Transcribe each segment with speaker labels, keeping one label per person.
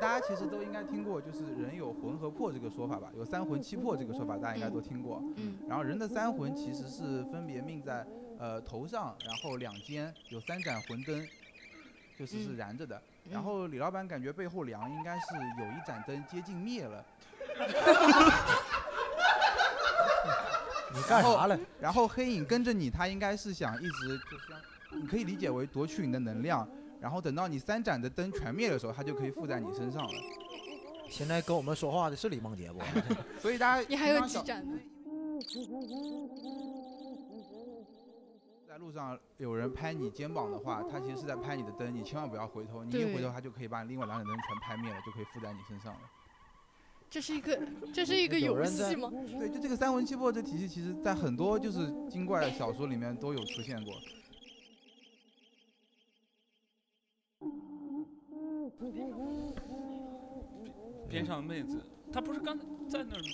Speaker 1: 大家其实都应该听过，就是人有魂和魄这个说法吧，有三魂七魄这个说法，大家应该都听过。
Speaker 2: 嗯
Speaker 1: 然后人的三魂其实是分别命在呃头上，然后两肩有三盏魂灯，就是是
Speaker 2: 嗯
Speaker 1: 燃着的。
Speaker 2: 嗯
Speaker 1: 然后李老板感觉背后凉，应该是有一盏灯接近灭了。
Speaker 3: 你干啥了？
Speaker 1: 然后黑影跟着你，他应该是想一直就像，你可以理解为夺取你的能量，然后等到你三盏的灯全灭的时候，它就可以附在你身上了。
Speaker 3: 现在跟我们说话的是李梦洁 不？
Speaker 1: 所以大家
Speaker 2: 你还
Speaker 1: 平
Speaker 2: 有
Speaker 1: 常
Speaker 2: 几
Speaker 1: 小
Speaker 2: 盏呢？
Speaker 1: 在路上有人拍你肩膀的话，他其实是在拍你的灯，你千万不要回头，你一
Speaker 2: 对
Speaker 1: 回头他就可以把另外两盏灯全拍灭了，就可以附在你身上了。
Speaker 2: 这是一个这是一个
Speaker 3: 有
Speaker 2: 游
Speaker 3: 人在
Speaker 2: 戏吗？
Speaker 1: 对，就这个三魂七魄这体系，其实在很多就是精怪小说里面都有出现过。
Speaker 4: 边上妹子，她不是刚才在那儿吗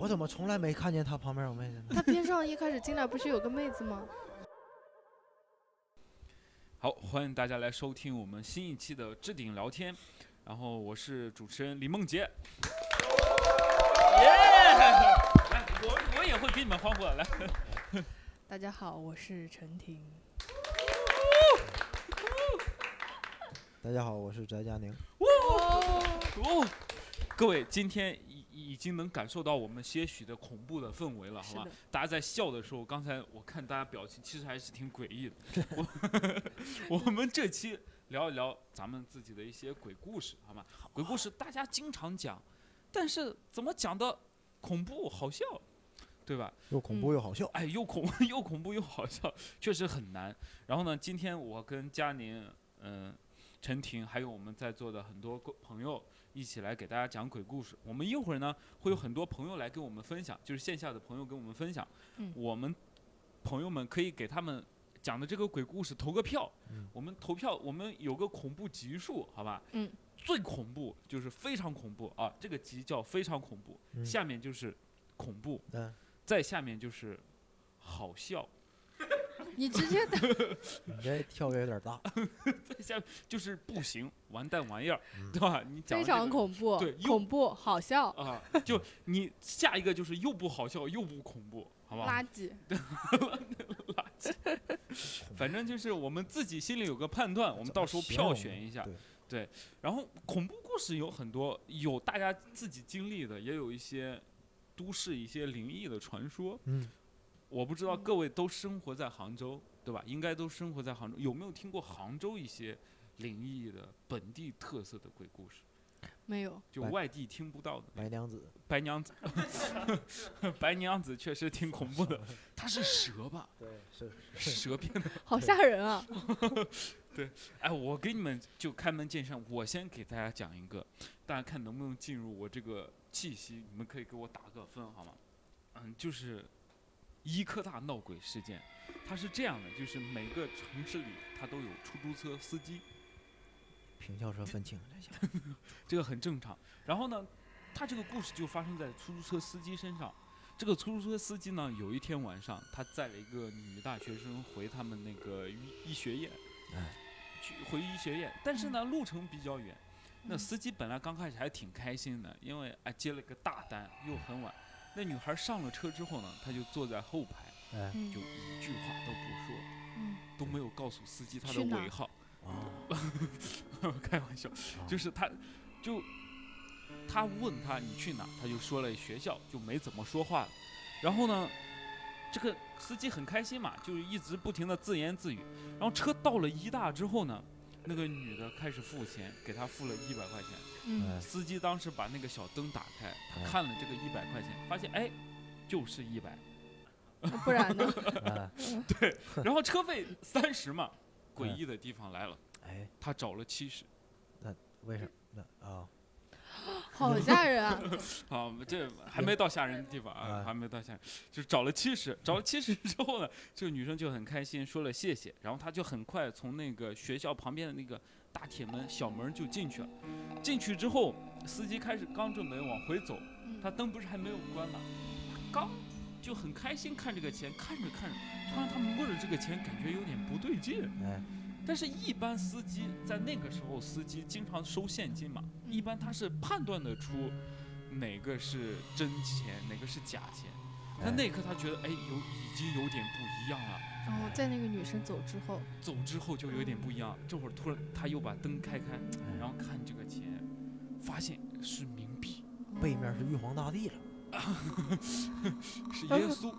Speaker 3: 我怎么从来没看见他旁边有妹子呢？
Speaker 2: 他边上一开始进来不是有个妹子吗？
Speaker 4: 好，欢迎大家来收听我们新一期的置顶聊天，然后我是主持人李梦洁。耶！ 来，我我也会给你们欢呼的，来。
Speaker 2: 大家好，我是陈婷。
Speaker 3: 大家好，我是翟佳宁。
Speaker 4: 哦，各位，今天已已经能感受到我们些许的恐怖的氛围了，好
Speaker 2: 是
Speaker 4: 吧
Speaker 2: 的？，
Speaker 4: 大家在笑的时候，刚才我看大家表情，其实还是挺诡异的。 我 我们这期聊一聊咱们自己的一些鬼故事，好吗？鬼故事大家经常讲，但是怎么讲的恐怖好笑，对吧？
Speaker 3: 又恐怖又好笑，
Speaker 4: 哎，又恐 又恐怖又好笑，确实很难。然后呢，今天我跟佳宁、嗯、陈婷，还有我们在座的很多个朋友一起来给大家讲鬼故事。我们一会儿呢会有很多朋友来跟我们分享，就是线下的朋友跟我们分享。
Speaker 2: 嗯
Speaker 4: 我们朋友们可以给他们讲的这个鬼故事投个票，
Speaker 3: 嗯
Speaker 4: 我们投票，我们有个恐怖级数，好吧？
Speaker 2: 嗯。
Speaker 4: 最恐怖就是非常恐怖啊，这个级叫非常恐怖，
Speaker 3: 嗯
Speaker 4: 下面就是恐怖，
Speaker 3: 嗯
Speaker 4: 再下面就是好笑，
Speaker 2: 你直 接打
Speaker 3: 你这跳跃有点大。
Speaker 4: 再下面就是不行，完蛋玩意儿，
Speaker 3: 嗯
Speaker 4: 对吧？你讲
Speaker 2: 非
Speaker 4: 的这个
Speaker 2: 常恐怖，
Speaker 4: 对又
Speaker 2: 恐怖好笑，
Speaker 4: 啊，就你下一个就是又不好笑又不恐怖，好吧？
Speaker 2: 垃圾。
Speaker 4: 反正就是我们自己心里有个判断，我们到时候票选一下
Speaker 3: 对。
Speaker 4: 然后恐怖故事有很多，有大家自己经历的，也有一些都市一些灵异的传说。
Speaker 3: 嗯，
Speaker 4: 我不知道
Speaker 2: 嗯
Speaker 4: 各位都生活在杭州，对吧？应该都生活在杭州，有没有听过杭州一些灵异的本地特色的鬼故事？
Speaker 2: 没有，
Speaker 4: 就
Speaker 3: 白
Speaker 4: 外地听不到的
Speaker 3: 白娘子，
Speaker 4: 白娘子， 白娘子确实挺恐怖的， 她是蛇吧？
Speaker 3: 对，是
Speaker 4: 蛇变的。
Speaker 2: 好吓人啊！
Speaker 4: 哎，我给你们就开门见山，我先给大家讲一个，大家看能不能进入我这个气息，你们可以给我打个分好吗？嗯，就是医科大闹鬼事件，它是这样的，就是每个城市里它都有出租车司机，
Speaker 3: 平翘舌分清。
Speaker 4: 这个很正常。然后呢，他这个故事就发生在出租车司机身上。这个出租车司机呢，有一天晚上，他载了一个女大学生回他们那个医医学院
Speaker 3: 哎，
Speaker 4: 去回医学院。但是呢，路程比较远，那
Speaker 2: 嗯
Speaker 4: 司机本来刚开始还挺开心的，因为哎接了个大单，又很晚。那女孩上了车之后呢，她就坐在后排，
Speaker 3: 哎，
Speaker 2: 嗯
Speaker 4: 就一句话都不说，
Speaker 2: 嗯
Speaker 4: 都没有告诉司机她的
Speaker 2: 去哪儿
Speaker 4: 尾号。
Speaker 3: 啊，
Speaker 4: 开玩笑，就是他，就他问他你去哪，他就说了学校，就没怎么说话了。然后呢，这个司机很开心嘛，就是一直不停的自言自语。然后车到了一大之后呢，那个女的开始付钱，给他付了一百块钱。
Speaker 2: 嗯，
Speaker 3: 哎
Speaker 4: 司机当时把那个小灯打开，他
Speaker 3: 哎
Speaker 4: 看了这个一百块钱，发现哎，就是一百。
Speaker 2: 那不然呢？
Speaker 3: 哎
Speaker 4: 然后车费三十嘛，诡异的地方来了，
Speaker 3: 哎，
Speaker 4: 他找了七十。
Speaker 3: 为什么？那啊，
Speaker 2: 好吓人 啊！
Speaker 4: 啊，这还没到吓人的地方啊，
Speaker 3: 啊
Speaker 4: 还没到吓人，就找了七十，找了七十之后呢，这个女生就很开心，说了谢谢，然后她就很快从那个学校旁边的那个大铁门小门就进去了。进去之后，司机开始刚准备往回走，
Speaker 2: 嗯
Speaker 4: 他灯不是还没有关吗？刚就很开心看这个钱，看着看着，突然他摸着这个钱，感觉有点不对劲，
Speaker 3: 哎，
Speaker 4: 但是，一般司机在那个时候，司机经常收现金嘛，
Speaker 2: 嗯
Speaker 4: 一般他是判断得出哪个是真钱，哪个是假钱。他那一刻他觉得，哎，有已经有点不一样了。
Speaker 2: 然后在那个女生走之后，
Speaker 4: 走之后就有点不一样。这会儿突然他又把灯开开，
Speaker 3: 哎
Speaker 4: 然后看这个钱，发现是冥币，
Speaker 3: 背面是玉皇大 帝了，
Speaker 4: 是耶稣。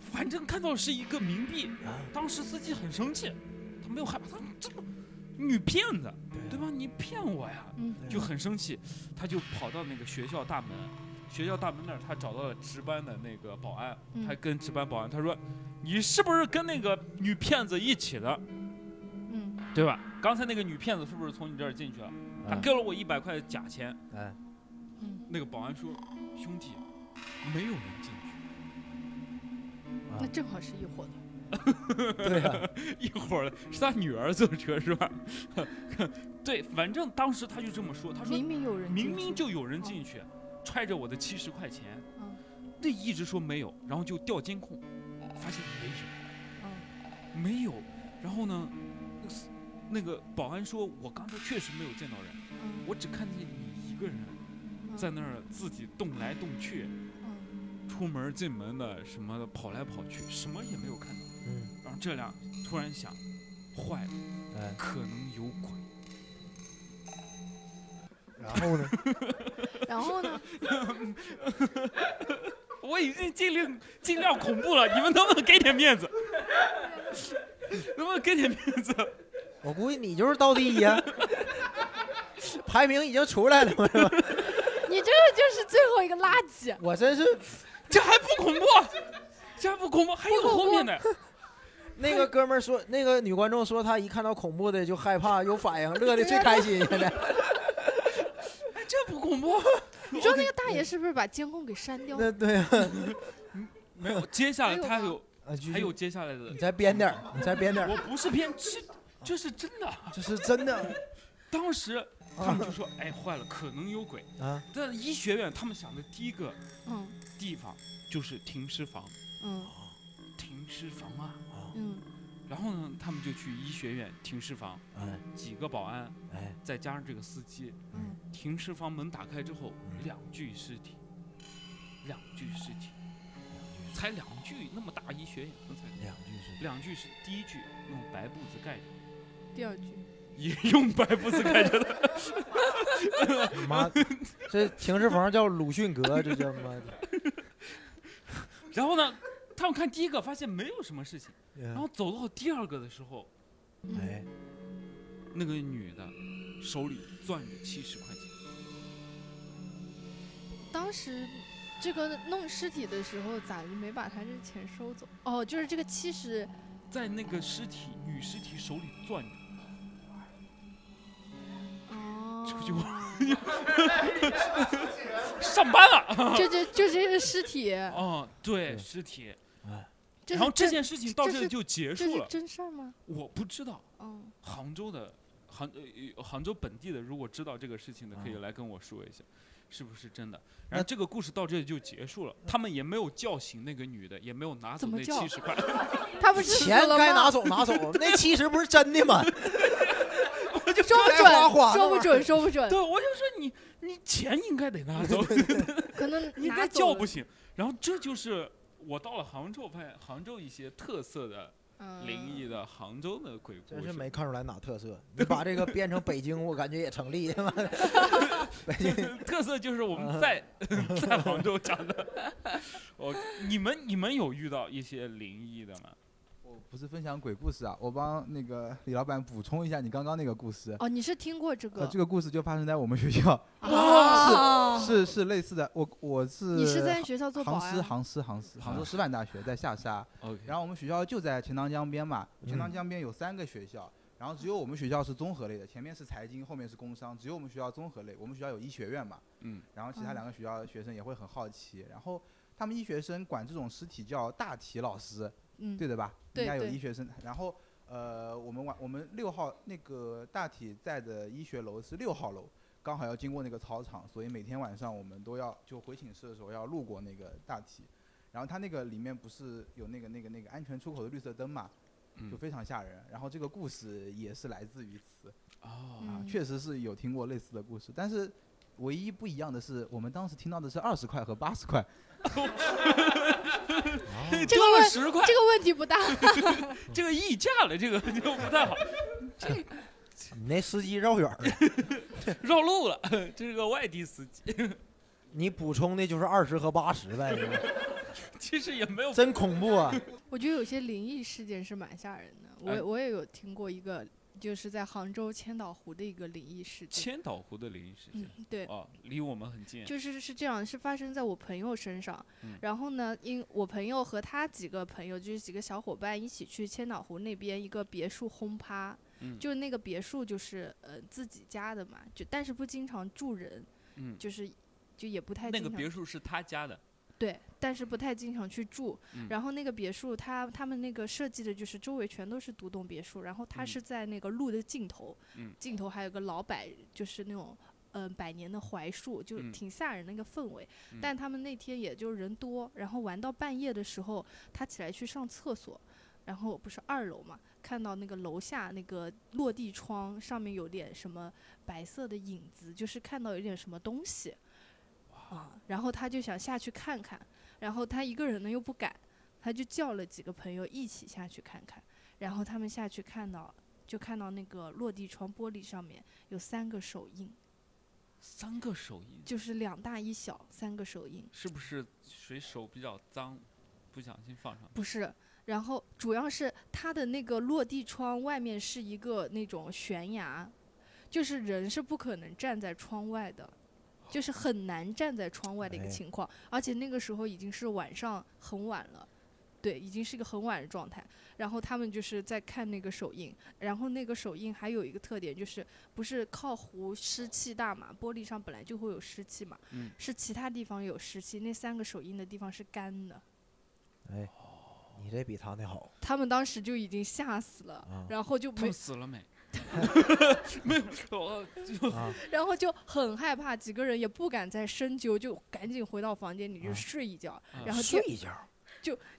Speaker 4: 反正看到是一个冥币，
Speaker 3: 啊，
Speaker 4: 当时司机很生气，他没有害怕，他说这不女骗子对吧？你骗我呀！
Speaker 2: 嗯
Speaker 3: 对
Speaker 4: 就很生气，他就跑到那个学校大门，学校大门那儿，他找到了值班的那个保安，
Speaker 2: 嗯
Speaker 4: 他跟值班保安他说：“你是不是跟那个女骗子一起的，
Speaker 3: 啊
Speaker 2: 嗯，
Speaker 4: 对吧？刚才那个女骗子是不是从你这儿进去了？她
Speaker 3: 嗯
Speaker 4: 给了我一百块假钱。
Speaker 3: 哎，”
Speaker 4: 那个保安说：“兄弟，没有人进去。
Speaker 2: 那正好是一伙的。
Speaker 3: 对呀，
Speaker 4: 一会儿是他女儿坐车是吧？ 对，反正当时他就这么说，他说
Speaker 2: 明明有人进去，
Speaker 4: 明明就有人进去，揣着我的七十块钱
Speaker 2: 嗯，
Speaker 4: 那一直说没有，然后就调监控，发现没有，
Speaker 2: 嗯
Speaker 4: 没有。然后呢，那个司那个保安说，我刚才确实没有见到人，
Speaker 2: 嗯
Speaker 4: 我只看见你一个人
Speaker 2: 嗯
Speaker 4: 在那儿自己动来动去，
Speaker 2: 嗯
Speaker 4: 出门进门的什么的跑来跑去，什么也没有看到。
Speaker 3: 嗯，
Speaker 4: 然后这俩突然想，坏了，
Speaker 3: 哎，
Speaker 4: 可能有鬼。
Speaker 3: 然后呢？
Speaker 2: 然后 呢？
Speaker 4: 我已经尽量尽量恐怖了，你们能不能给点面子？ 能不能给点面子？
Speaker 3: 我估计你就是倒第一呀， 排名已经出来了嘛， 是吧？
Speaker 2: 你这个就是最后一个垃圾。
Speaker 3: 我真是
Speaker 4: 这还不恐怖？这还不恐怖？还有后面呢？
Speaker 3: 那个哥们儿说，那个女观众说，她一看到恐怖的就害怕，有反应，乐的最开心。现在
Speaker 4: 哎这不恐怖？
Speaker 2: 你
Speaker 4: 哦
Speaker 2: 说那个大爷是不是把监控给删掉了？
Speaker 3: 那对呀，
Speaker 4: 没有，接下来
Speaker 2: 还
Speaker 4: 他还
Speaker 2: 有
Speaker 4: 有
Speaker 3: 啊，继续
Speaker 4: 还有接下来的
Speaker 3: 你，再编点儿，你再编点儿，
Speaker 4: 我不是编，这这是真的。
Speaker 3: 这是真的
Speaker 4: 当时他
Speaker 3: 啊
Speaker 4: 们就说：“哎，坏了，可能有鬼。
Speaker 3: 啊！”
Speaker 4: 但医学院他们想的第一个
Speaker 2: 嗯
Speaker 4: 地方就是停尸房，
Speaker 2: 嗯
Speaker 4: 停尸房啊。
Speaker 2: 嗯
Speaker 4: 然后呢，他们就去医学院停尸房，
Speaker 3: 哎
Speaker 4: 几个保安
Speaker 3: 哎，
Speaker 4: 再加上这个司机，
Speaker 2: 嗯，
Speaker 4: 停尸房门打开之后，两具尸体，两具尸体，才两具，那么大医学院才
Speaker 3: 两句是
Speaker 4: 两具是第一具用白布子盖着，
Speaker 2: 第二句，
Speaker 4: 也用白布子盖着 的，
Speaker 3: 你妈，这停尸房叫鲁迅阁，这叫妈的。
Speaker 4: 然后呢，他们看第一个发现没有什么事情，然
Speaker 3: 嗯
Speaker 4: 后走到第二个的时候，
Speaker 2: 嗯
Speaker 3: 哎，
Speaker 4: 那个女的手里攥着七十块钱，
Speaker 2: 当时这个弄尸体的时候咋就没把他这钱收走？哦，就是这个七十，
Speaker 4: 在那个尸体女尸体手里攥着，
Speaker 2: 哦，
Speaker 4: 出去玩上班了。
Speaker 2: 哦 这这这这是尸体，
Speaker 4: 哦，对，
Speaker 3: 对
Speaker 4: 尸体。
Speaker 2: 嗯这是
Speaker 4: 然后这
Speaker 2: 真
Speaker 4: 件事情到
Speaker 2: 这
Speaker 4: 这
Speaker 2: 是
Speaker 4: 里就结
Speaker 2: 这
Speaker 4: 束
Speaker 2: 是
Speaker 4: 了，
Speaker 2: 真事儿吗？
Speaker 4: 我不知道。
Speaker 2: 嗯，
Speaker 4: 杭州的杭呃杭州本地的，如果知道这个事情的，可以
Speaker 3: 啊
Speaker 4: 来跟我说一下，是不是真的？
Speaker 3: 那
Speaker 4: 然后这个故事到这里就结束了，他们也没有叫醒那个女的，也没有拿走
Speaker 2: 怎么
Speaker 4: 那
Speaker 2: 叫
Speaker 4: 七十 块，
Speaker 2: 他不是死
Speaker 3: 钱
Speaker 2: 了
Speaker 3: 该拿
Speaker 2: 吗？
Speaker 3: 走拿走，那其实不是真的吗？
Speaker 2: 说不
Speaker 3: 该花花
Speaker 2: 准，说不
Speaker 3: 的嘛
Speaker 2: 准，说不准
Speaker 4: 对，，我就说你你钱应该得 拿走，
Speaker 2: 可能
Speaker 4: 你
Speaker 2: 拿
Speaker 4: 再
Speaker 2: 走
Speaker 4: 叫
Speaker 2: 了
Speaker 4: 不醒。然后这就是我到了杭州，发现杭州一些特色的
Speaker 2: 嗯
Speaker 4: 灵异的杭州的鬼故
Speaker 3: 真是
Speaker 4: 事。
Speaker 3: 没看出来哪特色。你把这个变成北京，我感觉也成立。妈的，北京
Speaker 4: 特色就是我们在
Speaker 3: 啊
Speaker 4: 在杭州讲 的。哦，你们你们有遇到一些灵异的吗？
Speaker 1: 我不是分享鬼故事啊，我帮那个李老板补充一下你刚刚那个故事。
Speaker 2: 哦，你是听过这
Speaker 1: 呃，
Speaker 2: 个
Speaker 1: 这个故事就发生在我们学校，
Speaker 2: 啊？
Speaker 1: 是是类似的。我我是
Speaker 2: 你是在学校做保
Speaker 1: 杭
Speaker 2: 安
Speaker 1: 师？杭师杭师杭州师范大学在下沙，
Speaker 4: OK，
Speaker 1: 然后我们学校就在钱塘江边嘛，钱塘
Speaker 3: 嗯
Speaker 1: 江边有三个学校，然后只有我们学校是综合类的，前面是财经，后面是工商，只有我们学校综合类。我们学校有医学院嘛，
Speaker 4: 嗯，
Speaker 1: 然后其他
Speaker 2: 嗯
Speaker 1: 两个学校的学生也会很好奇，然后他们医学生管这种尸体叫大体老师，
Speaker 2: 嗯，
Speaker 1: 对的吧？
Speaker 2: 对
Speaker 1: 应该有
Speaker 2: 对
Speaker 1: 医学生。然后呃，我们晚我们六号那个大体在的医学楼是六号楼，刚好要经过那个操场，所以每天晚上我们都要就回寝室的时候要路过那个大体。然后它那个里面不是有那个那个那个安全出口的绿色灯嘛？就
Speaker 4: 嗯
Speaker 1: 非常吓人。然后这个故事也是来自于此
Speaker 4: 哦，
Speaker 1: 啊
Speaker 2: 嗯，
Speaker 1: 确实是有听过类似的故事，但是唯一不一样的是，我们当时听到的是二十块和八十块，
Speaker 2: 这个
Speaker 4: 多了
Speaker 2: 问
Speaker 4: 十块，
Speaker 2: 这个问题不大，
Speaker 4: 这个溢价了，这个就不太好，
Speaker 3: 你那司机绕远儿了。
Speaker 4: 绕路了。这是个外地司机，
Speaker 3: 你补充的就是二十和八十呗，
Speaker 4: 其实也没 有
Speaker 3: 真恐怖啊！
Speaker 2: 我觉得有些灵异事件是蛮吓人的。我
Speaker 4: 哎
Speaker 2: 我也有听过一个，就是在杭州千岛湖的一个灵异事件。
Speaker 4: 千岛湖的灵异事件
Speaker 2: 嗯，对，
Speaker 4: 哦，离我们很近。
Speaker 2: 就是是这样，是发生在我朋友身上。
Speaker 4: 嗯
Speaker 2: 然后呢，因我朋友和他几个朋友，就是几个小伙伴一起去千岛湖那边一个别墅轰趴，
Speaker 4: 嗯
Speaker 2: 就是那个别墅就是呃自己家的嘛，就但是不经常住人，
Speaker 4: 嗯，
Speaker 2: 就是就也不太
Speaker 4: 那
Speaker 2: 经
Speaker 4: 个
Speaker 2: 常
Speaker 4: 别墅是他家的，
Speaker 2: 对，但是不太经常去住。
Speaker 4: 嗯
Speaker 2: 然后那个别墅它，他们那个设计的就是周围全都是独栋别墅，然后它
Speaker 4: 嗯
Speaker 2: 是在那个路的尽头，
Speaker 4: 嗯
Speaker 2: 尽头还有个老柏，就是那种。嗯、百年的槐树就
Speaker 4: 嗯
Speaker 2: 挺吓人的一个氛围，
Speaker 4: 嗯
Speaker 2: 但他们那天也就人多，然后玩到半夜的时候，他起来去上厕所，然后不是二楼嘛，看到那个楼下那个落地窗上面有点什么白色的影子，就是看到有点什么东西，啊，然后他就想下去看看，然后他一个人呢又不敢，他就叫了几个朋友一起下去看看，然后他们下去看到，就看到那个落地窗玻璃上面有三个手印，
Speaker 4: 三个手印，
Speaker 2: 就是两大一小三个手印，
Speaker 4: 是不是谁手比较脏，不小心放上？
Speaker 2: 不是。然后主要是它的那个落地窗外面是一个那种悬崖，就是人是不可能站在窗外的，就是很难站在窗外的一个
Speaker 3: 哎
Speaker 2: 情况。而且那个时候已经是晚上很晚了，对，已经是一个很晚的状态。然后他们就是在看那个手印，然后那个手印还有一个特点就是不是靠湖湿气大嘛，玻璃上本来就会有湿气嘛，
Speaker 4: 嗯
Speaker 2: 是其他地方有湿气，那三个手印的地方是干的。
Speaker 3: 哎，你这比他那好
Speaker 2: 他们当时就已经吓死了，
Speaker 3: 啊
Speaker 2: 然后就
Speaker 4: 他
Speaker 2: 没
Speaker 4: 们，死了没？ 没有，我
Speaker 3: 啊！
Speaker 2: 然后就很害怕，几个人也不敢再深究，就赶紧回到房间里就
Speaker 3: 啊
Speaker 2: 睡一觉，
Speaker 4: 啊
Speaker 2: 然后
Speaker 3: 睡
Speaker 2: 就
Speaker 3: 一觉，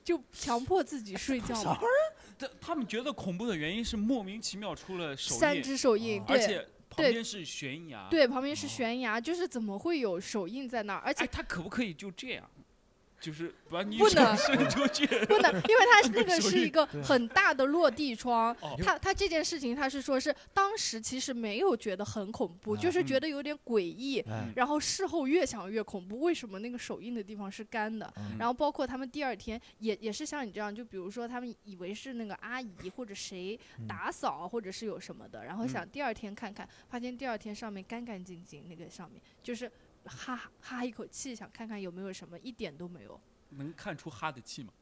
Speaker 2: 就强迫自己睡 觉
Speaker 3: 啥玩
Speaker 2: 嘛
Speaker 3: 意。儿？
Speaker 4: 他他们觉得恐怖的原因是莫名其妙出了手
Speaker 2: 三
Speaker 4: 印，
Speaker 2: 只手印，
Speaker 3: 啊
Speaker 4: 而
Speaker 2: 对
Speaker 4: 且啊旁边是悬崖。，
Speaker 2: 对，旁边是
Speaker 3: 哦
Speaker 2: 悬崖，就是怎么会有手印在那儿？而
Speaker 4: 哎，
Speaker 2: 且
Speaker 4: 他可不可以就这样，就是把你
Speaker 2: 不
Speaker 4: 手
Speaker 2: 能
Speaker 4: 伸出去？
Speaker 2: 不能，因为它是那个
Speaker 4: 手
Speaker 2: 是一
Speaker 4: 印
Speaker 2: 个
Speaker 3: 对
Speaker 2: 很大的落地窗
Speaker 4: 哦。
Speaker 2: 他他这件事情，他是说是当时其实没有觉得很恐怖，
Speaker 3: 啊
Speaker 2: 就是
Speaker 4: 嗯
Speaker 2: 觉得有点诡异，
Speaker 3: 哎，
Speaker 2: 然后事后越想越恐怖。为什么那个手印的地方是干的？
Speaker 3: 嗯
Speaker 2: 然后包括他们第二天也也是像你这样，就比如说他们以为是那个阿姨或者谁
Speaker 3: 嗯
Speaker 2: 打扫或者是有什么的，然后想第二天看看，发现第二天上面干干净净，那个上面就是哈哈一口气，想看看有没有什么，一点都没有，
Speaker 4: 能看出哈的气吗？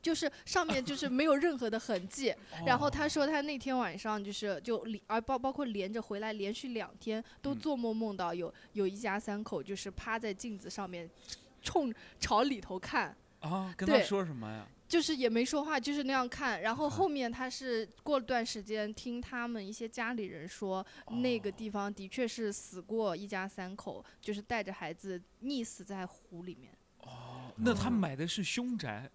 Speaker 2: 就是上面就是没有任何的痕迹。
Speaker 4: 哦
Speaker 2: 然后他说他那天晚上就是就连而包包括连着回来，连续两天都
Speaker 4: 嗯
Speaker 2: 做梦梦到有有一家三口就是趴在镜子上面，冲朝里头看。
Speaker 4: 啊，跟他
Speaker 2: 对
Speaker 4: 说什么呀？
Speaker 2: 就是也没说话，就是那样看。然后
Speaker 3: 看
Speaker 2: 后面他是过了段时间听他们一些家里人说，那个地方的确是死过一家三口，就是带着孩子溺死在湖里面。
Speaker 4: 哦，那他买的是凶宅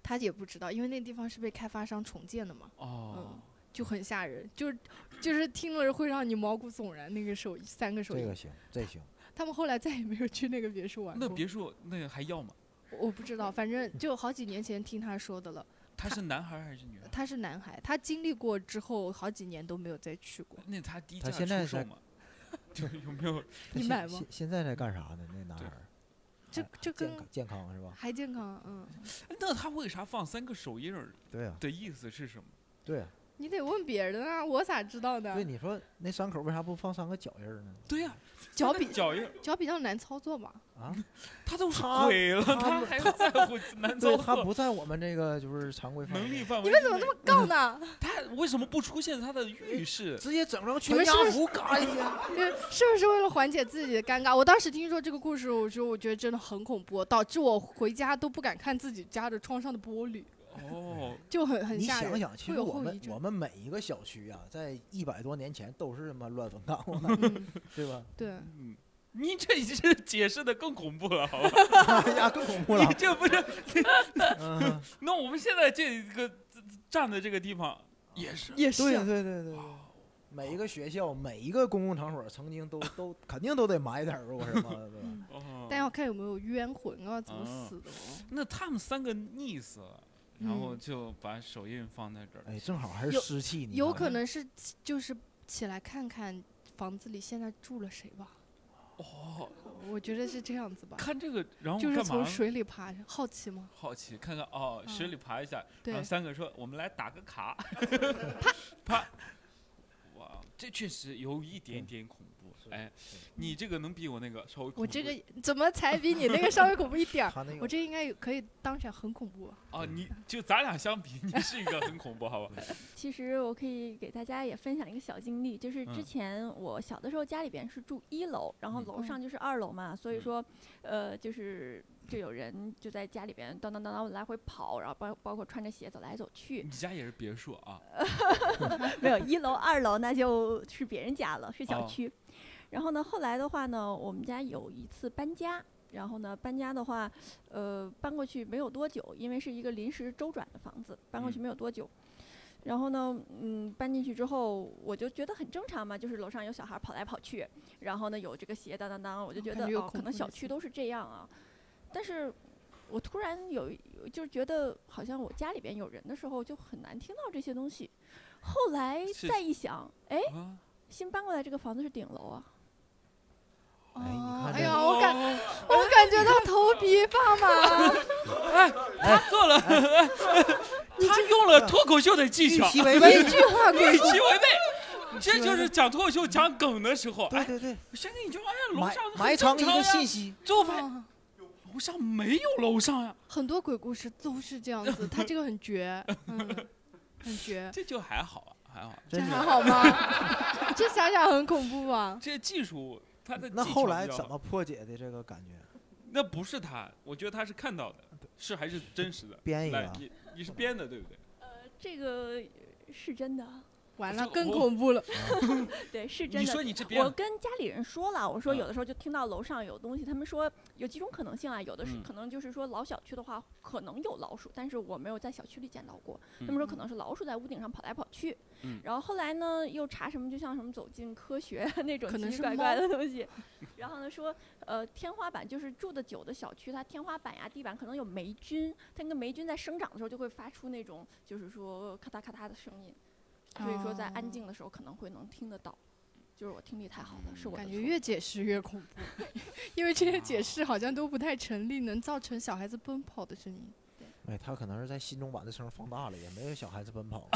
Speaker 2: 他也不知道，因为那地方是被开发商重建的嘛，
Speaker 4: 哦
Speaker 2: 嗯，就很吓人，就是就是听了会让你毛骨悚然。那个手三个手
Speaker 3: 这
Speaker 2: 印，
Speaker 3: 个行，这行，
Speaker 2: 他们后来再也没有去那个别墅玩
Speaker 4: 那
Speaker 2: 过。
Speaker 4: 别墅那个还要吗？
Speaker 2: 我不知道，反正就好几年前听他说的了。
Speaker 4: 他是男孩还是女孩？
Speaker 2: 他是男孩，他经历过之后，好几年都没有再去过。
Speaker 4: 那他低
Speaker 3: 他
Speaker 4: 价
Speaker 3: 现在
Speaker 4: 出售
Speaker 3: 在
Speaker 4: 吗？ 就有 没有
Speaker 3: 他
Speaker 2: 你
Speaker 3: 现
Speaker 2: 买吗
Speaker 3: 现现在在干啥呢？那男孩
Speaker 4: 对
Speaker 3: 儿
Speaker 2: 这
Speaker 3: 哎还
Speaker 2: 这
Speaker 3: 健
Speaker 2: 跟
Speaker 3: 康健康是吧？
Speaker 2: 还健康，嗯，
Speaker 4: 那他为啥放三个手印儿
Speaker 3: 对啊，
Speaker 4: 的意思是什么？
Speaker 3: 对啊，
Speaker 2: 你得问别人啊，我咋知道
Speaker 3: 对，
Speaker 2: 的？
Speaker 3: 你说那伤口为啥不放三个脚印儿呢？
Speaker 4: 对呀、
Speaker 2: 脚比
Speaker 4: 脚 印儿，
Speaker 2: 脚比较难操作 嘛，
Speaker 3: 啊，
Speaker 4: 他都是
Speaker 2: 啊
Speaker 3: 他
Speaker 4: 鬼了，
Speaker 3: 他
Speaker 4: 他
Speaker 3: 不
Speaker 4: 还 在乎难
Speaker 3: 对
Speaker 4: 操
Speaker 3: 他
Speaker 4: 作
Speaker 3: 不在我们这个就是常规范围
Speaker 4: 能
Speaker 3: 内
Speaker 4: 力范围。
Speaker 2: 你们怎么这么杠呢？
Speaker 4: 他为什么不出现他的浴室？
Speaker 3: 直接整成
Speaker 2: 你
Speaker 3: 全
Speaker 2: 们
Speaker 3: 家
Speaker 2: 是不是
Speaker 3: 福，嘎一下。
Speaker 2: 对，是不是为了缓解自己的尴尬？我当时听说这个故事，我说我觉得真的很恐怖，导致我回家都不敢看自己家的窗上的玻璃，
Speaker 4: 哦，
Speaker 2: 就很很
Speaker 3: 你
Speaker 2: 吓
Speaker 3: 想
Speaker 2: 人。
Speaker 3: 想，其
Speaker 2: 会
Speaker 3: 实
Speaker 2: 有
Speaker 3: 我
Speaker 2: 后
Speaker 3: 们
Speaker 2: 遗症
Speaker 3: 我们每一个 小区啊，在一百多年前都是他妈乱坟岗，
Speaker 2: 嗯，
Speaker 3: 对吧？
Speaker 2: 对，
Speaker 4: 嗯，你这已经是解释的更恐怖了，好吧？
Speaker 1: 呀，更恐怖了
Speaker 4: 你。这不是？
Speaker 3: 嗯，
Speaker 4: 那我们现在这个站的这个地方也是
Speaker 2: 也
Speaker 3: 对
Speaker 2: 是
Speaker 3: 对
Speaker 2: 啊，
Speaker 3: 对对对，每一个学校、每一个公共场所，曾经都都肯定都得埋点儿肉什么的，对吧？
Speaker 2: 嗯
Speaker 4: 哦
Speaker 2: 但要看有没有冤魂啊，怎么
Speaker 4: 嗯
Speaker 2: 死的哦。
Speaker 4: 那他们三个溺死了，然后
Speaker 2: 嗯
Speaker 4: 就把手印放在这儿。
Speaker 3: 哎，正好还是
Speaker 2: 有
Speaker 3: 湿气，你
Speaker 2: 有
Speaker 3: 看
Speaker 2: 可能是起就是起来看看房子里现在住了谁吧，
Speaker 4: 哦，
Speaker 2: 我觉得是这样子吧，
Speaker 4: 看这个，然后
Speaker 2: 就是
Speaker 4: 干
Speaker 2: 从
Speaker 4: 嘛？
Speaker 2: 水里爬，好奇吗？
Speaker 4: 好奇看看哦，水里爬一下，然
Speaker 2: 对
Speaker 4: 后，三个说我们来打个 卡，啪，哇，这确实有一点点恐怖。
Speaker 3: 是
Speaker 4: 哎，你这个能比我那个稍微恐怖
Speaker 2: 我这个怎么才比你那个稍微恐怖一 点儿？
Speaker 3: 他那
Speaker 2: 我
Speaker 3: 个
Speaker 2: 这应该有可以当场很恐怖吧。
Speaker 4: 啊，你就咱俩相比，你是一个很恐怖， 好吧？
Speaker 5: 其实我可以给大家也分享一个小经历，就是
Speaker 4: 嗯
Speaker 5: 之前我小的时候家里边是住一楼，然后
Speaker 4: 嗯
Speaker 5: 楼上就是二楼嘛，所以
Speaker 4: 嗯
Speaker 5: 说，呃，就是就有人就在家里边当当当当来回跑，然后包包括穿着鞋走来走去
Speaker 4: 你。家也是别墅啊，
Speaker 5: 没有一楼、二楼那就是别人家了，是小
Speaker 4: 哦
Speaker 5: 区。然后呢，后来的话呢，我们家有一次搬家。然后呢，搬家的话，呃，搬过去没有多久，因为是一个临时周转的房子，搬过去
Speaker 4: 嗯
Speaker 5: 没有多久。然后呢，嗯，搬进去之后，我就觉得很正常嘛，就是楼上有小孩跑来跑去，然后呢有这个鞋当当当，我就
Speaker 2: 哦
Speaker 5: 觉
Speaker 2: 感
Speaker 5: 得
Speaker 2: 觉有
Speaker 5: 哦，
Speaker 2: 恐
Speaker 5: 可能
Speaker 2: 怖
Speaker 5: 小
Speaker 2: 的
Speaker 5: 区
Speaker 2: 气
Speaker 5: 都是这样啊。但是我突然有一，就是觉得好像我家里边有人的时候，就很难听到这些东西。后来
Speaker 4: 是
Speaker 5: 再一想，哎，
Speaker 4: 啊，
Speaker 5: 新搬过来这个房子是顶楼啊，
Speaker 3: 哎你
Speaker 2: 哦
Speaker 3: 看
Speaker 2: 哎
Speaker 3: 这
Speaker 2: 呀，我感
Speaker 4: 哦
Speaker 2: 我感觉到头皮发麻。
Speaker 4: 他做哎了，
Speaker 5: 哎
Speaker 4: 他用了脱口秀的技
Speaker 3: 预
Speaker 4: 巧，
Speaker 3: 期违背，
Speaker 2: 句话
Speaker 4: 预 期违背。这就是讲脱口秀讲梗的时候，
Speaker 3: 对
Speaker 4: 哎，
Speaker 3: 对对，
Speaker 4: 先给你就哎呀，楼
Speaker 3: 埋
Speaker 4: 上
Speaker 3: 埋
Speaker 4: 很啊
Speaker 3: 藏
Speaker 4: 正
Speaker 3: 一
Speaker 4: 常
Speaker 3: 个
Speaker 4: 呀
Speaker 3: 信息，
Speaker 4: 最后发现
Speaker 2: 哦
Speaker 4: 楼上没有楼上呀，
Speaker 2: 很多鬼故事都是这样子，他这个很 绝，嗯，很绝。
Speaker 4: 这就还好啊，还好。
Speaker 2: 这
Speaker 3: 真是
Speaker 2: 还。好吗？ 这想想很恐怖啊吧？
Speaker 4: 这技术他的
Speaker 3: 那
Speaker 4: 技
Speaker 3: 后
Speaker 4: 巧
Speaker 3: 来
Speaker 4: 比较
Speaker 3: 怎
Speaker 4: 好？
Speaker 3: 么破解的这个感觉？
Speaker 4: 那不是他，我觉得他是看到的，是还是真实的？
Speaker 3: 编一个
Speaker 4: 来
Speaker 3: 啊，
Speaker 4: 你你是编的对不对？
Speaker 5: 呃，这个呃是真的，
Speaker 2: 完
Speaker 4: 这
Speaker 2: 了，
Speaker 4: 个
Speaker 2: 更
Speaker 4: 我
Speaker 2: 恐怖了。
Speaker 5: 对，是真
Speaker 4: 你
Speaker 5: 的
Speaker 4: 说。你这编
Speaker 5: 我
Speaker 4: 的，
Speaker 5: 跟家里人说了，我说
Speaker 4: 嗯
Speaker 5: 有的时候就听到楼上有东西，他们说有几种可能性啊，有的是
Speaker 4: 嗯
Speaker 5: 可能就是说老小区的话可能有老鼠，但是我没有在小区里见到过，
Speaker 4: 嗯
Speaker 5: 他们说可能是老鼠在屋顶上跑来跑去
Speaker 4: 嗯，
Speaker 5: 然后后来呢又查什么就像什么走进科学啊那种
Speaker 2: 可
Speaker 5: 奇
Speaker 2: 能
Speaker 5: 奇
Speaker 2: 是
Speaker 5: 怪
Speaker 2: 猫
Speaker 5: 怪的东西，然后呢说呃天花板就是住的久的小区，它天花板呀地板可能有霉菌，它那个霉菌在生长的时候就会发出那种就是说咔嗒咔嗒的声音，所以说在
Speaker 2: 哦
Speaker 5: 安静的时候可能会能听得到。就是我听力太好了，是我
Speaker 2: 感
Speaker 5: 的
Speaker 2: 觉
Speaker 5: 错
Speaker 2: 越解释越恐怖， 因为这些解释好像都不太成立，能造成小孩子奔跑的声音。
Speaker 3: 哎，他可能是在心中把这声放大了，也没有小孩子奔 跑。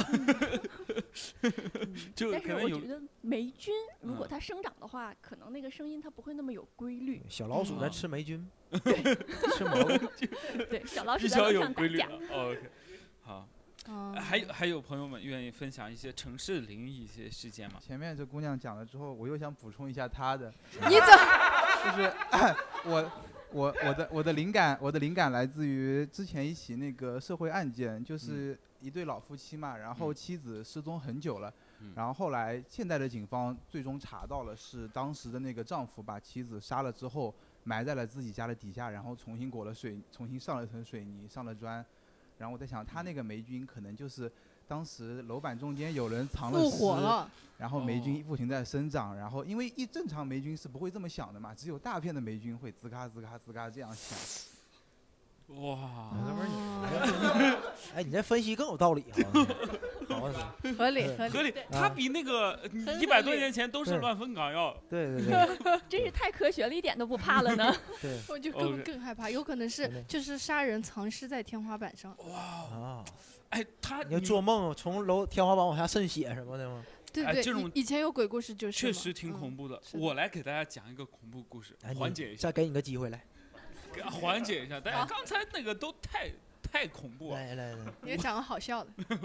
Speaker 5: 嗯
Speaker 4: 就
Speaker 5: 但
Speaker 4: 可
Speaker 5: 是
Speaker 4: 能
Speaker 5: 我
Speaker 4: 有
Speaker 5: 觉得霉菌如果
Speaker 4: 嗯
Speaker 5: 它生长的话，可能那个声音它不会那么有规律。
Speaker 3: 小老鼠在
Speaker 4: 嗯
Speaker 3: 吃霉菌， 吃蘑 菇，
Speaker 5: 对，小老鼠
Speaker 4: 比
Speaker 5: 在
Speaker 4: 较
Speaker 5: 楼
Speaker 4: 有
Speaker 5: 上打
Speaker 4: 规律
Speaker 5: 架
Speaker 4: 的。。哦 OK，好，
Speaker 2: 啊，
Speaker 5: 哎
Speaker 3: 嗯
Speaker 4: 还有还有朋友们愿意分享一些城市灵异一些事件吗？
Speaker 1: 嗯前面这姑娘讲了之后，我又想补充一下她的，
Speaker 2: 你怎么
Speaker 1: 就是 我我我的我的灵感，我的灵感来自于之前一起那个社会案件，就是一对老夫妻嘛，然后
Speaker 4: 嗯
Speaker 1: 妻子失踪很久了，
Speaker 4: 嗯
Speaker 1: 然后后来现在的警方最终查到了是当时的那个丈夫把妻子杀了之后埋在了自己家的底下，然后重新裹了水，重新上了一层水泥，上了砖，然后我在想
Speaker 4: 嗯
Speaker 1: 他那个霉菌可能就是。当时楼板中间有人藏了
Speaker 2: 复活
Speaker 1: 尸
Speaker 2: 了？
Speaker 1: 然后霉
Speaker 4: 哦
Speaker 1: 菌不停在生长，然后因为一正常霉菌是不会这么响的嘛，只有大片的霉菌会吱嘎吱嘎吱嘎这样响。
Speaker 5: 嗯
Speaker 4: 哇，
Speaker 3: 那玩意
Speaker 2: 哦
Speaker 3: 哎，你这分析更有道理啊！ 好啊，
Speaker 2: 合理合
Speaker 4: 合
Speaker 2: 理，
Speaker 4: 理，他
Speaker 3: 啊
Speaker 4: 比那个
Speaker 2: 很
Speaker 4: 一百多
Speaker 2: 合理
Speaker 4: 年前都是
Speaker 3: 对啊
Speaker 4: 乱坟岗要
Speaker 3: 对对对
Speaker 5: 真是太科学了，一点都不怕了呢。
Speaker 3: 对
Speaker 2: 我就
Speaker 4: 哦
Speaker 2: 更
Speaker 4: 是
Speaker 2: 更害怕，有可能
Speaker 3: 真的
Speaker 2: 是就是杀人藏尸在天花板上。
Speaker 4: 哇，
Speaker 3: 啊！
Speaker 4: 哎，他
Speaker 3: 你要做梦从楼天花板往下渗血什么的吗？
Speaker 2: 对
Speaker 4: 哎
Speaker 2: 对，
Speaker 4: 这
Speaker 2: 以
Speaker 4: 种
Speaker 2: 以前有鬼故事就是
Speaker 4: 确
Speaker 2: 嘛嗯
Speaker 4: 实挺恐。
Speaker 5: 嗯
Speaker 4: 怖的。
Speaker 2: 是的
Speaker 4: 我来给大家讲一个恐怖故事
Speaker 3: 哎，你
Speaker 4: 缓解一下，
Speaker 3: 再给你个机会来，
Speaker 4: 给缓解一下。大家刚才那个都太太恐怖了。
Speaker 3: 来来来，
Speaker 2: 嗯你也讲个好笑的，
Speaker 3: 嗯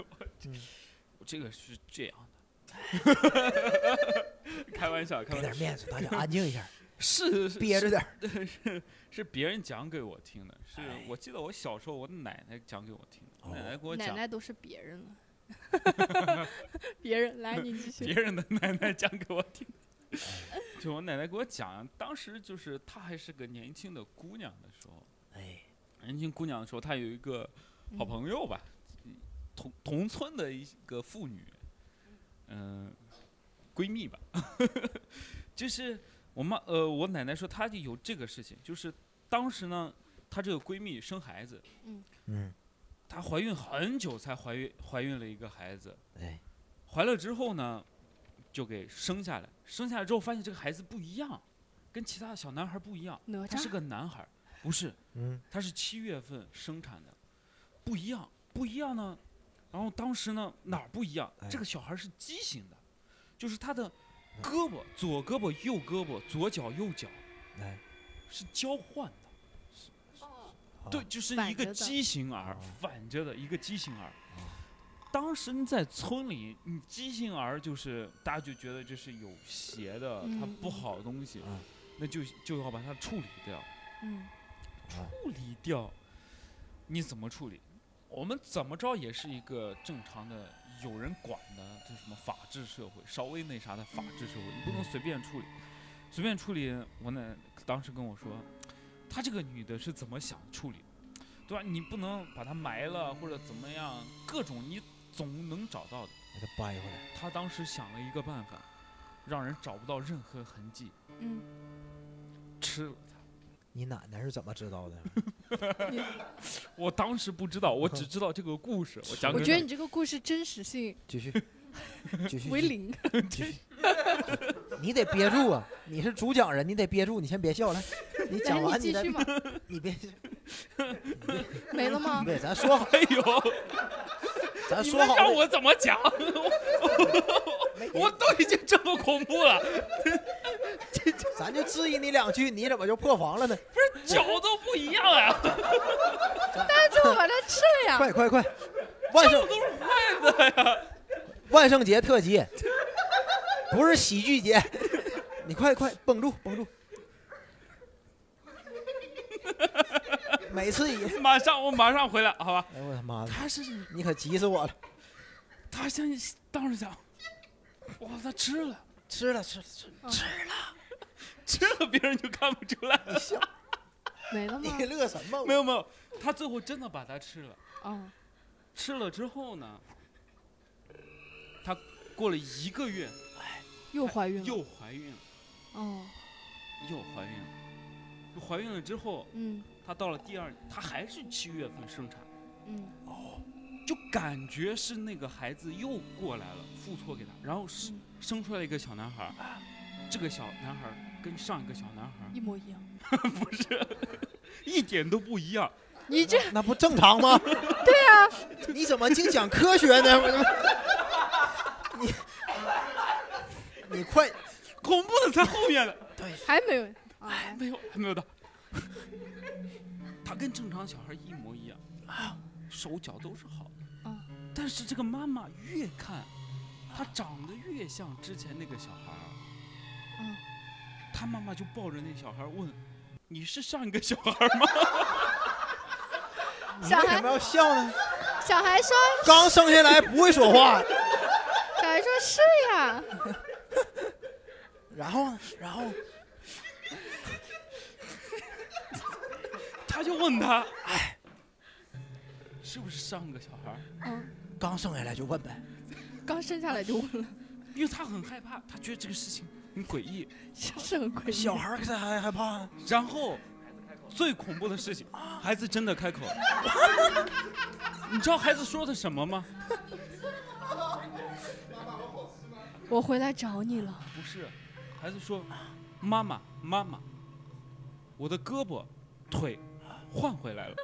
Speaker 4: 这个是这样 的， 开玩笑，开
Speaker 3: 给
Speaker 4: 玩
Speaker 3: 点
Speaker 4: 笑，
Speaker 3: 面子， 大家安静一下，
Speaker 4: 是是
Speaker 3: 憋着点 儿。
Speaker 4: 是别人讲给我听的，是
Speaker 3: 哎
Speaker 4: 我记得我小时候我奶奶讲给我听的，
Speaker 3: 哦
Speaker 4: 奶奶给我
Speaker 2: 奶
Speaker 4: 讲，
Speaker 2: 奶都是别人了。 别人来，你继
Speaker 4: 别
Speaker 2: 续。
Speaker 3: 哎
Speaker 4: 人的奶奶讲给我听。 就我奶奶给我讲，当时就是她还是个年轻的姑娘的时候，
Speaker 3: 哎，
Speaker 4: 年轻姑娘的时候，她有一个
Speaker 2: 嗯
Speaker 4: 好朋友吧，同同村的一个妇女，嗯、闺蜜吧， 就是我妈呃，我奶奶说她就有这个事情，就是当时呢，她这个闺蜜生孩子，
Speaker 3: 嗯，
Speaker 4: 她怀孕很久才怀孕，怀孕了一个孩子，
Speaker 3: 哎，
Speaker 4: 怀了之后呢，就给生下来，生下来之后发现这个孩子不一样，跟其他小男孩不一样，
Speaker 2: 哪
Speaker 4: 他是
Speaker 2: 吒
Speaker 4: 个男孩，不是，
Speaker 3: 嗯，
Speaker 4: 他是七月份生产的，不一样，不一样呢。然后当时呢哪儿不一样？
Speaker 3: 哎
Speaker 4: 这个小孩是畸形的，就是他的胳膊左胳膊右胳膊左脚右脚
Speaker 3: 哎，
Speaker 4: 是交换的，
Speaker 3: 啊
Speaker 4: 对，就是
Speaker 2: 反
Speaker 4: 一个
Speaker 2: 着的
Speaker 4: 畸形儿
Speaker 3: 哦
Speaker 4: 反着的一个畸形儿。当时你在村里，你畸形儿就是大家就觉得这是有邪的，它
Speaker 2: 嗯
Speaker 4: 不
Speaker 2: 嗯
Speaker 4: 好的东西，
Speaker 3: 嗯
Speaker 4: 那就就要把它处理掉。
Speaker 2: 嗯
Speaker 3: 啊
Speaker 4: 处理掉，你怎么处理？我们怎么着也是一个正常的有人管的，这什么法治社会，稍微那啥的法治社会，你不能随便处理，随便处理。我奶当时跟我说，她这个女的是怎么想处理，对吧？你不能把她埋了或者怎么样，各种你总能找到的。
Speaker 3: 给他掰回来。
Speaker 4: 她当时想了一个办法，让人找不到任何痕迹，
Speaker 2: 嗯，
Speaker 4: 吃了。
Speaker 3: 你奶奶是怎么知道的？
Speaker 4: 我当时不知道，我只知道这个故事。我讲
Speaker 2: 我
Speaker 4: 给
Speaker 2: 觉得
Speaker 4: 你
Speaker 2: 你这个故事真实性
Speaker 3: 继续，继续，
Speaker 2: 为
Speaker 3: 继续
Speaker 2: 零。
Speaker 3: 继续 你得憋住啊！你是主讲人，你得憋住，你先别笑， 来，你
Speaker 2: 来，
Speaker 3: 讲
Speaker 2: 你
Speaker 3: 完你
Speaker 2: 继
Speaker 3: 再
Speaker 2: 续，嘛，
Speaker 3: 你别，
Speaker 2: 没了吗？
Speaker 3: 别，咱说好，
Speaker 4: 哎呦。
Speaker 3: 咱
Speaker 4: 你
Speaker 3: 说
Speaker 4: 们
Speaker 3: 好
Speaker 4: 让
Speaker 3: 了，
Speaker 4: 我怎么讲？
Speaker 3: 没
Speaker 4: 我都已经这么恐怖了，
Speaker 3: 咱就质疑你两句，你怎么就破防了呢？
Speaker 4: 脚都不一样啊，
Speaker 2: 那就把它吃了呀。
Speaker 3: 快快快！万圣
Speaker 4: 都是坏的呀。
Speaker 3: 万圣节特辑，不是喜剧节，你快快绷住绷住！每次一，
Speaker 4: 马上我马上回来，好吧？
Speaker 3: 哎呦我他妈的，
Speaker 4: 他是
Speaker 3: 你可急死我了！
Speaker 4: 他先当时想，哇，他吃了
Speaker 3: 吃了吃了吃了，
Speaker 4: 吃了，别人就看不出来了。
Speaker 2: 没了吗
Speaker 3: 你？乐什么？
Speaker 4: 没有没有，他最后真的把它吃了。
Speaker 2: 哦，
Speaker 4: 吃了之后呢，他过了一个月
Speaker 2: 又怀孕了。
Speaker 4: 又怀孕了，
Speaker 2: 哦，
Speaker 4: 又怀孕了。怀孕了之后，
Speaker 2: 嗯
Speaker 4: 她到了第二，她还是七月份生产。
Speaker 2: 嗯
Speaker 4: 就感觉是那个孩子又过来了，付托给他，然后生
Speaker 2: 嗯
Speaker 4: 生出来一个小男孩儿，这个小男孩儿跟上一个小男孩儿
Speaker 2: 一模一样。
Speaker 4: 一点都不一样，
Speaker 2: 你这
Speaker 3: 那不正常吗？对呀、你怎么净讲科学呢？我你你快
Speaker 4: 恐怖的在后面了，
Speaker 2: 还没有啊？
Speaker 4: 哎，没有，还没有到，他跟正常小孩儿一模一样，手脚都是好的，
Speaker 2: 嗯
Speaker 4: 但是这个妈妈越看，他长得越像之前那个小孩儿，
Speaker 2: 嗯，
Speaker 4: 他妈妈就抱着那小孩儿问：“你是上一个小孩儿吗？”
Speaker 3: 你
Speaker 2: 小
Speaker 3: 为
Speaker 2: 孩
Speaker 3: 什么要笑呢？
Speaker 2: 小孩说，
Speaker 3: 刚生下来不会说话，
Speaker 2: 小孩说是呀。
Speaker 3: 然后呢？然后
Speaker 4: 他就问他，哎，是不是上个小孩儿？
Speaker 2: 嗯，
Speaker 3: 刚生下来就问呗，
Speaker 2: 刚生下来就问了，
Speaker 4: 因为他很害怕，他觉得这个事情很诡异。
Speaker 2: 是是很诡异。
Speaker 3: 小孩儿他还害怕呢。
Speaker 4: 然后，最恐怖的事情，孩子真的开口了。 你知道孩子说的什么吗？
Speaker 2: 我回来找你了。
Speaker 4: 不是，孩子说：“妈妈，妈妈，我的胳膊、腿换回来了。”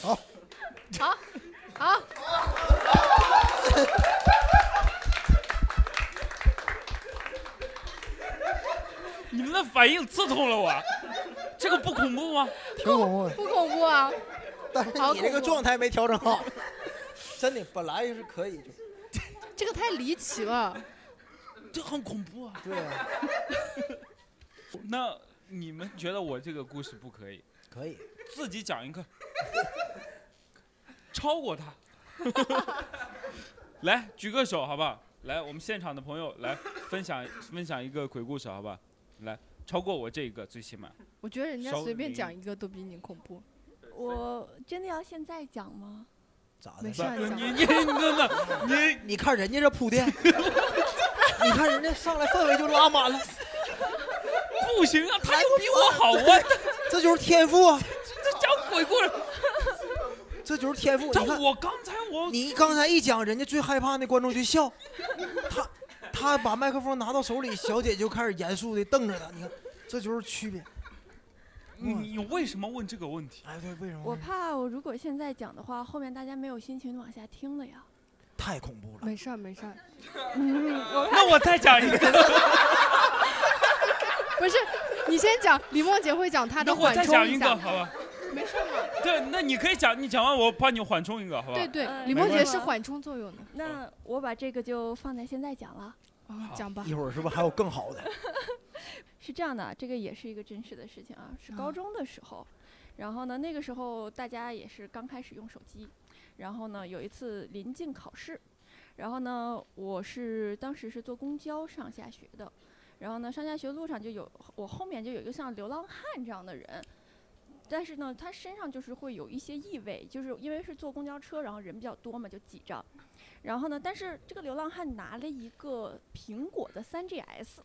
Speaker 2: 好，好，
Speaker 4: 你们的反应刺痛了我，这个不恐怖吗？
Speaker 3: 挺恐怖的，
Speaker 2: 不恐怖啊。
Speaker 3: 但是
Speaker 2: 好
Speaker 3: 你这
Speaker 2: 恐
Speaker 3: 个
Speaker 2: 怖啊
Speaker 3: 状态没调整好，真的本来是可以就
Speaker 2: 这个太离奇了。
Speaker 4: 这很恐怖啊！
Speaker 3: 对啊，
Speaker 4: 那你们觉得我这个故事不可以？
Speaker 3: 可以。
Speaker 4: 自己讲一个。超过他。 来，举个手，好不好？来，我们现场的朋友来分享分享一个鬼故事，好不好？来，超过我这一个，最起码
Speaker 2: 我觉得人家
Speaker 4: 稍
Speaker 2: 随便
Speaker 4: 微
Speaker 2: 讲一个都比你恐怖。
Speaker 5: 我真的要现在讲吗？
Speaker 3: 咋
Speaker 2: 没
Speaker 3: 的？
Speaker 2: 事儿，
Speaker 4: 你
Speaker 2: 讲
Speaker 4: 你你真的你
Speaker 3: 你看人家这铺垫，你看人家上来氛围就拉满了，
Speaker 4: 不行啊，他又比我好 啊，
Speaker 3: 这就是天赋啊，
Speaker 4: 这讲鬼故事，
Speaker 3: 这就是天赋。
Speaker 4: 这
Speaker 3: 你看，
Speaker 4: 我刚才我
Speaker 3: 你刚才一讲，人家最害怕那观众就笑，他他把麦克风拿到手里，小姐就开始严肃的瞪着他。你看，这就是区别。
Speaker 4: 你你为什么问这个问题？
Speaker 3: 哎，对，为什么？
Speaker 5: 我怕我如果现在讲的话，后面大家没有心情往下听了呀。
Speaker 3: 太恐怖了。
Speaker 2: 没事儿没事儿，
Speaker 5: 嗯，我
Speaker 4: 那我再讲一个，
Speaker 2: 不是你先讲，李梦洁会讲她
Speaker 4: 那
Speaker 2: 的
Speaker 4: 我
Speaker 2: 缓
Speaker 4: 再
Speaker 2: 冲
Speaker 4: 讲一个，
Speaker 2: 下，
Speaker 4: 好吧？
Speaker 2: 没事儿嘛。
Speaker 4: 对，那你可以讲，你讲完我帮你缓冲一个，好吧
Speaker 2: 对？对，
Speaker 5: 呃
Speaker 2: 李
Speaker 4: 没
Speaker 2: 梦
Speaker 4: 关
Speaker 2: 洁
Speaker 5: 系
Speaker 2: 是缓冲作用的，
Speaker 5: 那我把这个就放在现在讲了。
Speaker 2: 啊
Speaker 4: 好，
Speaker 2: 讲吧
Speaker 3: 一。会儿是不是还有更好的？
Speaker 5: 是这样的，这个也是一个真实的事情啊，是
Speaker 2: 啊
Speaker 5: 高中的时候，然后呢，那个时候大家也是刚开始用手机，然后呢，有一次临近考试，然后呢，我是当时是坐公交上下学的，然后呢，上下学路上就有我后面就有一个像流浪汉这样的人。但是呢，他身上就是会有一些异味，就是因为是坐公交车，然后人比较多嘛，就挤着。然后呢，但是这个流浪汉拿了一个苹果的 3GS，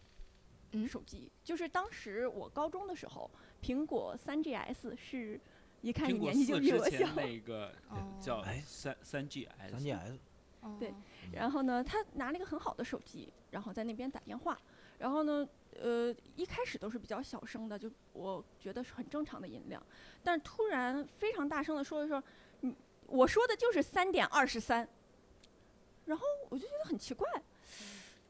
Speaker 2: 嗯
Speaker 5: 手机，就是当时我高中的时候，苹果 3GS 是，一看
Speaker 4: 苹
Speaker 5: 你
Speaker 4: 果
Speaker 5: 年纪就
Speaker 4: 四
Speaker 5: 比
Speaker 4: 之
Speaker 5: 我小
Speaker 4: 前，那个
Speaker 2: 哦
Speaker 4: 叫
Speaker 3: 哎
Speaker 4: 三三 G S，
Speaker 3: 咱 GS
Speaker 2: 哦
Speaker 5: 对然后呢，他拿了一个很好的手机，然后在那边打电话。然后呢，呃，一开始都是比较小声的，就我觉得是很正常的音量。但是突然非常大声的说一说，你我说的就是三点二十三。然后我就觉得很奇怪，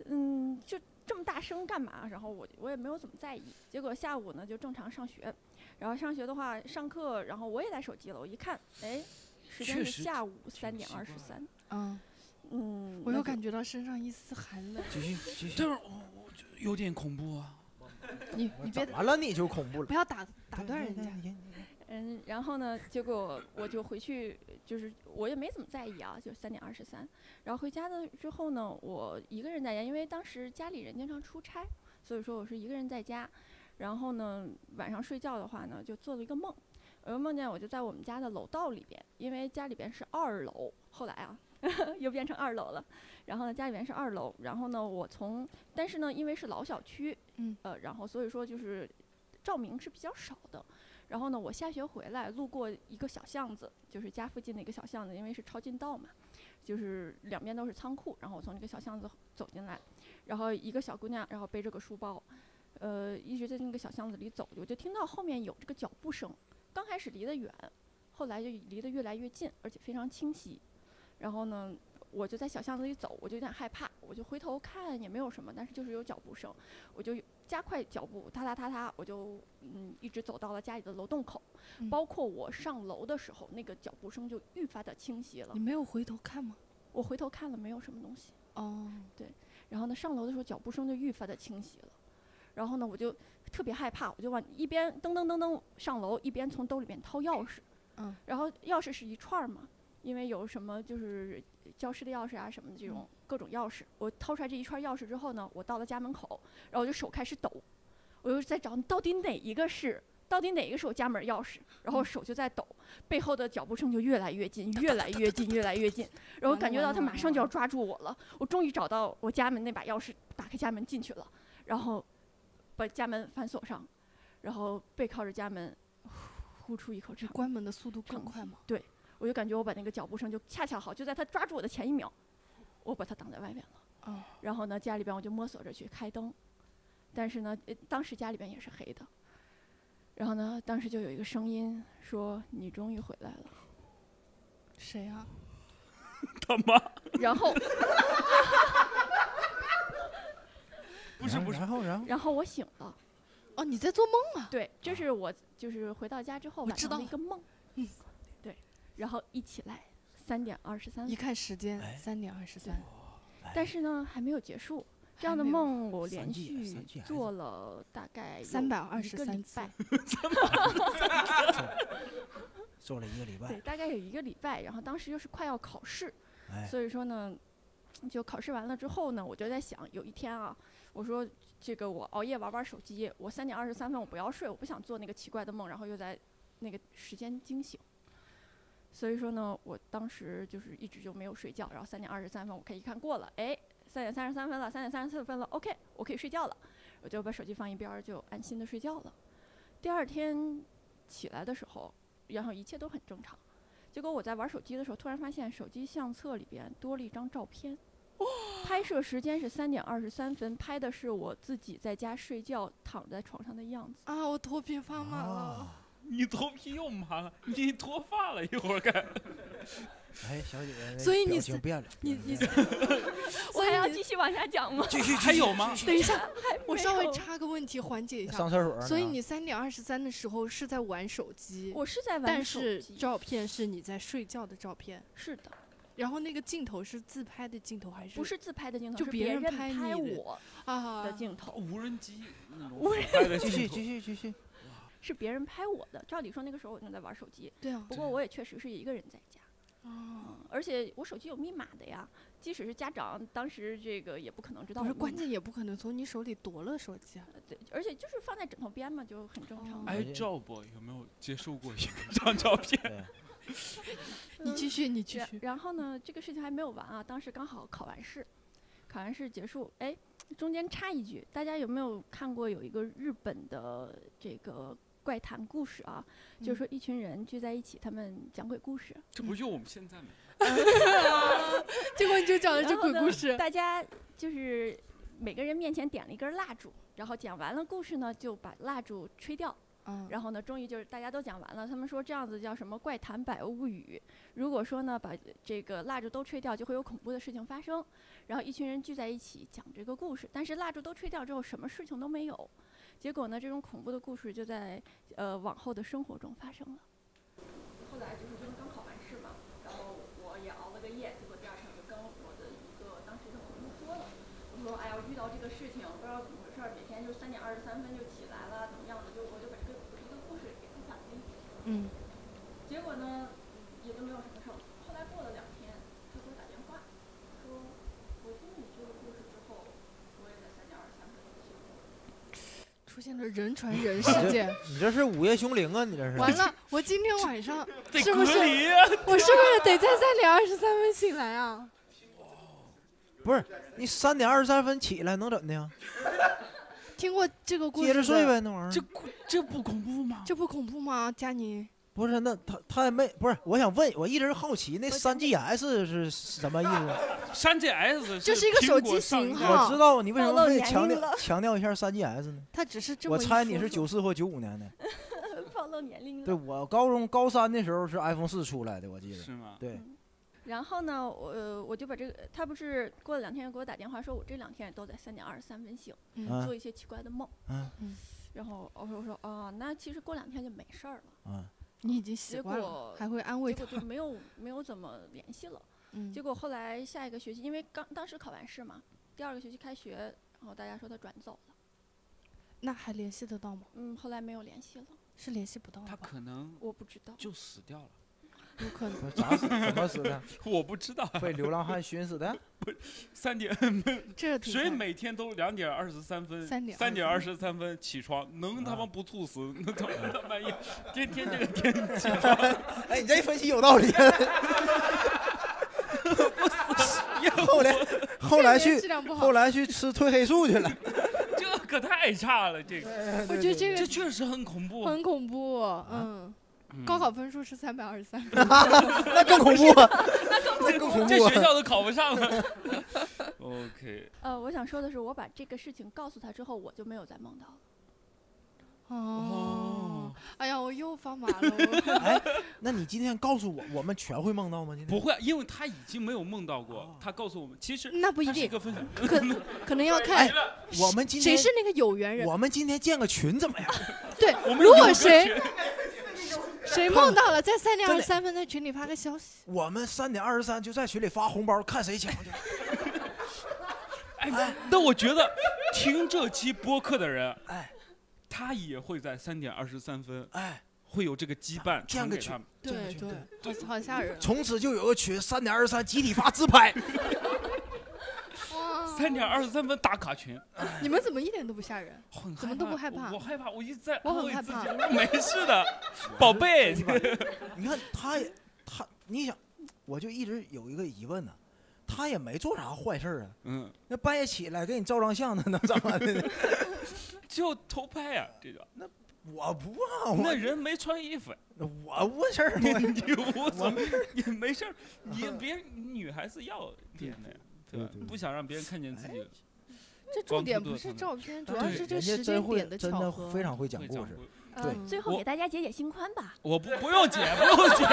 Speaker 5: 嗯，就这么大声干嘛？然后我我也没有怎么在意。结果下午呢就正常上学，然后上学的话上课，然后我也带手机了，我一看，哎，时
Speaker 4: 确
Speaker 5: 间
Speaker 4: 实
Speaker 5: 是下午三
Speaker 4: 挺
Speaker 5: 点
Speaker 4: 奇
Speaker 5: 二
Speaker 4: 怪
Speaker 5: 十
Speaker 4: 的
Speaker 5: 三。
Speaker 2: 嗯，
Speaker 5: 嗯，
Speaker 2: 我
Speaker 5: 那
Speaker 2: 又
Speaker 5: 就
Speaker 2: 感觉到身上一丝寒冷。
Speaker 3: 继续继续。
Speaker 4: 这我我就有点恐怖啊。
Speaker 2: 你你别
Speaker 3: 完了你就恐怖了
Speaker 2: 不。要打打断人家。
Speaker 5: 嗯，然后呢，结果我就回去，就是我也没怎么在意啊，就三点二十三。然后回家的之后呢，我一个人在家，因为当时家里人经常出差，所以说我是一个人在家。然后呢，晚上睡觉的话呢，就做了一个梦，我就梦见我就在我们家的楼道里边，因为家里边是二楼，后来啊 又变成二楼了。然后呢，家里边是二楼，然后呢，我从但是呢，因为是老小区，
Speaker 2: 嗯，
Speaker 5: 呃，然后所以说就是照明是比较少的。然后呢，我下学回来路过一个小巷子，就是家附近的一个小巷子，因为是抄近道嘛，就是两边都是仓库。然后我从这个小巷子走进来，然后一个小姑娘，然后背着个书包，呃，一直在那个小巷子里走，我就听到后面有这个脚步声。刚开始离得远，后来就离得越来越近，而且非常清晰。然后呢，我就在小巷子里走，我就有点害怕，我就回头看也没有什么，但是就是有脚步声，我就加快脚步，踏踏踏踏，我就嗯一直走到了家里的楼洞口。
Speaker 2: 嗯
Speaker 5: 包括我上楼的时候，那个脚步声就愈发的清晰了
Speaker 2: 你。没有回头看吗？
Speaker 5: 我回头看了，没有什么东西。
Speaker 2: 哦，
Speaker 5: 然后呢，上楼的时候脚步声就愈发的清晰了。然后呢，我就特别害怕，我就往一边噔噔噔噔上楼，一边从兜里面掏钥匙。
Speaker 2: 嗯。
Speaker 5: 然后钥匙是一串儿嘛，因为有什么就是教室的钥匙啊什么的这种
Speaker 2: 嗯
Speaker 5: 各种钥匙。我掏出来这一串钥匙之后呢，我到了家门口，然后我就手开始抖，我就在找到底哪一个是。到底哪一个是我家门钥匙？然后
Speaker 2: 嗯
Speaker 5: 手就在抖，背后的脚步声就越来越近，越来越近，越来越近。然后
Speaker 2: 完了
Speaker 5: 感觉
Speaker 2: 完
Speaker 5: 到
Speaker 2: 了
Speaker 5: 他
Speaker 2: 完
Speaker 5: 马
Speaker 2: 了
Speaker 5: 上就
Speaker 2: 完
Speaker 5: 要
Speaker 2: 了
Speaker 5: 抓住我了。我终于找到我家门那把钥匙，打开家门进去了，然后把家门反锁上，然后背靠着家门，呼出一口
Speaker 2: 这
Speaker 5: 长气。
Speaker 2: 关门的速度更快吗？
Speaker 5: 我就感觉我把那个脚步声就恰恰好，就在他抓住我的前一秒，我把他挡在外面了。
Speaker 2: 哦
Speaker 5: 然后呢，家里边我就摸索着去开灯，但是呢，呃当时家里边也是黑的。然后呢，当时就有一个声音说：“你终于回来了。”
Speaker 2: 谁啊？
Speaker 4: 他妈
Speaker 5: 然后，
Speaker 4: 不是不是，
Speaker 3: 然后 然后
Speaker 5: 然后我醒了。
Speaker 2: 哦，你在做梦？
Speaker 5: 对，这是我就是回到家之后
Speaker 2: 我
Speaker 5: 晚
Speaker 2: 知
Speaker 5: 上的
Speaker 2: 道
Speaker 5: 一
Speaker 2: 了
Speaker 5: 个梦。
Speaker 2: 嗯，
Speaker 5: 对，然后一起来三点二十三
Speaker 4: 嗯
Speaker 2: 一，看时间，
Speaker 3: 哎
Speaker 2: 三点二十三。哎
Speaker 5: 但是呢还没有结束。这样
Speaker 2: 还
Speaker 5: 的
Speaker 2: 没有
Speaker 5: 梦我连
Speaker 3: 3G
Speaker 5: 续
Speaker 3: 3G 还是
Speaker 5: 做了大概有
Speaker 2: 323
Speaker 5: 一个礼
Speaker 2: 次
Speaker 5: 拜，
Speaker 3: 做哎了一个礼拜
Speaker 5: 对，，大概有一个礼拜，然后当时又是快要考试，
Speaker 3: 哎，
Speaker 5: 所以说呢，就考试完了之后呢，我就在想，有一天啊，我说这个我熬夜玩玩手机，我三点二十三分我不要睡，我不想做那个奇怪的梦，然后又在那个时间惊醒。所以说呢，我当时就是一直就没有睡觉，然后三点二十三分我可以看过了，哎，三点三十三分了，三点三十四分了，OK，我可以睡觉了，我就把手机放一边儿，就安心的睡觉了。第二天起来的时候，然后一切都很正常。结果我在玩手机的时候，突然发现手机相册里边多了一张照片。哦拍摄时间是三点二十三分，拍的是我自己在家睡觉躺在床上的样子。
Speaker 2: 啊，我头皮发麻
Speaker 4: 哦
Speaker 2: 了。
Speaker 3: 啊，
Speaker 4: 你头皮又麻了，你脱发了，一会儿该。
Speaker 3: 哎，小姐姐那
Speaker 2: 所以
Speaker 3: 表
Speaker 2: 你
Speaker 3: 情
Speaker 2: 是
Speaker 3: 变了，哎
Speaker 2: 你
Speaker 3: 表
Speaker 2: 你，
Speaker 3: 情变了
Speaker 5: 我
Speaker 2: 所
Speaker 5: 还要
Speaker 2: 以你
Speaker 5: 继续往下讲吗？
Speaker 3: 继 续
Speaker 4: 还
Speaker 3: 继续
Speaker 4: 有吗
Speaker 3: 继续
Speaker 2: 等一下，我
Speaker 5: 没
Speaker 2: 稍微
Speaker 5: 有
Speaker 2: 插个问题缓解一下
Speaker 3: 上。厕所呢，
Speaker 2: 所以你三点二十三的时候是在玩手机，
Speaker 5: 我是在玩
Speaker 2: 但
Speaker 5: 手
Speaker 2: 是
Speaker 5: 机
Speaker 2: 照片是你在睡觉的照片，
Speaker 5: 是的，
Speaker 2: 然后那个镜头是自拍的镜头还是
Speaker 5: 不是自拍的镜头，
Speaker 2: 就是别
Speaker 5: 别
Speaker 2: 人
Speaker 5: 人
Speaker 2: 拍你的
Speaker 5: 我
Speaker 2: 啊
Speaker 5: 的？镜头，
Speaker 4: 无人机那种
Speaker 5: 无
Speaker 4: 俯拍的
Speaker 3: 继
Speaker 4: 镜
Speaker 3: 续
Speaker 4: 头
Speaker 3: 继续继续，
Speaker 5: 是别人拍我的。照理说那个时候我正在玩手机，
Speaker 2: 对啊
Speaker 5: 不，过我也确实是一个人在家。
Speaker 2: 啊，
Speaker 5: 嗯，而且我手机有密码的呀，即使是家长当时这个也不可能知道
Speaker 2: 不
Speaker 5: 我
Speaker 2: 是
Speaker 5: 密码。
Speaker 2: 关键也不可能从你手里夺了手机啊。
Speaker 5: 对，而且就是放在枕头边嘛，就很正常。
Speaker 2: 哦
Speaker 4: 哎，Job 有没有接受过一张照片？
Speaker 3: 对，
Speaker 5: 嗯
Speaker 2: 你继续，你继
Speaker 5: 然
Speaker 2: 续。
Speaker 5: 然后呢，这个事情还没有完啊，当时刚好考完试，考完试结束，哎，中间插一句，大家有没有看过有一个日本的这个怪谈故事啊？就
Speaker 2: 嗯
Speaker 5: 是说一群人聚在一起，他们讲鬼故事，
Speaker 4: 这不就我们现在吗？
Speaker 2: 结果你就讲了这
Speaker 5: 然后
Speaker 2: 鬼
Speaker 5: 呢
Speaker 2: 故事，
Speaker 5: 大家就是每个人面前点了一根蜡烛，然后讲完了故事呢，就把蜡烛吹掉。
Speaker 2: 嗯，
Speaker 5: 然后呢，终于就是大家都讲完了，他们说这样子叫什么怪谈百物语。如果说呢，把这个蜡烛都吹掉，就会有恐怖的事情发生。然后一群人聚在一起讲这个故事，但是蜡烛都吹掉之后，什么事情都没有。结果呢，这种恐怖的故事就在呃往后的生活中 发生了。后来就是因为刚考完试嘛，然后我也熬了个夜，结果第二天我就跟我的一个当时的朋友说了。我说，哎呀，我遇到这个事情，我不知道怎么回事儿，每天就三点二十三分就起来了，怎么样的，就我就把这个一个故事给他讲了一遍。
Speaker 2: 嗯，
Speaker 5: 结果呢，也就没有什么事儿。后来过了两天，他给我打电话，说我听了你这个故事之后，我也在三点二十三分就醒了。
Speaker 2: 出现了人传人事件，
Speaker 3: 你这是午夜凶铃啊，你这是
Speaker 2: 完了，我今天晚上
Speaker 4: 得
Speaker 2: 是不
Speaker 4: 隔
Speaker 2: 是
Speaker 4: 离啊。
Speaker 2: 我是不是得在三点二十三分醒来啊？
Speaker 3: 不是你三点二十三分起来能怎的呀？
Speaker 2: 听过这个故事？
Speaker 3: 接着睡。呗，那玩意
Speaker 4: 这
Speaker 3: 儿
Speaker 4: 故这不恐怖吗？
Speaker 2: 这不恐怖吗，佳宁？
Speaker 3: 不是那他他也没不是，我想问，我一直好奇那
Speaker 5: 我
Speaker 3: 三 GS 是什么意
Speaker 2: 哦
Speaker 3: 思？
Speaker 4: 山 GS
Speaker 2: 这是一个手机型号
Speaker 3: 我知道你为什
Speaker 5: 暴
Speaker 3: 么
Speaker 5: 露
Speaker 3: 非得
Speaker 5: 年
Speaker 3: 强
Speaker 5: 龄
Speaker 3: 调
Speaker 5: 了
Speaker 3: 强调一下三 GS 呢？
Speaker 2: 他只是这么
Speaker 3: 我
Speaker 2: 一
Speaker 3: 猜你
Speaker 2: 说
Speaker 3: 是
Speaker 2: 说
Speaker 3: 九四或九五 年的。
Speaker 5: 暴露年龄
Speaker 3: 对，我高中高三的时候是 iPhone 四出来的，我记
Speaker 4: 是
Speaker 3: 得。
Speaker 4: 吗？
Speaker 3: 对，
Speaker 5: 然后呢，我呃我就把这个，他不是过了两天又给我打电话说，我这两天也都在三点二十三分醒，
Speaker 3: 嗯
Speaker 5: 做一些奇怪的梦。
Speaker 3: 嗯
Speaker 5: 然后我说我说哦，那其实过两天就没事儿了，
Speaker 3: 嗯，
Speaker 2: 你已经习
Speaker 5: 结
Speaker 2: 惯了
Speaker 5: 果，
Speaker 2: 还会安慰
Speaker 5: 结
Speaker 2: 他
Speaker 5: 果。就 没有没有怎么联系了。
Speaker 2: 嗯
Speaker 5: 结果后来下一个学期，因为刚当时考完试嘛，第二个学期开学，然后大家说他转走了，
Speaker 2: 那还联系得到吗？
Speaker 5: 嗯，后来没有联系了，
Speaker 2: 是联系不到
Speaker 4: 他
Speaker 2: 吧？
Speaker 4: 可能
Speaker 5: 我不知道。
Speaker 4: 就死掉了，
Speaker 2: 有可能。
Speaker 3: 不是咋死？怎么死的？
Speaker 4: 我不知道。
Speaker 3: 被流浪汉熏死的？
Speaker 4: 三 点，
Speaker 2: 这挺
Speaker 4: 谁
Speaker 2: 吓人
Speaker 4: 每天都两点二十三分，
Speaker 2: 三嗯点
Speaker 4: 三点二十三分起床，能他妈不猝死？那他妈半夜， 天天这个天 气，
Speaker 3: 哎，你这一分析有道理。后来，后来
Speaker 2: 这联
Speaker 3: 去
Speaker 2: 系，量不好
Speaker 3: 后。来去吃褪黑素去了。
Speaker 4: 这可太差了，这个
Speaker 2: 我觉得这
Speaker 4: 这
Speaker 2: 个
Speaker 4: 确实很恐怖。
Speaker 2: 很恐怖。嗯，
Speaker 4: 啊嗯
Speaker 2: 高考分数是三百二十三。
Speaker 3: 那更恐怖，啊 那更恐
Speaker 4: 这
Speaker 3: 怖
Speaker 4: 学。校都考不上了。OK，
Speaker 5: 呃，我想说的是，我把这个事情告诉他之后，我就没有再梦到了。
Speaker 2: 哦。哎呀，我又发麻了。 我
Speaker 3: 哎，那你今天告诉我，我们全会梦到吗？今天
Speaker 4: 不会，啊因为他已经没有梦到过
Speaker 3: 哦，
Speaker 4: 他告诉我们，其实
Speaker 2: 嗯那不一
Speaker 4: 他是一
Speaker 2: 定，
Speaker 4: 个分享。
Speaker 2: 可可能要看
Speaker 4: 没了
Speaker 3: 我们今
Speaker 2: 谁
Speaker 3: 天
Speaker 2: 是那个有缘人。
Speaker 3: 我们今天建个群怎么样？
Speaker 2: 对
Speaker 4: 我，们
Speaker 2: 如
Speaker 4: 有
Speaker 2: 果
Speaker 4: 个
Speaker 2: 谁
Speaker 4: 群
Speaker 2: 谁梦到了，在三点
Speaker 3: 真
Speaker 2: 二
Speaker 3: 的
Speaker 2: 十三分在群里发个消息。
Speaker 3: 我们三点二十三就在群里发红包，看谁抢去。
Speaker 4: 哎，那我觉得听这期播客的人，
Speaker 3: 哎
Speaker 4: 他也会在三点二十三分
Speaker 3: 哎，
Speaker 4: 会有这个羁绊
Speaker 3: 这样
Speaker 4: 传
Speaker 3: 个
Speaker 4: 给他们。
Speaker 3: 这个
Speaker 2: 对
Speaker 3: 就
Speaker 2: 对，好好吓人啊。
Speaker 3: 从此就有个群三点二三集体发自拍，
Speaker 2: 哇
Speaker 4: 三点二十三分打卡群，
Speaker 2: 啊你们怎么一点都不吓人？
Speaker 4: 很
Speaker 2: 怎
Speaker 4: 害
Speaker 2: 么
Speaker 4: 怕，
Speaker 2: 都不害怕
Speaker 4: 我我害怕，我一直在
Speaker 2: 我
Speaker 4: 安
Speaker 2: 很
Speaker 4: 慰
Speaker 2: 害
Speaker 4: 自
Speaker 2: 怕
Speaker 4: 己，没 事的，宝贝，
Speaker 3: 你看他也他，你想，我就一直有一个疑问呢、他也没做啥坏事儿啊，
Speaker 4: 嗯，
Speaker 3: 那半夜起来给你照张相，那能咋的呢？
Speaker 4: 就偷拍呀、这个
Speaker 3: 我不怕，
Speaker 4: 那
Speaker 3: 哦我
Speaker 4: 人没穿 衣服，
Speaker 3: 我无事儿，我
Speaker 4: 你无所
Speaker 3: 我
Speaker 4: 谓，也 没事儿，你别女孩子要点的，吧
Speaker 3: 对对？对哎
Speaker 4: 不想让别人看见自己
Speaker 2: 这重
Speaker 4: 光
Speaker 2: 点
Speaker 4: 秃
Speaker 2: 不
Speaker 4: 的
Speaker 2: 是
Speaker 4: 他们
Speaker 2: 照片， 主
Speaker 3: 对
Speaker 2: 要是这
Speaker 3: 人家
Speaker 2: 时
Speaker 3: 真
Speaker 2: 间
Speaker 3: 会
Speaker 2: 点
Speaker 3: 真
Speaker 2: 巧
Speaker 3: 的
Speaker 2: 合。嗯
Speaker 3: 非常会讲
Speaker 4: 会
Speaker 3: 故
Speaker 4: 讲
Speaker 3: 事。
Speaker 4: 故
Speaker 5: 呃
Speaker 3: 对
Speaker 5: 最
Speaker 4: 我
Speaker 5: 后给大家解解心宽吧。
Speaker 4: 我不不用解，不 用解，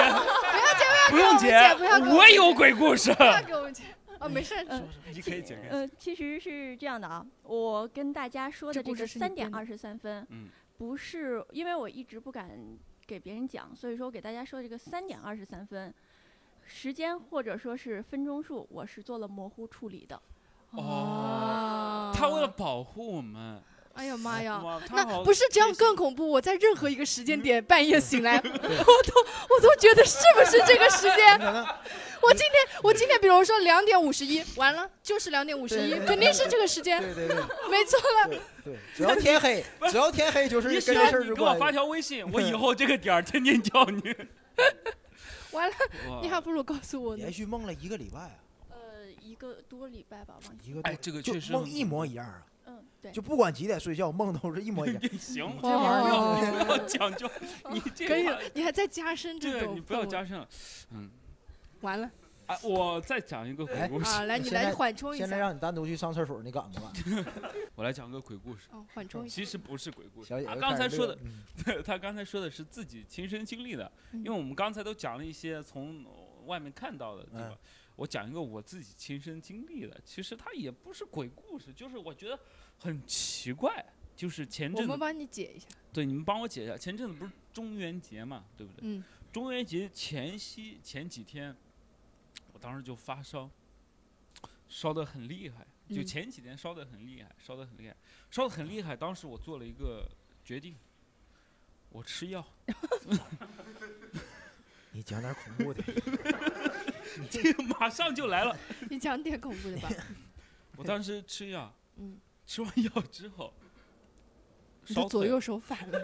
Speaker 4: 不用解，
Speaker 2: 不要给我们解不要给我们
Speaker 4: 我
Speaker 2: 解
Speaker 4: 有鬼故事，
Speaker 2: 不要给我们讲啊，没事儿，
Speaker 5: 呃
Speaker 4: 你可以解开。
Speaker 5: 呃，其实是这样的啊，我跟大家说
Speaker 2: 这
Speaker 5: 的
Speaker 2: 故
Speaker 5: 这个
Speaker 2: 事是你
Speaker 5: 三点
Speaker 2: 编的
Speaker 5: 二十三分，
Speaker 4: 嗯
Speaker 5: 不是因为我一直不敢给别人讲，所以说我给大家说的这个三点二十三分，时间或者说是分钟数，我是做了模糊处理的。
Speaker 4: 哦他为了，保护我们，
Speaker 2: 哎呀妈呀！
Speaker 4: 哇，他
Speaker 2: 那
Speaker 4: 好嗯
Speaker 2: 不是这样
Speaker 4: 贴心
Speaker 2: 更恐怖？我在任何一个时间点半夜醒 来，我都我都觉得是不是这个时间？
Speaker 3: 可能
Speaker 2: 我今天我今天比如说两点五十一，完了就是两点五十一
Speaker 3: 对，对
Speaker 2: 肯定是这个时间，
Speaker 3: 对对 对
Speaker 2: 没错了。
Speaker 3: 对，只要天黑，只要天黑就是
Speaker 4: 你
Speaker 3: 跟
Speaker 4: 只
Speaker 3: 这
Speaker 4: 要
Speaker 3: 事儿
Speaker 4: 你
Speaker 3: 有
Speaker 4: 给我发
Speaker 3: 关系。
Speaker 4: 条微 信，我以后这个点儿天天叫你。
Speaker 2: 完了，
Speaker 4: 哇
Speaker 2: 你还不如告诉我呢
Speaker 3: 连。续梦了一个礼拜啊，
Speaker 5: 呃，一个多礼拜吧，忘记。
Speaker 3: 一个多
Speaker 4: 哎，这个
Speaker 3: 就
Speaker 4: 确实
Speaker 3: 梦
Speaker 4: 很
Speaker 3: 一模一样啊，
Speaker 5: 嗯，对。
Speaker 3: 就不管几点睡觉，梦都是一模一 样。
Speaker 4: 行，
Speaker 2: 这
Speaker 4: 这
Speaker 2: 玩
Speaker 4: 玩
Speaker 2: 意
Speaker 4: 意
Speaker 2: 儿不
Speaker 4: 儿你
Speaker 2: 要
Speaker 4: 不要讲 究，你这
Speaker 2: 可以
Speaker 4: 个
Speaker 2: 了，哦你还在加深这
Speaker 4: 对
Speaker 2: 种，
Speaker 4: 你不要
Speaker 2: 氛围
Speaker 4: 加深了。嗯，
Speaker 2: 完了
Speaker 4: 啊，我再讲一个鬼
Speaker 3: 哎
Speaker 4: 故
Speaker 2: 啊！
Speaker 4: 事，
Speaker 2: 来，你
Speaker 3: 现
Speaker 2: 来
Speaker 3: 在
Speaker 2: 缓冲一
Speaker 3: 现在
Speaker 2: 下，
Speaker 3: 让你单独去上厕所，你敢不 敢？
Speaker 4: 我来讲个鬼故事。
Speaker 2: 嗯，缓冲一下。
Speaker 4: 其实不是鬼故事
Speaker 3: 小，姐
Speaker 4: 他
Speaker 3: 就
Speaker 4: 刚
Speaker 3: 开
Speaker 4: 才
Speaker 3: 始
Speaker 4: 说
Speaker 3: 乐
Speaker 4: 的，
Speaker 3: 嗯
Speaker 4: 他刚才说的是自己亲身经历的，因为
Speaker 2: 嗯
Speaker 4: 我们刚才都讲了一些从外面看到的，对吧
Speaker 3: 嗯？
Speaker 4: 我讲一个我自己亲身经历的，其实它也不是鬼故事，就是我觉得很奇怪，就是前
Speaker 2: 我
Speaker 4: 阵子
Speaker 2: 们帮你解一下，
Speaker 4: 对，你们帮我解一下。前阵子不是中元节嘛，对不对？
Speaker 2: 嗯。
Speaker 4: 中元节前夕前几天，我当时就发烧，烧得很厉害。就
Speaker 2: 嗯
Speaker 4: 前几天烧得很厉害，烧得很厉害，烧得很厉害。当时我做了一个决定，我吃药。
Speaker 3: 你讲点恐怖的，
Speaker 4: 这个马上就来了。
Speaker 2: 你讲点恐怖的吧。
Speaker 4: 我当时吃药，
Speaker 2: 嗯，
Speaker 4: 吃完药之后，
Speaker 2: 你
Speaker 4: 烧
Speaker 2: 的左
Speaker 4: 腿
Speaker 2: 右手反了，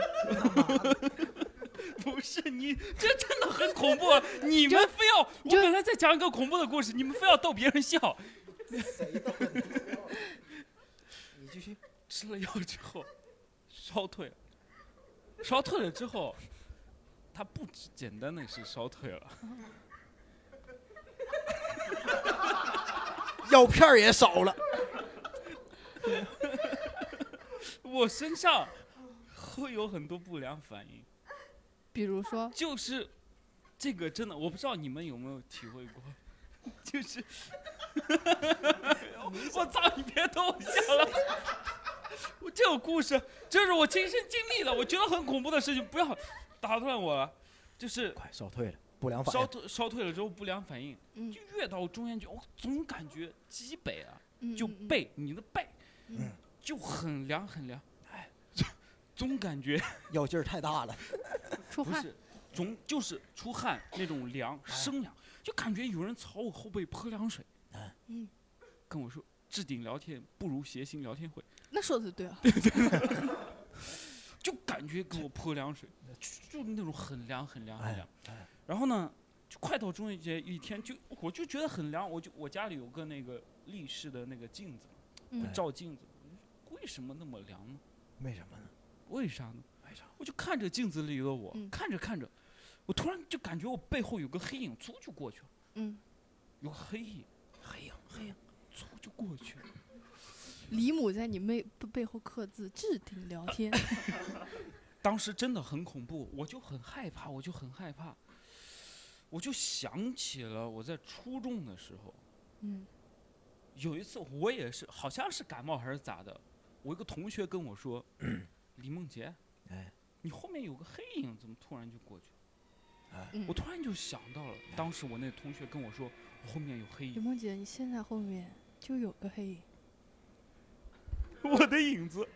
Speaker 4: 不是你，这真的很恐怖。啊 你们非要，我
Speaker 2: 就
Speaker 4: 本来在讲一个恐怖的故事，你们非要逗别人笑。
Speaker 3: 你继续。
Speaker 4: 吃了药之后，烧退了，烧退了之后，它不只简单的是烧退了，
Speaker 3: 药片儿也少了，
Speaker 4: 我身上会有很多不良反应，
Speaker 2: 比如说，
Speaker 4: 就是这个真的，我不知道你们有没有体会过，就是， 我操，你别逗我笑了。我这个故事，这是我亲身经历的，我觉得很恐怖的事情，不要打断我了。就是
Speaker 3: 快烧退了，不良反
Speaker 4: 烧
Speaker 3: 应。
Speaker 4: 退烧退了之后不良反应，
Speaker 2: 嗯
Speaker 4: 就越到中间去，我总感觉脊背啊，
Speaker 2: 嗯
Speaker 4: 就
Speaker 2: 嗯嗯
Speaker 4: 背你的背
Speaker 2: 嗯，
Speaker 4: 就很凉很凉，哎，就总感觉
Speaker 3: 药劲儿太大了，
Speaker 2: 出
Speaker 4: 不
Speaker 2: 汗，
Speaker 4: 是，总就是出汗那种凉，生凉，就感觉有人朝我后背泼凉水
Speaker 3: 哎，
Speaker 2: 嗯，
Speaker 4: 跟我说置顶聊天不如谐星聊天会，
Speaker 2: 那说的对啊。
Speaker 4: 就感觉给我泼凉水，就就那种很凉很凉很
Speaker 3: 哎
Speaker 4: 凉
Speaker 3: 哎。
Speaker 4: 然后呢，就快到中元节一天，就我就觉得很凉，我就我家里有个那个立式的那个镜子，
Speaker 2: 嗯
Speaker 4: 会照镜子，为什么那么凉呢？
Speaker 3: 为什么呢？
Speaker 4: 为啥呢？我就看着镜子里的我，
Speaker 2: 嗯
Speaker 4: 看着看着，我突然就感觉我背后有个黑影，嗖就过去了，
Speaker 2: 嗯，
Speaker 4: 有个黑影，黑影，黑影，嗖就过去了。
Speaker 2: 李母在你妹背背后刻字“置顶聊天
Speaker 4: 当时真的很恐怖，我就很害怕，我就很害怕，我就想起了我在初中的时候，”，
Speaker 2: 嗯，
Speaker 4: 有一次我也是，好像是感冒还是咋的，我一个同学跟我说，李梦洁，
Speaker 3: 哎，
Speaker 4: 你后面有个黑影，怎么突然就过去了？
Speaker 2: 嗯
Speaker 4: 我突然就想到了，当时我那同学跟我说，我后面有黑
Speaker 2: 李
Speaker 4: 影，
Speaker 2: 梦姐，你现在后面就有个黑影，
Speaker 4: 啊我的影子。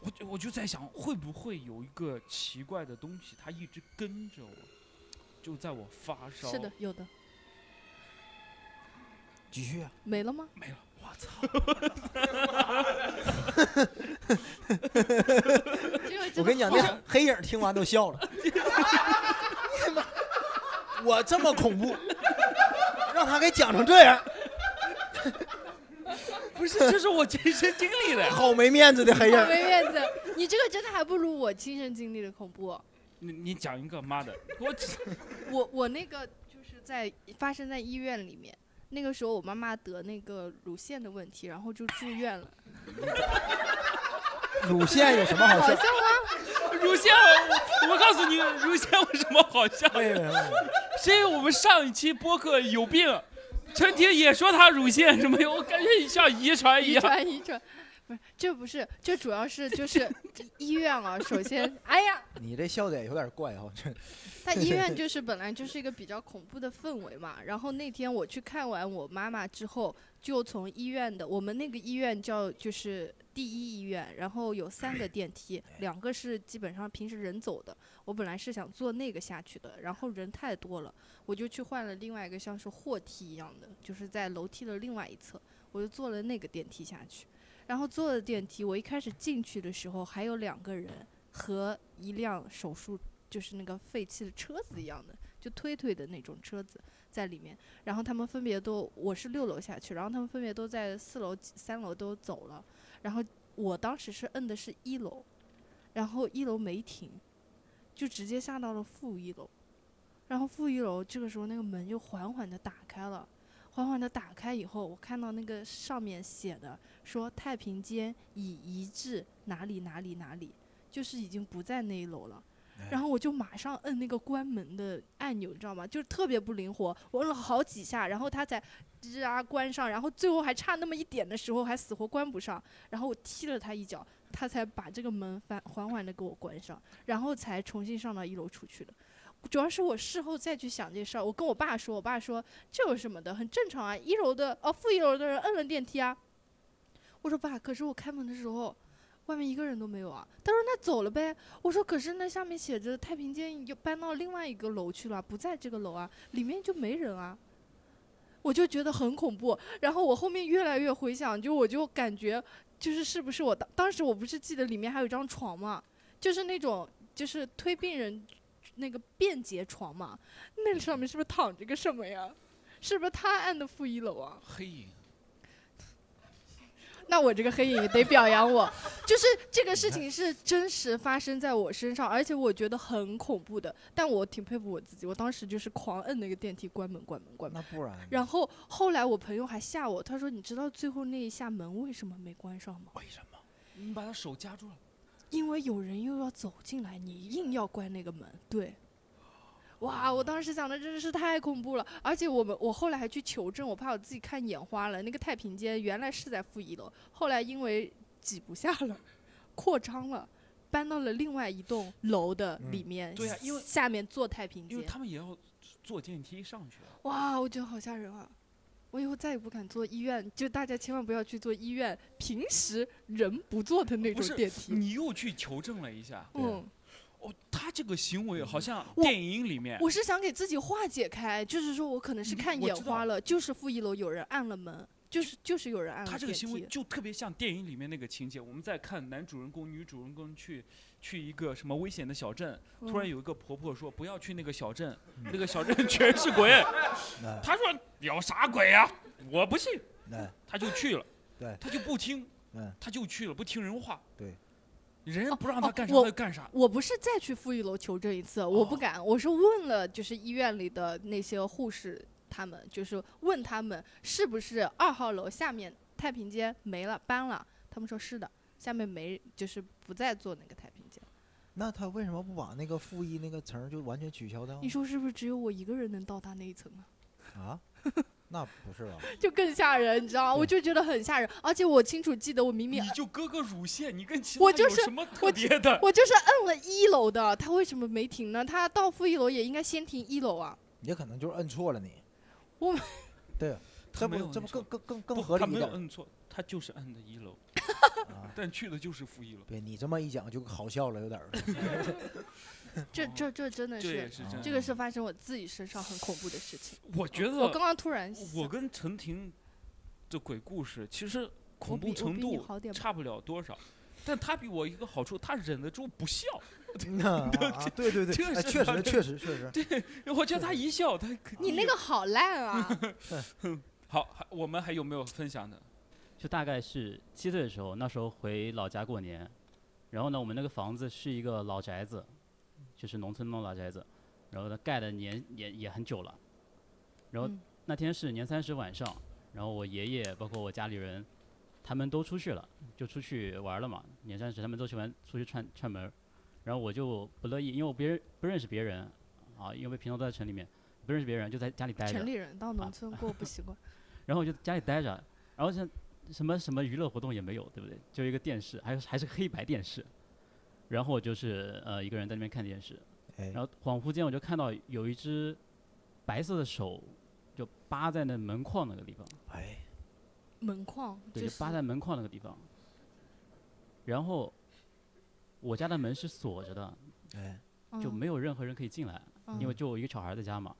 Speaker 4: 我就我就在想，会不会有一个奇怪的东西，它一直跟着我，就在我发烧。啊
Speaker 2: 是的，，有的
Speaker 3: 继续啊，
Speaker 2: 没了吗？
Speaker 4: 没了，我操！
Speaker 3: 我跟你讲，
Speaker 2: 那
Speaker 3: 那黑影听完都笑 了。你妈我这么恐怖， 让他给讲成这 样，
Speaker 4: 不是，这是我亲身经历的呀。
Speaker 3: 好没面子的黑影。
Speaker 2: 没面子，你这个真的还不如我亲身经历的恐怖。
Speaker 4: 你你讲一个，妈的，我 只
Speaker 2: 我我那个就是在发生在医院里面，那个时候我妈妈得那个乳腺的问题，然后就住院了。
Speaker 3: 乳腺有什么好
Speaker 2: 好
Speaker 3: 笑哎
Speaker 2: 笑？吗？
Speaker 4: 乳腺，我我告诉你，乳腺有什么好笑？
Speaker 3: 没没没，
Speaker 4: 是因为我们上一期播客有病，陈婷也说她乳腺什么有，我感觉像遗传一
Speaker 2: 遗
Speaker 4: 样。
Speaker 2: 传遗传，不是这不是，这主要是就是 医院啊。首先，哎呀，
Speaker 3: 你这笑点有点怪哈、这
Speaker 2: 他医院就是本来就是一个比较恐怖的氛围嘛。然后那天我去看完我妈妈之后，就从医院的我们那个医院叫就是第一医院，然后有三个电梯，两个是基本上平时人走的。我本来是想坐那个下去的，然后人太多了，我就去换了另外一个像是货梯一样的，就是在楼梯的另外一侧，我就坐了那个电梯下去。然后坐的电梯，我一开始进去的时候还有两个人和一辆手术就是那个废弃的车子一样的，就推推的那种车子在里面。然后他们分别都，我是六楼下去，然后他们分别都在四楼、三楼都走了。然后我当时是摁的是一楼，然后一楼没停，就直接下到了负一楼。然后负一楼这个时候那个门就缓缓的打开了，缓缓的打开以后，我看到那个上面写的说太平间已移至哪里哪里哪里，就是已经不在那一楼了。然后我就马上摁那个关门的按钮，你知道吗？就是特别不灵活，我摁了好几下，然后它才吱啊关上，然后最后还差那么一点的时候还死活关不上，然后我踢了它一脚，它才把这个门反缓缓的给我关上，然后才重新上到一楼出去的。主要是我事后再去想这事儿，我跟我爸说，我爸说这有什么的，很正常啊，一楼的哦负一楼的人摁了电梯啊。我说爸，可是我开门的时候，外面一个人都没有啊。他说那走了呗。我说可是那下面写着太平间又搬到另外一个楼去了，不在这个楼啊，里面就没人啊。我就觉得很恐怖，然后我后面越来越回想，就我就感觉就是是不是我当当时我不是记得里面还有一张床嘛，就是那种就是推病人那个便捷床嘛，那上面是不是躺着个什么呀？是不是他按的负一楼啊？
Speaker 4: 黑影，
Speaker 2: 那我这个黑影也得表扬我，就是这个事情是真实发生在我身上，而且我觉得很恐怖的。但我挺佩服我自己，我当时就是狂摁那个电梯，关门关门关门。
Speaker 3: 那不
Speaker 4: 嗯
Speaker 3: 然呢，
Speaker 2: 然后后来我朋友还吓我，他说：“你知道最后那一下门为什么没关上吗？
Speaker 3: 为什么？
Speaker 4: 你把他手夹住了。
Speaker 2: 因为有人又要走进来，你硬要关那个门。”对。哇！我当时想的真的是太恐怖了，而且我们我后来还去求证，我怕我自己看眼花了。那个太平间原来是在负一楼，后来因为挤不下了，扩张了，搬到了另外一栋楼的里面。
Speaker 4: 嗯对呀因为
Speaker 2: 下面做太平
Speaker 4: 因
Speaker 2: 间
Speaker 4: 为。他们也要坐电梯上去啊。
Speaker 2: 哇，我觉得好吓人啊！我以后再也不敢坐医院，就大家千万不要去坐医院平时人不坐的那
Speaker 4: 不
Speaker 2: 种
Speaker 4: 是嗯
Speaker 2: 电梯。
Speaker 4: 你又去求证了一下，
Speaker 3: 对啊
Speaker 2: 嗯，
Speaker 4: 哦，他这个行为好像
Speaker 2: 我
Speaker 4: 电影里面，
Speaker 2: 我是想给自己化解开，就是说我可能是
Speaker 4: 你
Speaker 2: 看
Speaker 4: 嗯我
Speaker 2: 眼
Speaker 4: 知道
Speaker 2: 花了，就是负一楼有人按了门，就是就是有人按了
Speaker 4: 他这个
Speaker 2: 电
Speaker 4: 行为
Speaker 2: 梯。
Speaker 4: 就特别像电影里面那个情节。我们在看男主人公、女主人公去去一个什么危险的小镇，突然
Speaker 2: 嗯
Speaker 4: 有一个婆婆说不要去那个小镇，那个小镇 全是鬼。
Speaker 3: 那
Speaker 4: 他说有啥鬼呀、我不信，
Speaker 3: 那
Speaker 4: 他就去了。
Speaker 3: 对
Speaker 4: 他就不听
Speaker 3: 嗯，
Speaker 4: 他就去了，不听人话。
Speaker 3: 对，
Speaker 4: 人家
Speaker 2: 哦
Speaker 4: 不让他
Speaker 2: 哦
Speaker 4: 干啥
Speaker 2: 我
Speaker 4: 他就干啥。
Speaker 2: 我不是再去负一楼求证一次，我不
Speaker 4: 哦
Speaker 2: 敢，我是问了，就是医院里的那些护士，他们就是问他们是不是二号楼下面太平间没了搬了，他们说是的，下面没就是不再做那个太平
Speaker 4: 哦
Speaker 2: 间。
Speaker 3: 那他为什么不把那个负一那个层儿就完全取消掉
Speaker 2: 你说是不是只有我一个人能到达那一层啊？
Speaker 3: 啊？那不是吧？
Speaker 2: 就更吓人，你知道吗？我就觉得很吓人，而且我清楚记得我明
Speaker 4: 你
Speaker 2: 明。
Speaker 4: 就割个乳腺，你跟其
Speaker 2: 我
Speaker 4: 他
Speaker 2: 就
Speaker 4: 有
Speaker 2: 是
Speaker 4: 什么特
Speaker 2: 我
Speaker 4: 别 的？
Speaker 2: 我就是摁了一楼的，他为什么没停呢？他到负一楼也应该先停一楼啊。
Speaker 3: 也可能就是摁错了你。
Speaker 2: 我
Speaker 3: 对，
Speaker 4: 他
Speaker 3: 这
Speaker 4: 没
Speaker 3: 不
Speaker 4: 有
Speaker 3: 这不
Speaker 4: 那什
Speaker 3: 更
Speaker 4: 么
Speaker 3: 更更
Speaker 4: 不
Speaker 3: 更合理
Speaker 4: 他
Speaker 3: 一
Speaker 4: 没有
Speaker 3: 点？
Speaker 4: 摁错，他就是摁的一楼。
Speaker 3: 啊，
Speaker 4: 但去的就是复议了，
Speaker 3: 对你这么一讲就好笑了，有 点儿。
Speaker 2: 这这这真的
Speaker 4: 这也
Speaker 2: 是，
Speaker 4: 是真的。
Speaker 2: 这个是发生我自己身上很恐怖的事情。
Speaker 4: 我觉得
Speaker 2: 我刚刚突然
Speaker 4: 我
Speaker 2: 想
Speaker 4: 跟陈婷这鬼故事其实
Speaker 2: 我
Speaker 4: 恐
Speaker 2: 比
Speaker 4: 怖
Speaker 2: 我
Speaker 4: 程
Speaker 2: 比你
Speaker 4: 度
Speaker 2: 好点吧
Speaker 4: 差不了多少，但他比我一个好处，他忍得住不笑。
Speaker 3: 啊啊啊对对对，
Speaker 4: 这
Speaker 3: 哎，
Speaker 4: 是
Speaker 3: 确
Speaker 4: 他
Speaker 3: 实
Speaker 4: 的
Speaker 3: 确实确实，
Speaker 4: 我觉得他一笑，他可
Speaker 2: 你那个好烂 啊！
Speaker 4: 好，还我们还有没有分享的？
Speaker 6: 就大概是七岁的时候，那时候回老家过年，然后呢，我们那个房子是一个老宅子，就是农村那种老宅子，然后它盖的年也也很久了。然后
Speaker 2: 嗯
Speaker 6: 那天是年三十晚上，然后我爷爷包括我家里人，他们都出去了，就出去玩了嘛。年三十他们都喜欢出去串串门儿，然后我就不乐意，因为我别人不认识别人啊，因为平常都在城里面，不认识别人就在家里待着啊
Speaker 2: 城。里人到农村过不 习惯，
Speaker 6: 然后我就家里待着，然后像什么什么娱乐活动也没有，对不对？就一个电视，还是还是黑白电视。然后我就是呃一个人在那边看电视，
Speaker 3: 哎
Speaker 6: 然，后恍惚间我就看到有一只白色的手就扒在那门框那个地方，
Speaker 3: 哎，
Speaker 2: 门框
Speaker 6: 对，
Speaker 2: 就
Speaker 6: 就是扒在门框那个地方。然后我家的门是锁着的，
Speaker 3: 哎，
Speaker 6: 就
Speaker 2: 嗯
Speaker 6: 没有任何人可以进来，因
Speaker 2: 嗯
Speaker 6: 为就我一个小孩在家嘛，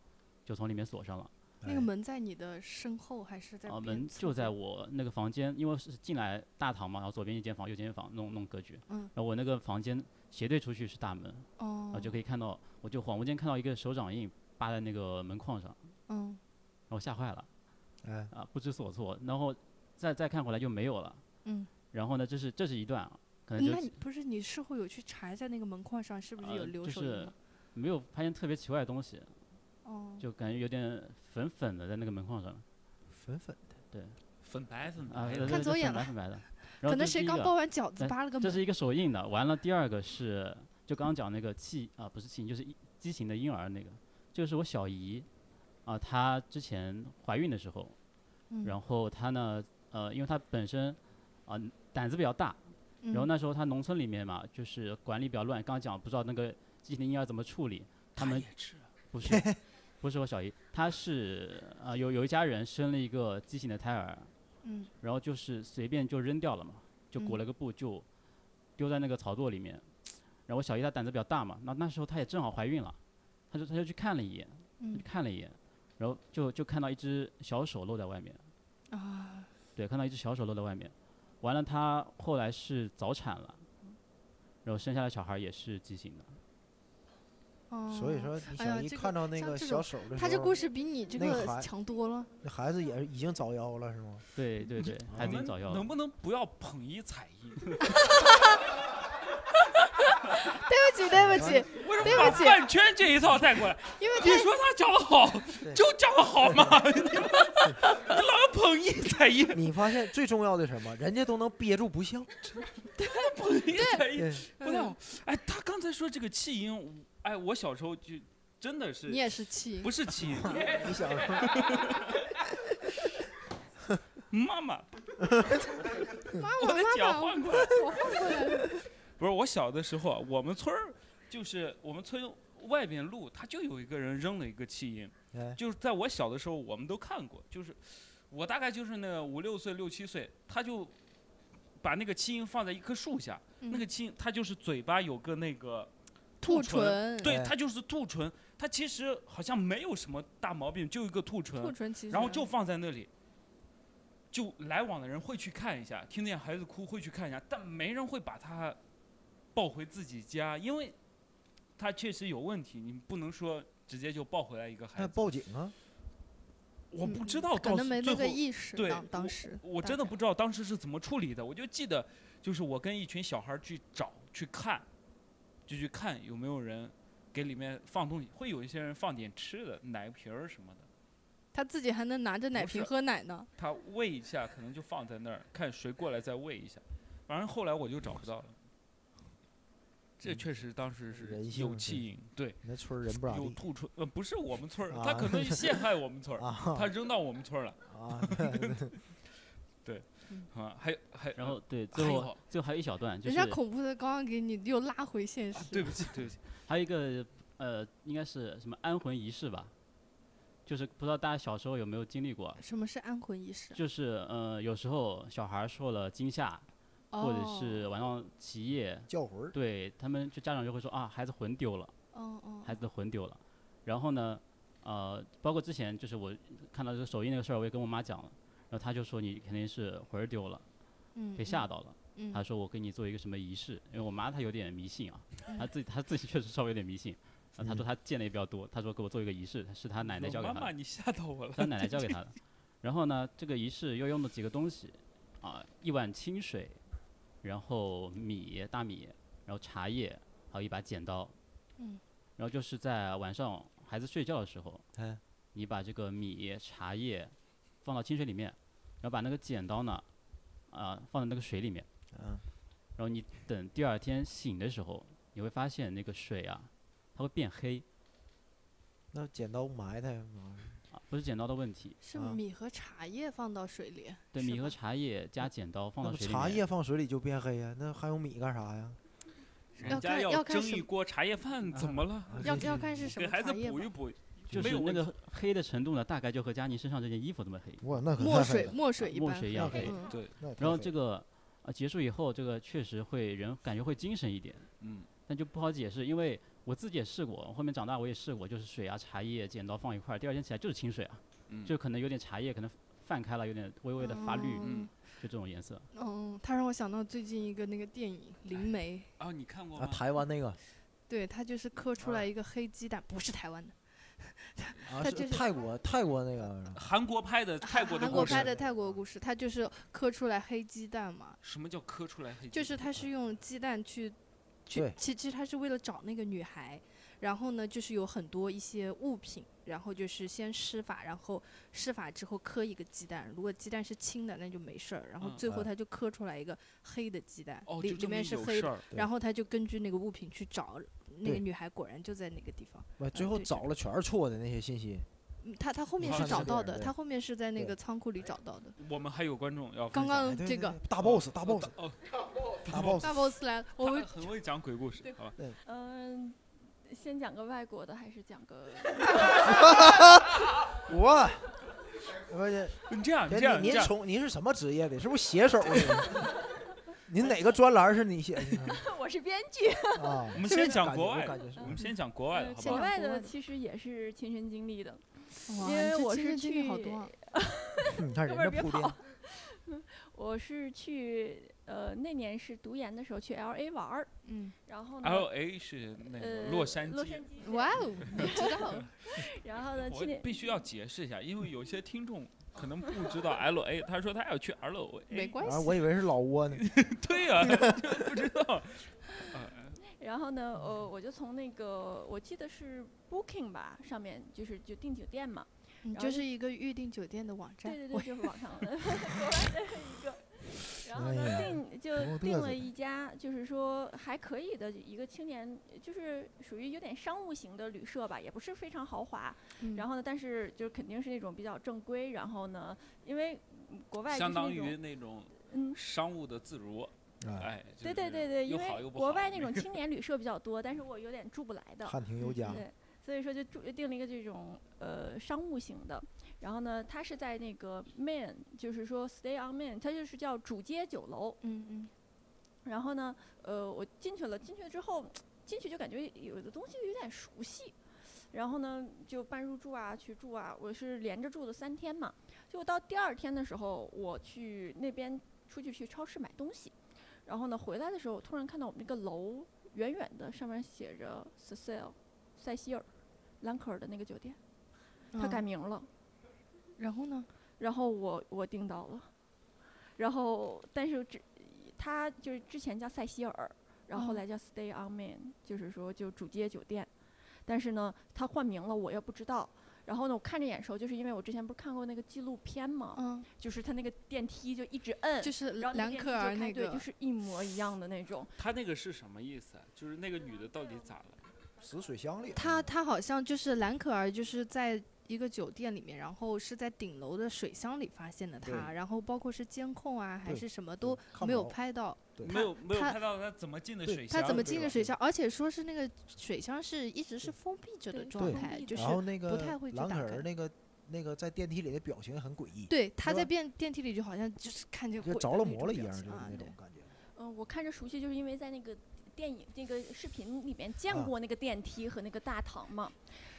Speaker 6: 就从里面锁上了。
Speaker 2: 那个门在你的身后还是在
Speaker 6: 啊，
Speaker 2: 别
Speaker 6: 门
Speaker 2: 侧
Speaker 6: 就在
Speaker 2: 边
Speaker 6: 我那个房间，因为是进来大堂嘛，然后左边一间房，右边一间房，弄弄格局。
Speaker 2: 嗯
Speaker 6: 然后我那个房间斜对出去是大门，然
Speaker 2: 哦
Speaker 6: 后，就可以看到，我就恍惚间看到一个手掌印扒在那个门框上，
Speaker 2: 嗯
Speaker 6: 然后吓坏了
Speaker 3: 哎，
Speaker 6: 啊，不知所措。然后再再看回来就没有了。
Speaker 2: 嗯，
Speaker 6: 然后呢，这是这是一段啊，可能就
Speaker 2: 那
Speaker 6: 是
Speaker 2: 你不是你事后有去查一下那个门框上是不是有
Speaker 6: 呃
Speaker 2: 留
Speaker 6: 就
Speaker 2: 手印
Speaker 6: 是
Speaker 2: 吗？
Speaker 6: 没有发现特别奇怪的东西，
Speaker 2: 哦，
Speaker 6: 就感觉有点粉粉的在那个门框上
Speaker 3: 粉粉
Speaker 4: 粉白粉
Speaker 6: 啊，
Speaker 4: 白
Speaker 6: 对
Speaker 4: 的，
Speaker 6: 对
Speaker 2: 看
Speaker 6: 对
Speaker 2: 走
Speaker 6: 粉
Speaker 2: 眼
Speaker 6: 白
Speaker 2: 了
Speaker 6: 粉 白的。
Speaker 2: 可
Speaker 6: 然后这
Speaker 2: 能
Speaker 6: 是
Speaker 2: 谁
Speaker 6: 第一
Speaker 2: 刚
Speaker 6: 个
Speaker 2: 包完饺子
Speaker 6: 哎
Speaker 2: 扒了 个
Speaker 6: 这
Speaker 2: 门，
Speaker 6: 是一个手印的。完了，第二个是就刚刚讲那个弃啊、不是弃婴，就是一畸形的婴儿那个，就是我小姨啊、她之前怀孕的时候，
Speaker 2: 嗯
Speaker 6: 然后她呢，呃，因为她本身啊、胆子比较大，然后
Speaker 2: 嗯
Speaker 6: 那时候她农村里面嘛，就是管理比较乱，刚刚讲不知道那个畸形的婴儿怎么处理，他们
Speaker 4: 吃了。
Speaker 6: 不是不是我小姨，她是啊、有有一家人生了一个畸形的胎儿，
Speaker 2: 嗯
Speaker 6: 然后就是随便就扔掉了嘛，就裹
Speaker 2: 嗯
Speaker 6: 了个布就丢在那个草垛里面。然后我小姨她胆子比较大嘛，那那时候她也正好怀孕了，她就她就去看了一眼，她
Speaker 2: 嗯
Speaker 6: 去看了一眼，然后就就看到一只小手露在外面，
Speaker 2: 啊，
Speaker 6: 对，看到一只小手露在外面。完了，她后来是早产了，然后生下来小孩也是畸形的。
Speaker 3: 所以
Speaker 2: 哦
Speaker 3: 说，你
Speaker 2: 哎呀
Speaker 3: 小姨
Speaker 2: 这个
Speaker 3: 看到那
Speaker 2: 像
Speaker 3: 个
Speaker 2: 这
Speaker 3: 小
Speaker 2: 种
Speaker 3: 手的时候，
Speaker 2: 他这故事比你这
Speaker 3: 那个
Speaker 2: 个
Speaker 3: 孩
Speaker 2: 强多了。
Speaker 3: 那孩子也是已经早夭了是吗？
Speaker 6: 对对 对，
Speaker 4: 我
Speaker 6: 孩子已
Speaker 4: 们
Speaker 6: 经早夭
Speaker 4: 能
Speaker 6: 了。
Speaker 4: 不能不要捧一踩一？
Speaker 2: 对不起，对不
Speaker 3: 完了
Speaker 2: 起，
Speaker 4: 为什
Speaker 2: 对
Speaker 4: 么把
Speaker 2: 不起
Speaker 4: 饭圈这一套带过来？
Speaker 2: 因为
Speaker 4: 你
Speaker 2: 他
Speaker 4: 说他讲的好
Speaker 3: 对，
Speaker 4: 就讲的好嘛，你老捧一踩一，
Speaker 3: 你发现最重要的是什么？人家都能憋住不笑，
Speaker 4: 捧一踩一，
Speaker 3: 对，
Speaker 4: 不
Speaker 2: 嗯
Speaker 4: 太好。哎，他刚才说这个弃婴，哎，我小时候就真的是
Speaker 2: 你也是气
Speaker 4: 不，是弃婴，
Speaker 3: 你想说，
Speaker 4: 妈妈，
Speaker 2: 妈
Speaker 4: 我
Speaker 2: 妈
Speaker 4: 的脚
Speaker 2: 妈妈，
Speaker 4: 换过来。
Speaker 2: 我换过来了。
Speaker 4: 不是我小的时候啊，我们村儿就是我们村外边路，他就有一个人扔了一个弃婴，
Speaker 3: 哎，
Speaker 4: 就是在我小的时候，我们都看过，就是我大概就是那五六岁、六七岁，他就把那个弃婴放在一棵树下，
Speaker 2: 嗯
Speaker 4: 那个弃婴他就是嘴巴有个那个
Speaker 2: 兔
Speaker 4: 唇，
Speaker 2: 唇，
Speaker 4: 对
Speaker 3: 哎，
Speaker 4: 他就是兔唇，他其实好像没有什么大毛病，就一个兔唇，
Speaker 2: 兔唇其实，
Speaker 4: 然后就放在那里，就来往的人会去看一下，听见孩子哭会去看一下，但没人会把他抱回自己家，因为他确实有问题，你不能说直接就抱回来一个孩
Speaker 3: 那
Speaker 4: 子。
Speaker 3: 报警啊！
Speaker 4: 我不
Speaker 2: 嗯
Speaker 4: 知道
Speaker 2: 可
Speaker 4: 到
Speaker 2: 能没
Speaker 4: 最
Speaker 2: 那
Speaker 4: 后
Speaker 2: 个，意识，
Speaker 4: 对
Speaker 2: 当
Speaker 4: 我
Speaker 2: 当时
Speaker 4: 我
Speaker 2: 大
Speaker 4: 真的
Speaker 2: 概
Speaker 4: 不知道当时是怎么处理的。我就记得，就是我跟一群小孩儿去找去看，就去看有没有人给里面放东西，会有一些人放点吃的，奶瓶儿什么的。
Speaker 2: 他自己还能拿着奶
Speaker 4: 不
Speaker 2: 瓶
Speaker 4: 是
Speaker 2: 喝奶呢。
Speaker 4: 他喂一下，可能就放在那儿，看谁过来再喂一下。反正后来我就找不到了。这确实当时
Speaker 3: 嗯
Speaker 4: 是
Speaker 3: 人
Speaker 4: 有
Speaker 3: 性
Speaker 4: 弃婴，对，
Speaker 3: 那村儿人不咋
Speaker 4: 有
Speaker 3: 地
Speaker 4: 兔唇，呃，不是我们村儿，
Speaker 3: 啊
Speaker 4: 他可能陷害我们村儿，
Speaker 3: 啊
Speaker 4: 他扔到我们村儿了
Speaker 3: 啊！对
Speaker 4: 啊。还有还有
Speaker 6: 然后对，
Speaker 4: 还
Speaker 6: 最后
Speaker 4: 有
Speaker 6: 最后还有一小段，就
Speaker 2: 人
Speaker 6: 是
Speaker 2: 家恐怖的刚刚给你又拉回现
Speaker 4: 啊
Speaker 2: 实，，
Speaker 4: 对不起对不起，
Speaker 6: 还有一个呃，应该是什么安魂仪式吧？就是不知道大家小时候有没有经历过，
Speaker 2: 什么是安魂仪式？
Speaker 6: 就是呃，有时候小孩儿受了惊吓，或者
Speaker 2: 哦
Speaker 6: 是晚上起夜，
Speaker 3: 叫魂儿，
Speaker 6: 对他们就家长就会说啊，孩子魂丢了，
Speaker 2: 嗯嗯，
Speaker 6: 孩子的魂丢了。然后呢，呃，包括之前就是我看到这个首映那个事儿，我也跟我妈讲了，然后她就说你肯定是魂儿丢了，
Speaker 2: 嗯
Speaker 6: 被吓，到了。
Speaker 2: 嗯
Speaker 6: 她
Speaker 2: 嗯
Speaker 6: 说我给你做一个什么仪式，因为我妈她有点迷信啊， 她自己她自己确实稍微有点迷信。然后她说她见的也比较多，她说给我做一个仪式，是她奶奶
Speaker 4: 说
Speaker 6: 哎教给
Speaker 4: 妈
Speaker 6: 她
Speaker 4: 妈，
Speaker 6: 的，
Speaker 4: 你吓到我了。
Speaker 6: 她奶奶教给她的。然后呢，这个仪式又用了几个东西，啊，一碗清水，然后米大米，然后茶叶，还有一把剪刀。
Speaker 2: 嗯。
Speaker 6: 然后就是在晚上孩子睡觉的时候，
Speaker 3: 哎，
Speaker 6: 你把这个米茶叶放到清水里面，然后把那个剪刀呢，啊、放在那个水里面。
Speaker 3: 嗯，
Speaker 6: 然后你等第二天醒的时候，你会发现那个水啊，它会变黑
Speaker 3: 那剪刀埋汰嘛，
Speaker 6: 啊，不是剪刀的问题，
Speaker 2: 是
Speaker 3: 啊
Speaker 2: 米和茶叶放到水 里，
Speaker 6: 对，
Speaker 2: 是
Speaker 6: 米和
Speaker 2: 吧
Speaker 6: 茶叶加剪刀放
Speaker 3: 那
Speaker 6: 到
Speaker 3: 不
Speaker 6: 水里
Speaker 3: 茶
Speaker 6: 面。
Speaker 3: 叶放水里就变黑呀？那还用米干啥呀？
Speaker 4: 人
Speaker 2: 要
Speaker 4: 家
Speaker 2: 看要看
Speaker 4: 蒸
Speaker 2: 什
Speaker 4: 一
Speaker 2: 么
Speaker 4: 锅茶叶饭，怎么了？
Speaker 2: 要要看是什
Speaker 4: 给
Speaker 2: 么
Speaker 4: 孩
Speaker 2: 茶
Speaker 4: 子
Speaker 2: 叶
Speaker 4: 补
Speaker 2: 吧
Speaker 4: 一补，
Speaker 6: 就
Speaker 4: 没
Speaker 6: 是
Speaker 4: 有
Speaker 6: 那
Speaker 4: 问题。
Speaker 6: 个黑的程度呢，大概就和佳妮身上这件衣服这么黑。
Speaker 3: 哇， 那可
Speaker 2: 墨
Speaker 3: 太黑
Speaker 2: 水
Speaker 3: 了，
Speaker 2: 墨水一
Speaker 6: 墨
Speaker 2: 般
Speaker 6: 水一
Speaker 2: 黑
Speaker 6: 样
Speaker 3: 黑
Speaker 2: 嗯
Speaker 4: 对，
Speaker 3: 那也太
Speaker 6: 然后
Speaker 3: 黑
Speaker 6: 这
Speaker 3: 了
Speaker 6: 个呃结束以后，这个确实会人感觉会精神一点，
Speaker 4: 嗯，
Speaker 6: 但就不好解释，因为我自己也试过，后面长大我也试过，就是水啊、茶叶、剪刀放一块儿，第二天起来就是清水啊，
Speaker 4: 嗯
Speaker 6: 就可能有点茶叶可能泛开了，有点微微的发
Speaker 2: 哦
Speaker 6: 绿，
Speaker 4: 嗯
Speaker 6: 就这种颜色。
Speaker 2: 嗯，他让我想到最近一个那个电影《灵媒》，
Speaker 4: 啊，你看过
Speaker 3: 啊，
Speaker 4: 吗？
Speaker 3: 台湾那个
Speaker 2: 对，他就是刻出
Speaker 3: 啊
Speaker 2: 来一个黑鸡蛋，不是台湾的，
Speaker 3: 啊，
Speaker 2: 它
Speaker 3: 是
Speaker 2: 就是
Speaker 3: 泰国泰国那个
Speaker 4: 韩国拍的泰国的
Speaker 2: 啊韩国
Speaker 4: 故事
Speaker 2: 拍，的泰国故事，他就是刻出来黑鸡蛋嘛，
Speaker 4: 什么叫磕出来黑？
Speaker 2: 就是他是用鸡蛋去，去
Speaker 3: 对，
Speaker 2: 其其实他是为了找那个女孩，然后呢，就是有很多一些物品，然后就是先施法，然后施法之后磕一个鸡蛋，如果鸡蛋是青的，那就没事儿，然后
Speaker 4: 嗯
Speaker 2: 最后
Speaker 3: 啊
Speaker 2: 他就磕出来一个黑的鸡蛋，
Speaker 4: 哦，
Speaker 2: 里
Speaker 4: 就
Speaker 2: 里
Speaker 4: 这么
Speaker 2: 面
Speaker 4: 一
Speaker 2: 是
Speaker 4: 有
Speaker 2: 黑
Speaker 4: 事
Speaker 2: 的，
Speaker 4: 儿。
Speaker 3: 对
Speaker 2: 然后他就根据那个物品去找，那个
Speaker 3: 对
Speaker 2: 女孩果然就在那个地方。
Speaker 3: 哇最后
Speaker 2: 对
Speaker 3: 找了全是错的那些信息，
Speaker 2: 嗯他他后面
Speaker 4: 好
Speaker 2: 是
Speaker 4: 像
Speaker 2: 找
Speaker 4: 是这
Speaker 2: 到
Speaker 3: 样
Speaker 2: 的，
Speaker 3: 对
Speaker 2: 他后面是在那
Speaker 3: 对
Speaker 2: 个仓库里找到的。
Speaker 4: 我们还有观众要
Speaker 2: 刚
Speaker 4: 分享
Speaker 2: 刚
Speaker 3: 哎对
Speaker 2: 这
Speaker 3: 对
Speaker 2: 个
Speaker 3: 对 大 boss 大 boss
Speaker 4: 哦，
Speaker 3: 大 boss，
Speaker 2: 大 boss 来了，我
Speaker 4: 他
Speaker 2: 们
Speaker 4: 很会讲鬼故事，好吧？
Speaker 5: 嗯、先讲个外国的还是讲个？
Speaker 3: 我。不是，
Speaker 4: 你这样，你
Speaker 3: 别
Speaker 4: 这样，你
Speaker 3: 您
Speaker 4: 这
Speaker 3: 您
Speaker 4: 样，
Speaker 3: 从您是什么职业的？是不是写手啊 您您哪个专栏是你写 的
Speaker 5: 我是编剧。
Speaker 3: 啊？
Speaker 4: 我们先讲
Speaker 3: 感觉
Speaker 4: 国
Speaker 3: 我
Speaker 4: 外
Speaker 3: 感
Speaker 4: 的，
Speaker 3: 觉是
Speaker 4: 我们先讲国外的，好
Speaker 2: 嗯先
Speaker 4: 不
Speaker 5: 国
Speaker 4: 好？
Speaker 5: 外
Speaker 2: 国外
Speaker 5: 的
Speaker 2: 的
Speaker 5: 其实也是亲身经历的，
Speaker 2: 哇
Speaker 5: 因为
Speaker 2: 这
Speaker 5: 我
Speaker 2: 亲
Speaker 5: 是
Speaker 2: 身经历好
Speaker 5: 去
Speaker 2: 多啊，
Speaker 3: 你看
Speaker 5: 哥
Speaker 3: 人
Speaker 5: 们儿
Speaker 3: 家
Speaker 5: 别
Speaker 3: 铺垫
Speaker 5: 跑，我是去呃那年是读研的时候去 L A 玩儿，
Speaker 2: 嗯，
Speaker 5: 然后呢，
Speaker 4: L A 是那个
Speaker 5: 呃
Speaker 4: 洛杉
Speaker 5: 洛
Speaker 4: 矶
Speaker 5: 杉，矶，
Speaker 2: 哇哦，你知道
Speaker 5: 然后呢
Speaker 4: 我
Speaker 5: 去年
Speaker 4: 必须要解释一下，因为有些听众可能不知道 L A，他说他要去 L
Speaker 2: 没
Speaker 4: A，
Speaker 2: 关
Speaker 3: 啊，
Speaker 2: 系，
Speaker 3: 我以为是老挝呢。
Speaker 4: 对呀、 啊，就不知道。
Speaker 5: 然后呢，呃，我就从那个我记得是 Booking 吧上面，就是就订酒店嘛，
Speaker 2: 你
Speaker 5: 然
Speaker 2: 就
Speaker 5: 后
Speaker 2: 是一个预定酒店的网站，
Speaker 5: 对对
Speaker 2: 我
Speaker 5: 对，就是网上 的国外的一个。然后呢，
Speaker 3: 哎呀
Speaker 5: 订
Speaker 3: 不
Speaker 5: 就
Speaker 3: 够
Speaker 5: 订
Speaker 3: 嘚瑟
Speaker 5: 了一家，就是说还可以的一个青年，就是属于有点商务型的旅社吧，也不是非常豪华。
Speaker 2: 嗯
Speaker 5: 然后呢，但是就是肯定是那种比较正规。然后呢，因为嗯国外就是
Speaker 4: 相当
Speaker 5: 那
Speaker 4: 于
Speaker 5: 种，
Speaker 4: 那种
Speaker 5: 嗯，
Speaker 4: 商务的自如，
Speaker 3: 啊，
Speaker 4: 哎，就
Speaker 5: 对对
Speaker 4: 是
Speaker 5: 对对，因
Speaker 4: 又好
Speaker 5: 为
Speaker 4: 又不
Speaker 5: 国
Speaker 4: 好
Speaker 5: 外那
Speaker 4: 个
Speaker 5: 种青年旅社比较多，但是我有点住不来的。
Speaker 3: 汉庭尤佳，
Speaker 5: 对，所以说就住定了一个这种呃商务型的。然后呢，它是在那个 Main，就是说 Stay on Main，它就是叫主街酒楼。
Speaker 2: 嗯嗯，
Speaker 5: 然后呢，呃，我进去了，进去之后进去就感觉有的东西有点熟悉。然后呢，就办入住啊，去住啊，我是连着住的三天嘛。就到第二天的时候，我去那边出去去超市买东西，然后呢，回来的时候，我突然看到我们那个楼远远的上面写着 Cecil，塞西尔，兰可儿的那个酒店，它
Speaker 2: 嗯
Speaker 5: 改名了。
Speaker 2: 然后呢，
Speaker 5: 然后我我订到了，然后但是之他就是之前叫塞西尔，然后后
Speaker 2: 嗯
Speaker 5: 来叫 Stay on Main，就是说就主街酒店，但是呢他换名了，我也不知道。然后呢，我看着眼熟，就是因为我之前不是看过那个纪录片嘛，
Speaker 2: 嗯，
Speaker 5: 就是他那个电梯就一直摁，
Speaker 2: 就是
Speaker 5: 然后
Speaker 2: 兰
Speaker 5: 电梯
Speaker 2: 可
Speaker 5: 就
Speaker 2: 儿
Speaker 5: 开
Speaker 2: 那
Speaker 5: 对，
Speaker 2: 个
Speaker 5: 就，是一模一样的那种。
Speaker 4: 他那个是什么意思啊？就是那个女的到底咋了？
Speaker 3: 死水啊乡里。
Speaker 2: 他他好像就是兰可儿就是在。一个酒店里面，然后是在顶楼的水箱里发现的他，
Speaker 3: 对
Speaker 2: 然后包括是监控啊，还
Speaker 3: 对
Speaker 2: 是什么都
Speaker 3: 看
Speaker 2: 没
Speaker 3: 不
Speaker 2: 有
Speaker 3: 着
Speaker 2: 拍到，
Speaker 3: 对
Speaker 4: 没有没有
Speaker 2: 他
Speaker 4: 看到她怎么进的
Speaker 3: 对
Speaker 4: 水
Speaker 2: 他
Speaker 4: 箱？
Speaker 2: 怎么
Speaker 3: 对
Speaker 2: 进的
Speaker 3: 吧
Speaker 2: 水箱，而且说是那个水箱是一直是封闭着的
Speaker 5: 对
Speaker 2: 状
Speaker 3: 对
Speaker 2: 态，
Speaker 5: 封闭
Speaker 2: 就是
Speaker 3: 然后那个
Speaker 2: 太会去
Speaker 3: 兰
Speaker 2: 打
Speaker 3: 可
Speaker 2: 开
Speaker 3: 儿那个那个在电梯里的表情很诡异，
Speaker 2: 对，他
Speaker 3: 是
Speaker 2: 在
Speaker 3: 吧
Speaker 2: 变电梯里就好像就是看见
Speaker 3: 就
Speaker 2: 鬼
Speaker 3: 着
Speaker 2: 的
Speaker 3: 了
Speaker 2: 那
Speaker 3: 魔
Speaker 2: 种
Speaker 3: 了
Speaker 2: 表
Speaker 3: 一样，
Speaker 2: 情
Speaker 3: 就是
Speaker 2: 啊
Speaker 3: 那
Speaker 2: 对
Speaker 3: 种感觉。
Speaker 5: 哦，我看着熟悉，就是因为在那个电影那个视频里面见
Speaker 3: 啊
Speaker 5: 过那个电梯和那个大堂嘛。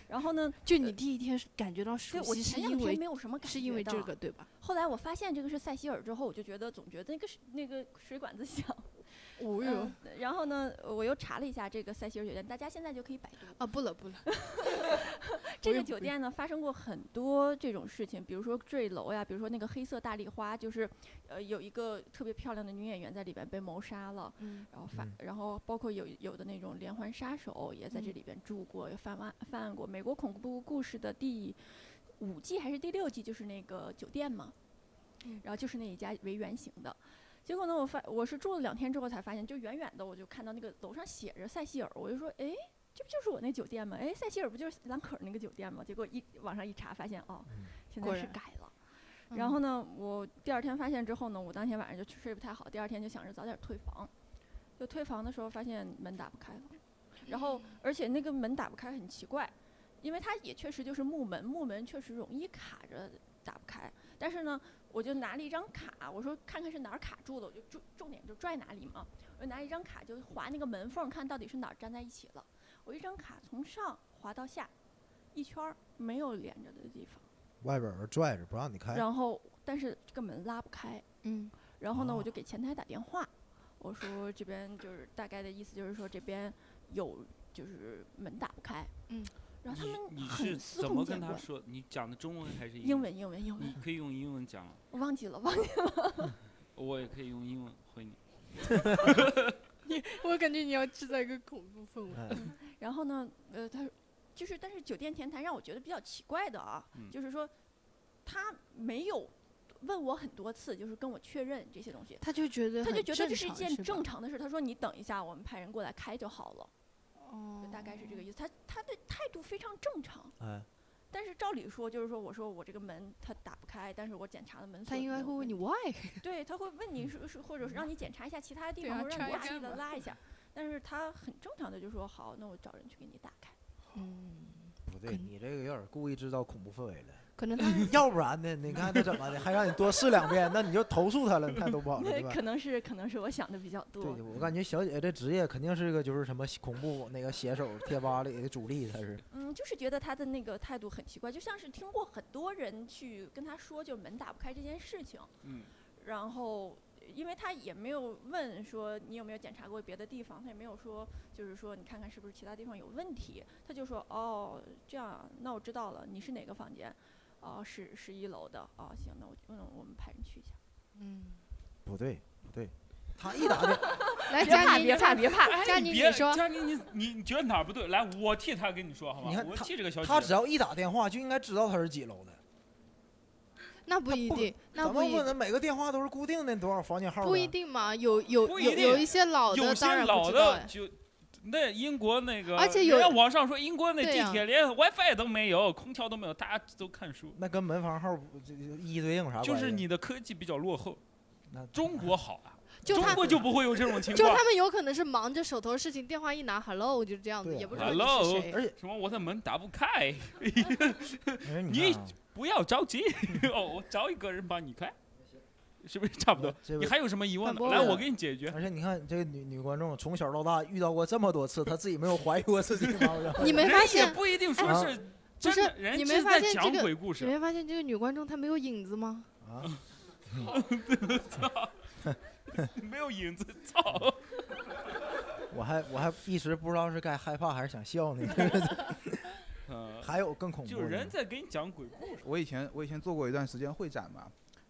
Speaker 5: 然后呢，
Speaker 2: 就你第一天是感觉到
Speaker 5: 对
Speaker 2: 熟
Speaker 5: 我
Speaker 2: 悉，是
Speaker 5: 前两
Speaker 2: 因
Speaker 5: 天
Speaker 2: 为
Speaker 5: 没有什么感觉
Speaker 2: 是因为这
Speaker 5: 到
Speaker 2: 个对吧？
Speaker 5: 后来我发现这个是塞西尔之后，我就觉得总觉得那个是那个水管子响。
Speaker 2: 哦
Speaker 5: 嗯，然后呢，我又查了一下这个塞西尔酒店，大家现在就可以百度。
Speaker 2: 啊不了不了，
Speaker 5: 这个
Speaker 2: 用
Speaker 5: 酒
Speaker 2: 不
Speaker 5: 店呢，发生过很多这种事情，比如说坠楼呀，比如说那个黑色大丽花，就是呃有一个特别漂亮的女演员在里边被谋杀了，
Speaker 2: 嗯
Speaker 5: 然后犯，
Speaker 3: 嗯
Speaker 5: 然后包括有有的那种连环杀手也在这
Speaker 2: 嗯
Speaker 5: 里边住过，也犯案犯案过。美国恐怖故事的第五季还是第六季，就是那个酒店嘛，
Speaker 2: 嗯
Speaker 5: 然后就是那一家为原型的。结果呢，我发我是住了两天之后才发现，就远远的我就看到那个楼上写着塞西尔，我就说，哎，这不就是我那酒店吗？哎，塞西尔不就是兰可儿那个酒店吗？结果一网上一查，发现哦
Speaker 3: 嗯，
Speaker 5: 现
Speaker 2: 果
Speaker 5: 在是
Speaker 2: 然
Speaker 5: 改了。
Speaker 2: 嗯
Speaker 5: 然后呢，我第二天发现之后呢，我当天晚上就睡不太好，第二天就想着早点退房。就退房的时候发现门打不开了，然后而且那个门打不开很奇怪，因为它也确实就是木门，木门确实容易卡着打不开。但是呢，我就拿了一张卡，我说看看是哪儿卡住了，我就重重点就拽哪里嘛。我就拿一张卡就划那个门缝，看到底是哪儿粘在一起了。我一张卡从上划到下，一圈儿没有连着的地方。
Speaker 3: 外边儿拽着不让你
Speaker 4: 哎
Speaker 3: 开，
Speaker 5: 然后但是这个门拉不开，
Speaker 2: 嗯
Speaker 5: 然后呢，
Speaker 3: 哦
Speaker 5: 我就给前台打电话，我说这边就是大概的意思就是说这边有就是门打不开，
Speaker 2: 嗯，
Speaker 5: 然后他们
Speaker 4: 你你是
Speaker 5: 很司
Speaker 4: 怎么
Speaker 5: 空
Speaker 4: 跟
Speaker 5: 见
Speaker 4: 他
Speaker 5: 惯，
Speaker 4: 说？你讲的中文还是
Speaker 5: 英？文英文英
Speaker 4: 你
Speaker 5: 文，
Speaker 4: 可以用英文讲啊，
Speaker 5: 我忘记了忘记了，
Speaker 4: 我也可以用英文回你。
Speaker 2: 我感觉你要制造一个恐怖氛围。
Speaker 3: 哎
Speaker 5: 然后呢，呃，他就是但是酒店前台让我觉得比较奇怪的啊，
Speaker 4: 嗯
Speaker 5: 就是说他没有问我很多次，就是跟我确认这些东西。
Speaker 2: 他就觉得
Speaker 5: 他就
Speaker 2: 很
Speaker 5: 觉得这是一
Speaker 2: 常
Speaker 5: 件
Speaker 2: 吧
Speaker 5: 正常的事，他说你等一下，我们派人过来开就好了。
Speaker 2: 哦
Speaker 5: 就，大概是这个意思。他他的态度非常正常，
Speaker 3: 哎，
Speaker 5: 但是照理说就是说，我说我这个门它打不开，但是我检查了门锁，
Speaker 2: 他应该会问你，why， 嗯
Speaker 5: 对，他会问你是是或者是让你检查一下其他的地
Speaker 2: 对
Speaker 5: 方，
Speaker 2: 啊
Speaker 5: 或者让你
Speaker 2: ，try
Speaker 5: 大力
Speaker 2: again
Speaker 5: 的
Speaker 2: 吧
Speaker 5: 拉一下，但是他很正常的就说好，那我找人去给你打开。
Speaker 2: 嗯，
Speaker 3: 不对，你这个有点故意制造恐怖氛围 了。
Speaker 2: 可能 他
Speaker 3: 要不然呢？你看他怎么的，还让你多试两遍，那你就投诉他了，那多不好了，对吧
Speaker 5: 那？ 可能是可能是我想的比较多
Speaker 3: 对，，我感觉小姐这职业肯定是个就是什么恐怖那个写手贴吧里的主力，她是。
Speaker 5: 嗯，就是觉得他的那个态度很奇怪，就像是听过很多人去跟他说，就是门打不开这件事情，
Speaker 4: 嗯，
Speaker 5: 然后因为他也没有问说你有没有检查过别的地方，他也没有说就是说你看看是不是其他地方有问题，他就说哦这样啊，那我知道了，你是哪个房间？哦，是十一楼的。哦，行，那我嗯，我们派人去一下。
Speaker 2: 嗯，
Speaker 3: 不对，不对，他一打电，
Speaker 2: 来
Speaker 5: 别
Speaker 2: 佳宁，
Speaker 5: 怕，哎别怕， 别怕。
Speaker 2: 佳
Speaker 4: 哎你
Speaker 2: 宁，
Speaker 4: 别，
Speaker 2: 你说
Speaker 4: 佳宁，你你你觉得哪儿不对？来，我替他跟你说好吗
Speaker 3: 你？看
Speaker 4: 我
Speaker 3: 他
Speaker 4: 替这个小姐。
Speaker 3: 他只要一打电话就应该知道他是几楼的。
Speaker 2: 那不
Speaker 3: 他
Speaker 2: 一
Speaker 3: 不
Speaker 2: 定，那
Speaker 3: 咱
Speaker 2: 不
Speaker 3: 们
Speaker 2: 一
Speaker 3: 问的每个电话都是固定的多少房间号？啊
Speaker 2: 不一。定嘛，有有
Speaker 4: 不一
Speaker 2: 有有
Speaker 4: 定
Speaker 2: 一些老
Speaker 4: 有
Speaker 2: 的
Speaker 4: 些
Speaker 2: 当然
Speaker 4: 老
Speaker 2: 不知道
Speaker 4: 的
Speaker 2: 哎，
Speaker 4: 就那英国那个，
Speaker 2: 而且有
Speaker 4: 人家网上说英国那
Speaker 2: 对
Speaker 4: 地
Speaker 2: 呀
Speaker 4: 铁连 WiFi 都没有，空调都没有，大家都看书。
Speaker 3: 那跟门房号不这一对应有啥关系？啊
Speaker 4: 就是你的科技比较落后，
Speaker 3: 那
Speaker 4: 中国好啊，
Speaker 2: 就
Speaker 4: 中
Speaker 2: 他
Speaker 4: 国就不会有这 种情
Speaker 2: 就
Speaker 4: 况
Speaker 2: 他。们有可能是忙着手头事情，电话一拿，hello 就这样子，
Speaker 3: 对啊
Speaker 2: 也不知道你
Speaker 4: Hello
Speaker 2: 是 谁。
Speaker 3: 而且
Speaker 4: 什么？我的门打不开，
Speaker 3: 而且
Speaker 4: 你
Speaker 3: 你看啊
Speaker 4: 不要着急， 哦，我找一个人帮你开，是不 是差不多？
Speaker 3: 这
Speaker 4: 你
Speaker 3: 位
Speaker 4: 还有什么疑问
Speaker 2: 反
Speaker 4: 吗？
Speaker 2: 驳
Speaker 4: 来，
Speaker 3: 我
Speaker 4: 我给你解决。
Speaker 3: 而且你看这个女女观众从小到大遇到过这么多次，她自己没有怀疑过自己吗？我说
Speaker 2: 你没发
Speaker 4: 人也
Speaker 2: 现？啊
Speaker 4: 不一定说
Speaker 3: 哎
Speaker 4: 是
Speaker 2: 不
Speaker 4: 真的，
Speaker 2: 是
Speaker 4: 人
Speaker 2: 你
Speaker 4: 家
Speaker 2: 没
Speaker 4: 是
Speaker 2: 发
Speaker 4: 在
Speaker 2: 现
Speaker 4: 讲
Speaker 2: 这个
Speaker 4: 鬼故
Speaker 2: 你
Speaker 4: 事。
Speaker 2: 没发现这个女观众她没有影子吗？
Speaker 3: 啊，
Speaker 4: 没有影子，操！
Speaker 3: 我还我还一时不知道是该害怕还是想 笑呢。
Speaker 4: 呃，
Speaker 3: 还有更恐怖
Speaker 4: 就
Speaker 3: 的
Speaker 4: 人
Speaker 3: 呢
Speaker 4: 在给你讲鬼故事。
Speaker 1: 我以前我以前做过一段时间会展嘛，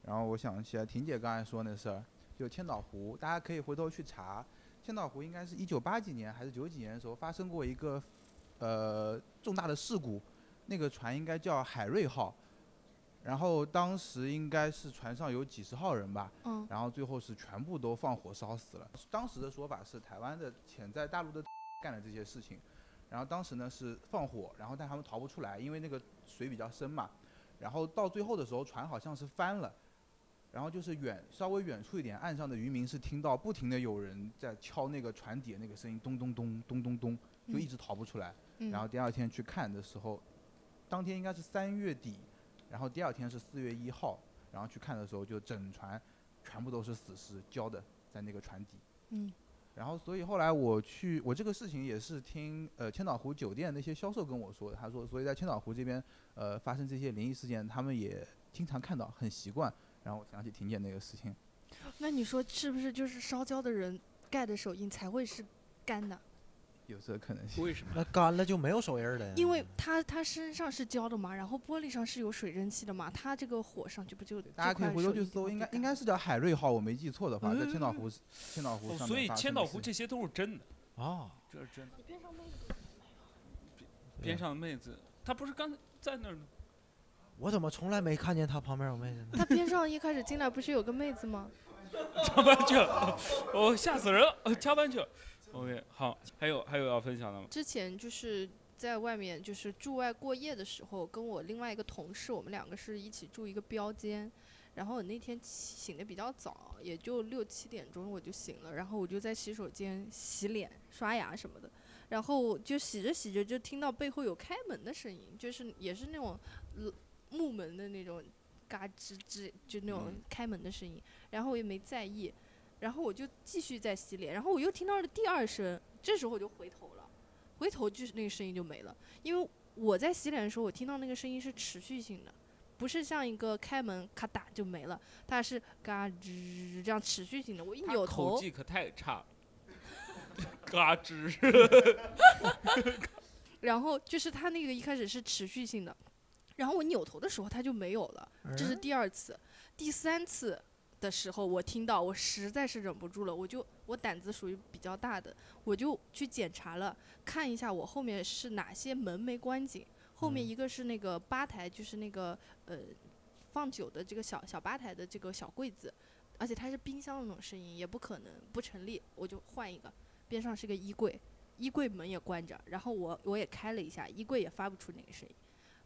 Speaker 1: 然后我想起来婷姐刚才说那事儿，就千岛湖，大家可以回头去查。千岛湖应该是一九八几年还是九几年的时候发生过一个呃重大的事故，那个船应该叫海瑞号，然后当时应该是船上有几十号人吧，
Speaker 2: 嗯，
Speaker 1: 然后最后是全部都放火烧死了。当时的说法是台湾的潜在大陆的 干了这些事情，然后当时呢是放火，然后但他们逃不出来，因为那个水比较深嘛。然后到最后的时候，船好像是翻了，然后就是远稍微远处一点，岸上的渔民是听到不停的有人在敲那个船底的那个声音，咚咚咚咚咚咚，就一直逃不出来。
Speaker 2: 嗯
Speaker 1: 然后第二天去看的时候，当天应该是三月底，然后第二天是四月一号，然后去看的时候就整船全部都是死尸，浇的在那个船底，
Speaker 2: 嗯
Speaker 1: 然后，所以后来我去，我这个事情也是听呃千岛湖酒店那些销售跟我说的，他说，哎所以在千岛湖这边呃发生这些灵异事件，他们也呃经常看到，很习惯。然后我想起婷姐那个事情，
Speaker 2: 那你说是不是就是烧焦的人盖的手印才会是干的？
Speaker 1: 嗯有这个可能 性。
Speaker 4: 为什么？
Speaker 3: 那干了就没有手印儿了呀。
Speaker 2: 因为他他身上是焦的嘛，然后玻璃上是有水蒸气的嘛，他这个火上去不就
Speaker 1: 大家可以回头去搜，应该应该是叫海瑞号，我没记错的话，在千岛
Speaker 4: 嗯
Speaker 1: 湖千岛湖上面发生的事情、
Speaker 4: 所以千岛湖这些都是真的，
Speaker 3: 啊，
Speaker 4: 这是真的。
Speaker 5: 你边上妹子
Speaker 2: 啊
Speaker 1: 啊
Speaker 4: 边上的妹子，她不是刚才在那儿呢？
Speaker 3: 我怎么从来没看见他旁边有妹子呢？
Speaker 2: 他边上一开始进来不是有个妹子吗？
Speaker 4: 加班去了，哦，吓死人了，哦加班去了。OK，好，还有还有要分享的吗？
Speaker 2: 之前就是在外面就是住外过夜的时候，跟我另外一个同事，我们两个是一起住一个标间。然后我那天起醒的比较早，也就六七点钟我就醒了，然后我就在洗手间洗脸、刷牙什么的。然后我就洗着洗着就听到背后有开门的声音，就是也是那种呃木门的那种嘎吱吱，就那种
Speaker 4: 嗯
Speaker 2: 开门的声音。然后我也没在意，然后我就继续在洗脸，然后我又听到了第二声，这时候我就回头了。回头就是那个声音就没了，因为我在洗脸的时候，我听到那个声音是持续性的，不是像一个开门咔嗒就没了，它是嘎吱这样持续性的。我一
Speaker 4: 她
Speaker 2: 扭
Speaker 4: 口
Speaker 2: 头，
Speaker 4: 技可太差了，嘎吱。
Speaker 2: 然后就是它那个一开始是持续性的，然后我扭头的时候它就没有了， 这是第二次，第三次的时候，我听到，我实在是忍不住了，我就我胆子属于比较大的，我就去检查了，看一下我后面是哪些门没关紧。后面
Speaker 3: 嗯
Speaker 2: 一个是那个吧台，就是那个呃放酒的这个小小吧台的这个小柜子，而且它是冰箱的那种声音，也不可能不成立，我就换一个。边上是个衣柜，衣柜门也关着，然后我我也开了一下，衣柜也发不出那个声音，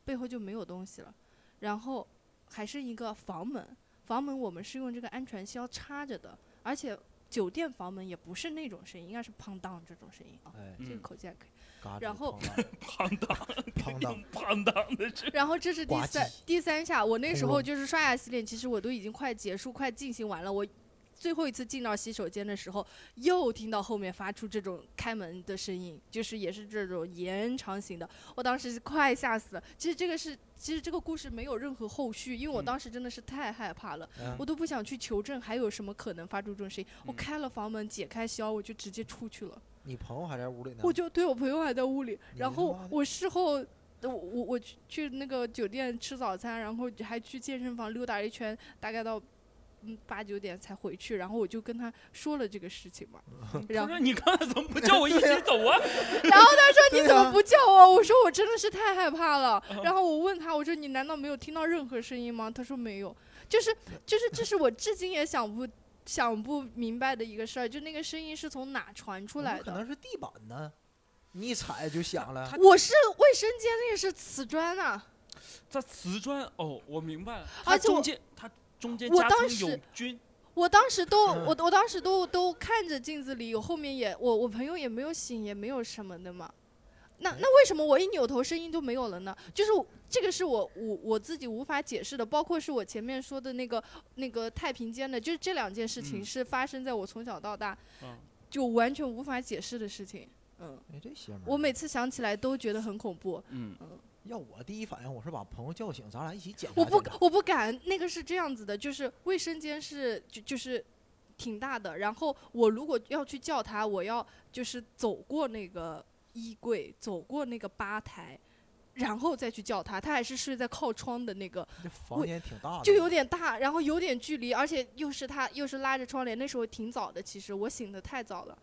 Speaker 2: 背后就没有东西了。然后还是一个房门，房门我们是用这个安全销插着的，而且酒店房门也不是那种声音，应该是砰当这种声音啊，
Speaker 3: 哎，
Speaker 2: 这个
Speaker 4: 嗯，
Speaker 2: 口技还可以。
Speaker 3: 嘎吱
Speaker 2: 然后
Speaker 4: 胖 当，
Speaker 3: 胖当，
Speaker 4: 胖当的这
Speaker 2: 然后这是第
Speaker 3: 呱
Speaker 2: 三
Speaker 3: 唧哎
Speaker 2: 第三下，我那时
Speaker 3: 轰
Speaker 2: 候
Speaker 3: 隆
Speaker 2: 就是刷牙洗脸，其实我都已经快结束、快进行完了。我最后一次进到洗手间的时候，又听到后面发出这种开门的声音，就是也是这种延长型的。我当时是快吓死了。其实这个是，其实这个故事没有任何后续，因为我
Speaker 4: 嗯
Speaker 2: 当时真的是太害怕了，
Speaker 3: 嗯
Speaker 2: 我都不想去求证还有什么可能发出这种声音。我
Speaker 4: 嗯
Speaker 2: 开了房门，解开销，我就直接出去了。
Speaker 3: 你朋友还在屋里呢。
Speaker 2: 我就对我朋友还在屋里，
Speaker 3: 你
Speaker 2: 然
Speaker 3: 他
Speaker 2: 后
Speaker 3: 妈的
Speaker 2: 我事后，呃我我我去去那个酒店吃早餐，然后还去健身房溜达了一圈，大概到嗯八九点才回去，然后我就跟他说了这个事情嘛，然
Speaker 4: 不
Speaker 2: 后
Speaker 4: 是你刚才怎么不叫我一起走啊？
Speaker 2: 然后他说
Speaker 3: 对
Speaker 2: 你怎么
Speaker 3: 呀
Speaker 2: 不叫我？我说我真的是太害怕了，然后我问他我说你难道没有听到任何声音吗？他说没有，就是就是这是我至今也想不。想不明白的一个事儿，就那个声音是从哪传出
Speaker 3: 我
Speaker 2: 来
Speaker 3: 们可
Speaker 2: 的？
Speaker 3: 能是地板呢，你一踩就响了。
Speaker 2: 我是卫生间那个是瓷砖呐、
Speaker 4: 它瓷砖哦，我明白了，
Speaker 2: 而
Speaker 4: 它
Speaker 2: 且我
Speaker 4: 中间它中间
Speaker 2: 我
Speaker 4: 夹
Speaker 2: 当
Speaker 4: 层有
Speaker 2: 时
Speaker 4: 菌，
Speaker 2: 我当时都，
Speaker 3: 嗯
Speaker 2: 我我当时都都看着镜子里，我后面也我我朋友也没有醒，也没有什么的嘛。那那为什么我一扭头声音就没有了呢？就是我这个是我我我自己无法解释的，包括是我前面说的那个那个太平间的，就是这两件事情
Speaker 4: 嗯
Speaker 2: 是发生在我从小到大、
Speaker 4: 嗯
Speaker 2: 就完全无法解释的事情。嗯，
Speaker 3: 哎，这邪门儿！
Speaker 2: 我每次想起来都觉得很恐怖。
Speaker 4: 嗯，
Speaker 3: 要我第一反应，我是把朋友叫醒，咱俩一起检查
Speaker 2: 我不
Speaker 3: 检查
Speaker 2: 我不敢，那个是这样子的，就是卫生间是就就是挺大的，然后我如果要去叫他，我要就是走过那个衣柜，走过那个吧台。然后再去叫他，他还是睡在靠窗的那个，
Speaker 3: 这房
Speaker 2: 我
Speaker 3: 间挺大的，
Speaker 2: 就有点大，然后有点距离，而且又是他又是拉着窗帘，那时候挺早的，其实我醒得太早了，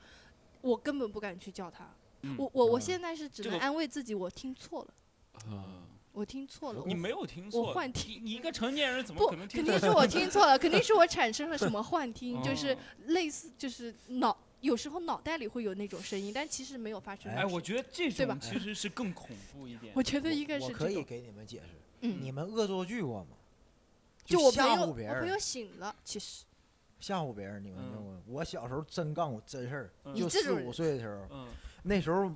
Speaker 2: 我根本不敢去叫他。
Speaker 4: 嗯
Speaker 2: 我我我
Speaker 3: 嗯
Speaker 2: 现在是只
Speaker 4: 这
Speaker 2: 能
Speaker 4: 个
Speaker 2: 安慰自己，我听错了，
Speaker 4: 啊，
Speaker 2: 我听错了，
Speaker 4: 你
Speaker 2: 我
Speaker 4: 没有听错，
Speaker 2: 幻
Speaker 4: 你你一个成年人怎么
Speaker 2: 不
Speaker 4: 可能，听
Speaker 2: 肯
Speaker 4: 错
Speaker 2: 定？是我听错了，肯定是我产生了什 么幻听，就是
Speaker 4: 哦
Speaker 2: 类似，就是脑有时候脑袋里会有那种声音，但其实没有发生。
Speaker 4: 哎，我觉得这
Speaker 2: 对吧
Speaker 4: 种其实是更恐怖一点
Speaker 2: 我。觉得应该
Speaker 3: 我
Speaker 2: 是
Speaker 3: 可
Speaker 2: 这
Speaker 3: 以
Speaker 2: 种，
Speaker 3: 给你们解释，你
Speaker 2: 嗯，
Speaker 3: 们恶作剧过吗？
Speaker 2: 我朋
Speaker 3: 吓
Speaker 2: 友，
Speaker 3: 唬
Speaker 2: 我
Speaker 3: 别
Speaker 2: 朋
Speaker 3: 人
Speaker 2: 友，醒了，其实
Speaker 3: 吓唬别人，你们
Speaker 4: 嗯
Speaker 3: 见过吗？我小时候真干过真事儿，
Speaker 4: 嗯
Speaker 3: 就
Speaker 2: 你这
Speaker 3: 四
Speaker 2: 种
Speaker 3: 五
Speaker 2: 人
Speaker 3: 岁的时候，
Speaker 4: 嗯
Speaker 3: 那时候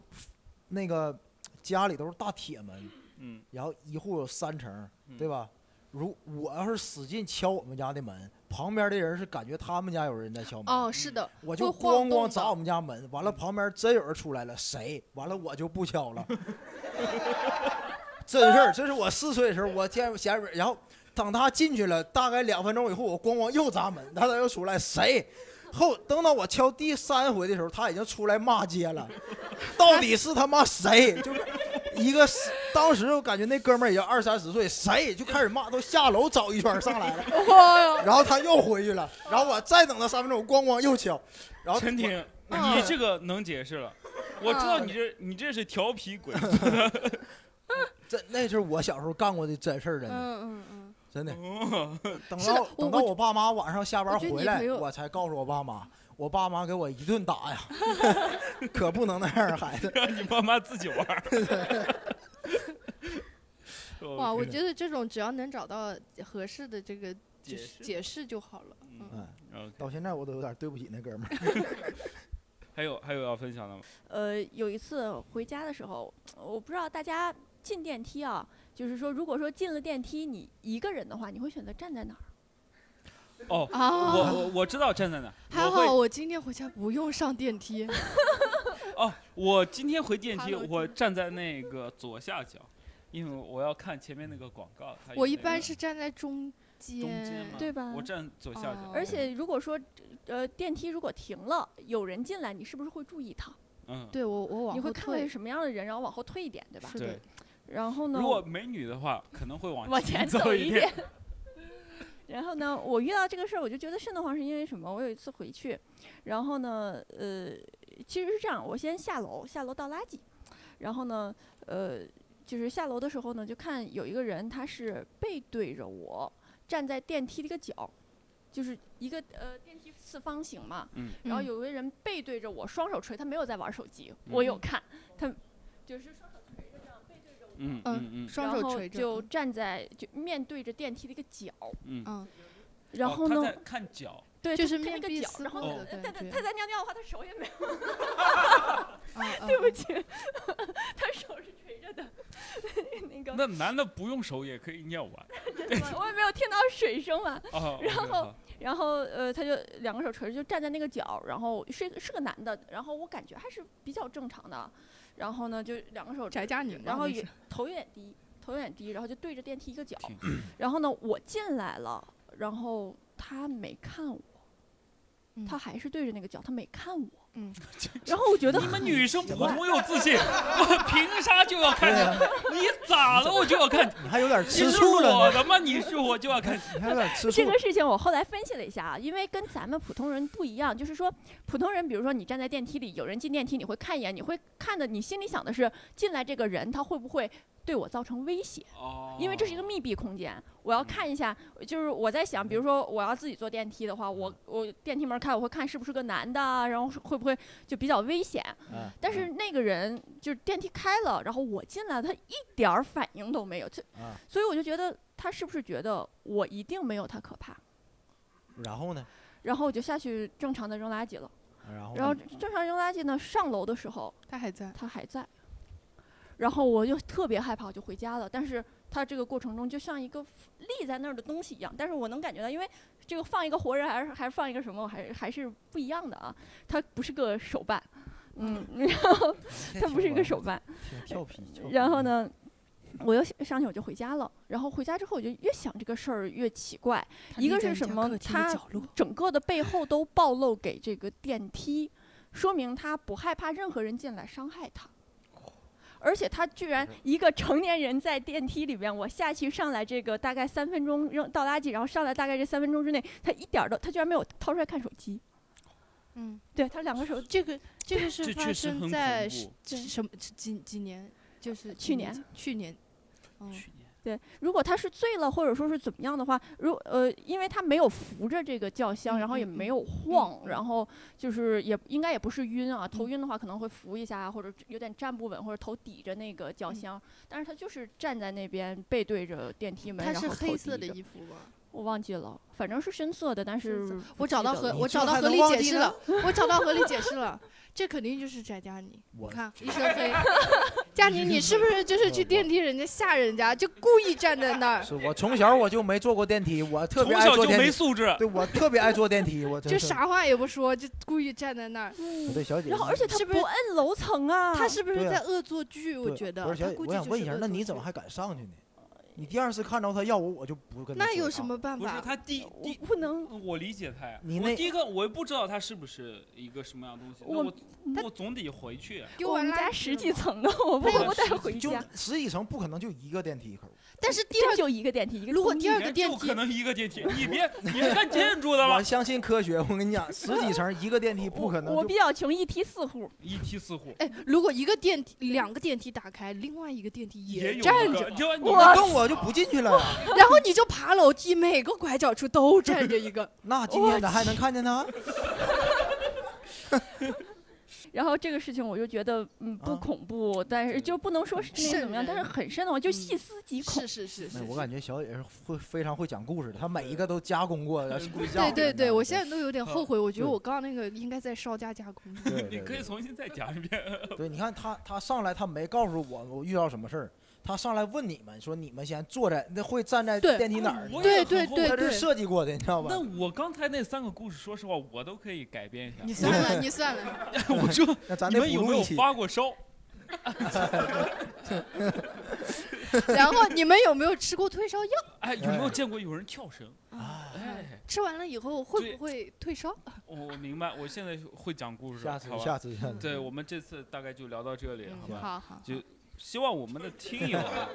Speaker 3: 那个家里都是大铁门，
Speaker 4: 嗯
Speaker 3: 然后一户有三层，
Speaker 4: 嗯
Speaker 3: 对吧？如我要是使劲敲我们家的门，旁边的人是感觉他们家有人在敲
Speaker 4: 嗯
Speaker 3: 门，
Speaker 2: 哦，是的，
Speaker 3: 我就
Speaker 2: 会晃
Speaker 3: 咣咣
Speaker 2: 动嗯
Speaker 3: 砸
Speaker 2: 的
Speaker 3: 我们家门，完了旁边真有人出来了，谁？完了我就不敲 了。真事儿，这是我四岁的时候，我见贤蕊，然后等他进去了，大概两分钟以后，我咣咣又砸门，他他又出来，谁？后等到我敲第三回的时候，他已经出来骂街了，到底是他妈谁？就是一个死，当时我感觉那哥们儿也就二三十岁，谁就开始骂，都下楼找一圈儿上来了。然后他又回去了，然后我再等他三分钟，咣咣又敲，然后
Speaker 4: 陈婷，
Speaker 2: 嗯
Speaker 4: 你这个能解释了，我知道你这你这是调皮鬼，
Speaker 3: 这那是我小时候干过的真事儿，真的
Speaker 2: 嗯嗯嗯，
Speaker 3: 真的。
Speaker 4: 哦
Speaker 3: 等
Speaker 2: 是的
Speaker 3: 到
Speaker 2: 我
Speaker 3: 等到我爸妈晚上下班
Speaker 2: 我觉得你
Speaker 3: 回来
Speaker 2: 朋，友
Speaker 3: 我才告诉我爸妈，我爸妈给我一顿打呀， 可不能那样儿，孩子。
Speaker 4: 让你爸妈自己玩儿。哦
Speaker 2: 哇，我
Speaker 3: 的
Speaker 2: 觉得这种只要能找到合适的这个就
Speaker 4: 解释
Speaker 2: 是解释就好了。
Speaker 4: 嗯
Speaker 3: 嗯，
Speaker 4: OK
Speaker 3: 到现在我都有点对不起那哥们儿。
Speaker 4: 还有还有要分享的吗？
Speaker 5: 呃，有一次回家的时候，我不知道大家进电梯啊，就是说，如果说进了电梯，你一个人的话，你会选择站在哪儿？
Speaker 4: 哦，我
Speaker 2: 啊，
Speaker 4: 我我知道站在哪儿，
Speaker 2: 还
Speaker 4: 我会
Speaker 2: 好我今天回家不用上电梯。
Speaker 4: 哦，我今天回电
Speaker 2: 爬
Speaker 4: 梯，
Speaker 2: 楼梯
Speaker 4: 我站在那个左下角，因为我要看前面那个广告。它有
Speaker 2: 我一
Speaker 4: 那
Speaker 2: 般
Speaker 4: 个
Speaker 2: 是站在中间，
Speaker 4: 中间嘛，
Speaker 5: 对吧
Speaker 4: 我站左下角
Speaker 2: 哦，
Speaker 5: 而且如果说，呃，电梯如果停了，有人进来，你是不是会注意他？
Speaker 4: 嗯，
Speaker 2: 对我我往
Speaker 5: 你
Speaker 2: 后
Speaker 5: 会看到
Speaker 2: 退
Speaker 5: 是，什么样的人，然后往后退一点，对吧？
Speaker 2: 是
Speaker 4: 对
Speaker 2: 的。
Speaker 5: 然后呢？
Speaker 4: 如果美女的话，可能会往
Speaker 5: 往前
Speaker 4: 走
Speaker 5: 走一
Speaker 4: 点。
Speaker 5: 点。然后呢，我遇到这个事儿，我就觉得瘆得慌，是因为什么？我有一次回去，然后呢，呃，其实是这样，我先下楼，下楼倒垃圾，然后呢，呃，就是下楼的时候呢，就看有一个人，他是背对着我，站在电梯的一个角，就是一个呃电梯四方形嘛，然后
Speaker 2: 嗯
Speaker 5: 有个人背对着我，双手垂，他没有在玩手机，
Speaker 4: 嗯
Speaker 5: 我有看，他就是双手垂着这样背对着我。
Speaker 4: 嗯
Speaker 2: 嗯
Speaker 4: 嗯
Speaker 2: 双
Speaker 5: 然
Speaker 2: 手
Speaker 5: 后
Speaker 2: 垂着，
Speaker 5: 就
Speaker 2: 嗯
Speaker 5: 站在就面对着电梯的一个角，
Speaker 4: 嗯嗯。
Speaker 2: 嗯，
Speaker 5: 然后
Speaker 4: 哦
Speaker 5: 呢
Speaker 4: 他，在看脚，
Speaker 5: 对，
Speaker 2: 就
Speaker 5: 他
Speaker 2: 是
Speaker 5: 看那
Speaker 2: 面
Speaker 5: 个
Speaker 2: 壁
Speaker 5: 角，哦
Speaker 2: 思
Speaker 5: 然
Speaker 2: 过嗯
Speaker 5: 后
Speaker 4: 呢
Speaker 2: 的
Speaker 5: 他
Speaker 2: 感
Speaker 5: 他
Speaker 2: 觉
Speaker 5: 他。在尿尿的话，他手也没
Speaker 2: 对
Speaker 5: 有， 对不起，他手是垂着的，那个
Speaker 4: 那男的不用手也可以尿完。
Speaker 5: 我也没有听到水声嘛。
Speaker 4: 哦，
Speaker 5: 然
Speaker 4: OK，
Speaker 5: 后
Speaker 4: 好
Speaker 5: 然后呃，他就两个手垂着，就站在那个角，然后是是个男的，然后我感觉还是比较正常的，然后呢就两个手
Speaker 2: 翟佳宁嘛，
Speaker 5: 然后
Speaker 2: 那
Speaker 5: 也
Speaker 2: 是
Speaker 5: 头有点低，头有点低，然后就对着电梯一个角
Speaker 4: 挺，
Speaker 5: 然后呢我进来了，然后他没看我，
Speaker 2: 嗯
Speaker 5: 他还是对着那个角，他没看我，
Speaker 2: 嗯，
Speaker 5: 然后我觉得
Speaker 4: 你
Speaker 5: 很
Speaker 4: 们女生普通又自信，我凭啥就要看
Speaker 3: 对
Speaker 4: 脚？
Speaker 3: 呀，
Speaker 4: 你咋了我就要看？
Speaker 3: 你还有点
Speaker 4: 你
Speaker 3: 吃
Speaker 4: 是
Speaker 3: 醋了
Speaker 4: 我
Speaker 3: 呢，
Speaker 4: 的吗？你是我就要 看。
Speaker 3: 你还有点吃醋
Speaker 5: 这。个事情我后来分析了一下啊，因为跟咱们普通人不一样，就是说普通人，比如说你站在电梯里，有人进电梯，你会看一眼，你会看的，你心里想的是进来这个人他会不会对我造成威胁，
Speaker 4: 哦，
Speaker 5: 因为这是一个密闭空间，我
Speaker 3: 嗯
Speaker 5: 要看一下，就是我在想，比如说我要自己坐电梯的话，我我电梯门开，我会看是不是个男的啊，然后是会不会就比较危险。
Speaker 3: 嗯
Speaker 5: 但是那个人就是电梯开了，然后我进来，他一点儿反应都没有，就、
Speaker 3: 啊
Speaker 5: 所以我就觉得他是不是觉得我一定没有他可怕。
Speaker 3: 然后呢？
Speaker 5: 然后我就下去正常的扔垃圾了。
Speaker 3: 然后
Speaker 5: 然后
Speaker 3: 呢
Speaker 5: 正常扔垃圾呢，上楼的时候
Speaker 2: 他还在，
Speaker 5: 他还在，然后我就特别害怕，我就回家了。但是他这个过程中就像一个立在那儿的东西一样，但是我能感觉到，因为这个放一个活人还是还是放一个什么，还是还是不一样的啊。他不是个手办，嗯， 然后他不是一个手办，嗯
Speaker 3: 挺 调皮。调皮
Speaker 5: 然后？呢，我又上去我就回家了。然后回家之后，我就越想这个事儿越奇怪。一个是什么？他整个的背后都暴露给这个电梯，说明他不害怕任何人进来伤害他。而且他居然一个成年人在电梯里边，我下去上来这个大概三分钟扔倒垃圾，然后上来大概这三分钟之内，他一点儿都他居然没有掏出来看手机，
Speaker 2: 嗯，
Speaker 5: 对他两个手
Speaker 2: 这 个这个
Speaker 4: 这
Speaker 2: 是
Speaker 4: 确
Speaker 2: 发
Speaker 4: 实很
Speaker 2: 生在
Speaker 4: 恐
Speaker 2: 是
Speaker 4: 怖。
Speaker 2: 是
Speaker 5: 对
Speaker 2: 什么几几年？就是
Speaker 5: 去
Speaker 2: 几
Speaker 5: 年
Speaker 2: 前去年，嗯，
Speaker 4: 去年
Speaker 5: 对，如果他是醉了，或者说是怎么样的话，如呃，因为他没有扶着这个轿
Speaker 2: 嗯
Speaker 5: 厢，然后也
Speaker 2: 嗯
Speaker 5: 没
Speaker 2: 嗯
Speaker 5: 有晃，
Speaker 2: 嗯
Speaker 5: 然后就是也应该也不是晕啊，头
Speaker 2: 嗯
Speaker 5: 晕的话可能会扶一下啊，或者有点站不稳，或者头抵着那个轿
Speaker 2: 嗯
Speaker 5: 厢，但是他就是站在那边背对着电梯门，
Speaker 2: 他
Speaker 5: 然
Speaker 2: 是
Speaker 5: 后头
Speaker 2: 黑
Speaker 5: 抵
Speaker 2: 色的
Speaker 5: 着
Speaker 2: 衣服吗？
Speaker 5: 我忘记了，反正是深色的，但
Speaker 2: 深色
Speaker 5: 是
Speaker 2: 我找到
Speaker 5: 和
Speaker 2: 合
Speaker 3: 你
Speaker 2: 我
Speaker 3: 这
Speaker 2: 找到
Speaker 3: 还
Speaker 2: 合
Speaker 3: 能
Speaker 2: 理
Speaker 3: 忘
Speaker 2: 解
Speaker 3: 记
Speaker 2: 释
Speaker 3: 呢
Speaker 2: 了，我找到合理解释了，这肯定就是翟佳宁。你
Speaker 3: 我
Speaker 2: 看一身黑，佳宁，你是不是就是去
Speaker 3: 我
Speaker 2: 电梯人家吓人家，就故意站在那 儿？
Speaker 3: 是我从小我就没坐过电梯，我特
Speaker 4: 从
Speaker 3: 别爱
Speaker 4: 小
Speaker 3: 坐
Speaker 4: 就
Speaker 3: 电
Speaker 4: 没
Speaker 3: 梯，
Speaker 4: 素质。
Speaker 3: 对我特别爱坐电梯，我真
Speaker 2: 就是啥话也不说，就故意站在那儿。
Speaker 5: 嗯
Speaker 3: 不对，小姐姐，
Speaker 5: 然后而且他
Speaker 2: 是不
Speaker 5: 不
Speaker 2: 是
Speaker 5: 摁楼层啊，
Speaker 2: 他是不是
Speaker 3: 对啊
Speaker 2: 在恶作剧？我
Speaker 3: 对
Speaker 2: 觉得
Speaker 3: 不是小
Speaker 2: 他
Speaker 3: 姐，
Speaker 2: 估
Speaker 3: 我
Speaker 2: 计
Speaker 3: 想
Speaker 2: 就
Speaker 3: 问
Speaker 2: 是
Speaker 3: 一下
Speaker 2: 恶，
Speaker 3: 那
Speaker 2: 作
Speaker 3: 你怎么
Speaker 2: 剧
Speaker 3: 还敢上去呢？你第二次看着他要我，我就不跟他啊
Speaker 2: 那
Speaker 3: 说
Speaker 2: 有
Speaker 3: 一
Speaker 2: 什
Speaker 3: 趟
Speaker 2: 么办
Speaker 4: 不是
Speaker 2: 法？
Speaker 4: 他第
Speaker 5: 我
Speaker 4: 第，
Speaker 5: 不能
Speaker 4: 我理解他呀。
Speaker 3: 你
Speaker 4: 我
Speaker 3: 那
Speaker 4: 第一个我也不知道他是不是一个什么样的东西，那
Speaker 5: 我
Speaker 4: 我
Speaker 5: 他
Speaker 4: 我总得回去。啊
Speaker 2: 丢
Speaker 5: 我
Speaker 2: 完
Speaker 5: 们
Speaker 2: 垃
Speaker 5: 家
Speaker 2: 圾
Speaker 5: 十
Speaker 2: 了
Speaker 5: 几
Speaker 2: 吗，
Speaker 5: 层的，我
Speaker 2: 他
Speaker 5: 不
Speaker 2: 有
Speaker 5: 能不带
Speaker 4: 十
Speaker 5: 回
Speaker 3: 就
Speaker 5: 家。
Speaker 3: 十几层不可能就一个电梯口，
Speaker 2: 但是第
Speaker 5: 真
Speaker 2: 二
Speaker 5: 就一个电梯，一个
Speaker 2: 如果
Speaker 5: 公
Speaker 2: 第
Speaker 5: 寓
Speaker 2: 二
Speaker 4: 你
Speaker 2: 个
Speaker 4: 看
Speaker 2: 电
Speaker 4: 就
Speaker 2: 梯
Speaker 4: 可能一个电梯，你别你是干建筑的
Speaker 3: 我
Speaker 4: 吗？
Speaker 3: 相信科学。我跟你讲，十几层一个电梯不可能
Speaker 5: 我我
Speaker 3: 就
Speaker 5: 比较穷，一梯四户，
Speaker 4: 一梯四户
Speaker 2: 哎，如果一个电梯两个电梯打开，另外一个电梯
Speaker 4: 也有
Speaker 2: 站
Speaker 4: 一
Speaker 2: 着
Speaker 4: 个，，你就你
Speaker 5: 我
Speaker 3: 那跟我就不进去了。
Speaker 2: 然后你就爬楼梯，每个拐角处都站着一个。
Speaker 3: 那今天咱还能看见他？
Speaker 5: 然后这个事情我就觉得嗯不
Speaker 3: 啊
Speaker 5: 恐怖，但是就不能说是那个
Speaker 2: 瘆
Speaker 5: 怎么样，但是
Speaker 2: 人
Speaker 5: 很瘆得慌，就
Speaker 2: 嗯
Speaker 5: 细思极恐。
Speaker 2: 是是是是
Speaker 3: 没有，我感觉小姐是会非常会讲故事的，她每一个都加工过的
Speaker 4: 对
Speaker 3: 故事
Speaker 2: 对对对，我现
Speaker 3: 在
Speaker 2: 在都有点后悔，我觉得
Speaker 3: 嗯对
Speaker 2: 我刚刚那个应该在稍加加工。
Speaker 3: 对
Speaker 4: 你
Speaker 3: 对
Speaker 4: 可以
Speaker 3: 对
Speaker 4: 重新再讲一遍。
Speaker 3: 对，你看她她上来她没告诉我我遇到什么事儿，她上来问你们说你们先坐在那会站在
Speaker 2: 对
Speaker 3: 电梯哪儿呢？
Speaker 4: 嗯 我
Speaker 2: 对
Speaker 4: 也很
Speaker 2: 对
Speaker 4: 后
Speaker 2: 对
Speaker 3: 她
Speaker 4: 悔
Speaker 3: 这是设计过的，你知道吧
Speaker 4: 那？我刚才那三个故事，说实话，我都可以改编一下。
Speaker 2: 你算了，你算了，
Speaker 4: 我说
Speaker 3: 那咱
Speaker 4: 你
Speaker 3: 得
Speaker 4: 们有
Speaker 3: 补录
Speaker 4: 没有
Speaker 3: 一期。
Speaker 4: 发过烧？
Speaker 2: 然后你们有没有吃过退烧药？
Speaker 4: 哎，有没有见过有人跳绳？
Speaker 3: 啊
Speaker 4: 哎，
Speaker 2: 吃完了以后会
Speaker 4: 对
Speaker 2: 不会退烧？
Speaker 4: 我我明白，我现在会讲故事，
Speaker 3: 下次
Speaker 4: 好吧？
Speaker 3: 下次下次。，
Speaker 4: 对我们这次大概就聊到这里，
Speaker 2: 嗯
Speaker 4: 好，吧？
Speaker 2: 好好。
Speaker 4: 就希望我们的听友啊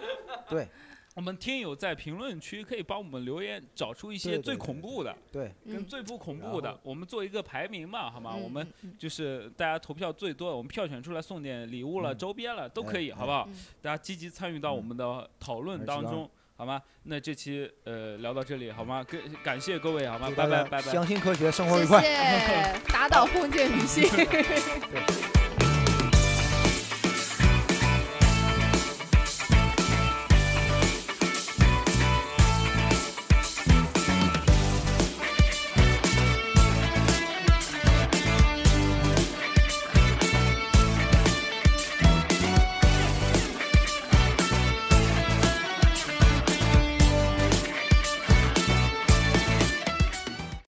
Speaker 3: 对
Speaker 4: 我们听友在评论区可以帮我们留言，找出一
Speaker 3: 对
Speaker 4: 些
Speaker 3: 对
Speaker 4: 最
Speaker 3: 对
Speaker 4: 恐怖的
Speaker 3: 对，
Speaker 4: 跟
Speaker 2: 嗯
Speaker 4: 最不恐
Speaker 3: 然
Speaker 4: 怖的
Speaker 3: 后，
Speaker 4: 我们做一个排名吧，好吗？我
Speaker 2: 嗯
Speaker 4: 们
Speaker 2: 嗯嗯
Speaker 4: 就是大家投票最多，我们票选出来送点礼物了、
Speaker 3: 嗯
Speaker 4: 周边了都
Speaker 3: 哎
Speaker 4: 可以，
Speaker 3: 哎
Speaker 4: 好不好
Speaker 2: 嗯？
Speaker 4: 大家积极参与到我们的讨论
Speaker 3: 嗯
Speaker 4: 当
Speaker 3: 是
Speaker 4: 中，好吗？那这期呃聊到这里，好吗？跟感谢各位，好吗？
Speaker 3: 祝
Speaker 4: 拜
Speaker 3: 大家
Speaker 4: 拜拜拜。
Speaker 3: 相信科学，生活
Speaker 2: 谢
Speaker 3: 愉快。
Speaker 2: 谢，打倒封建迷信。
Speaker 3: 对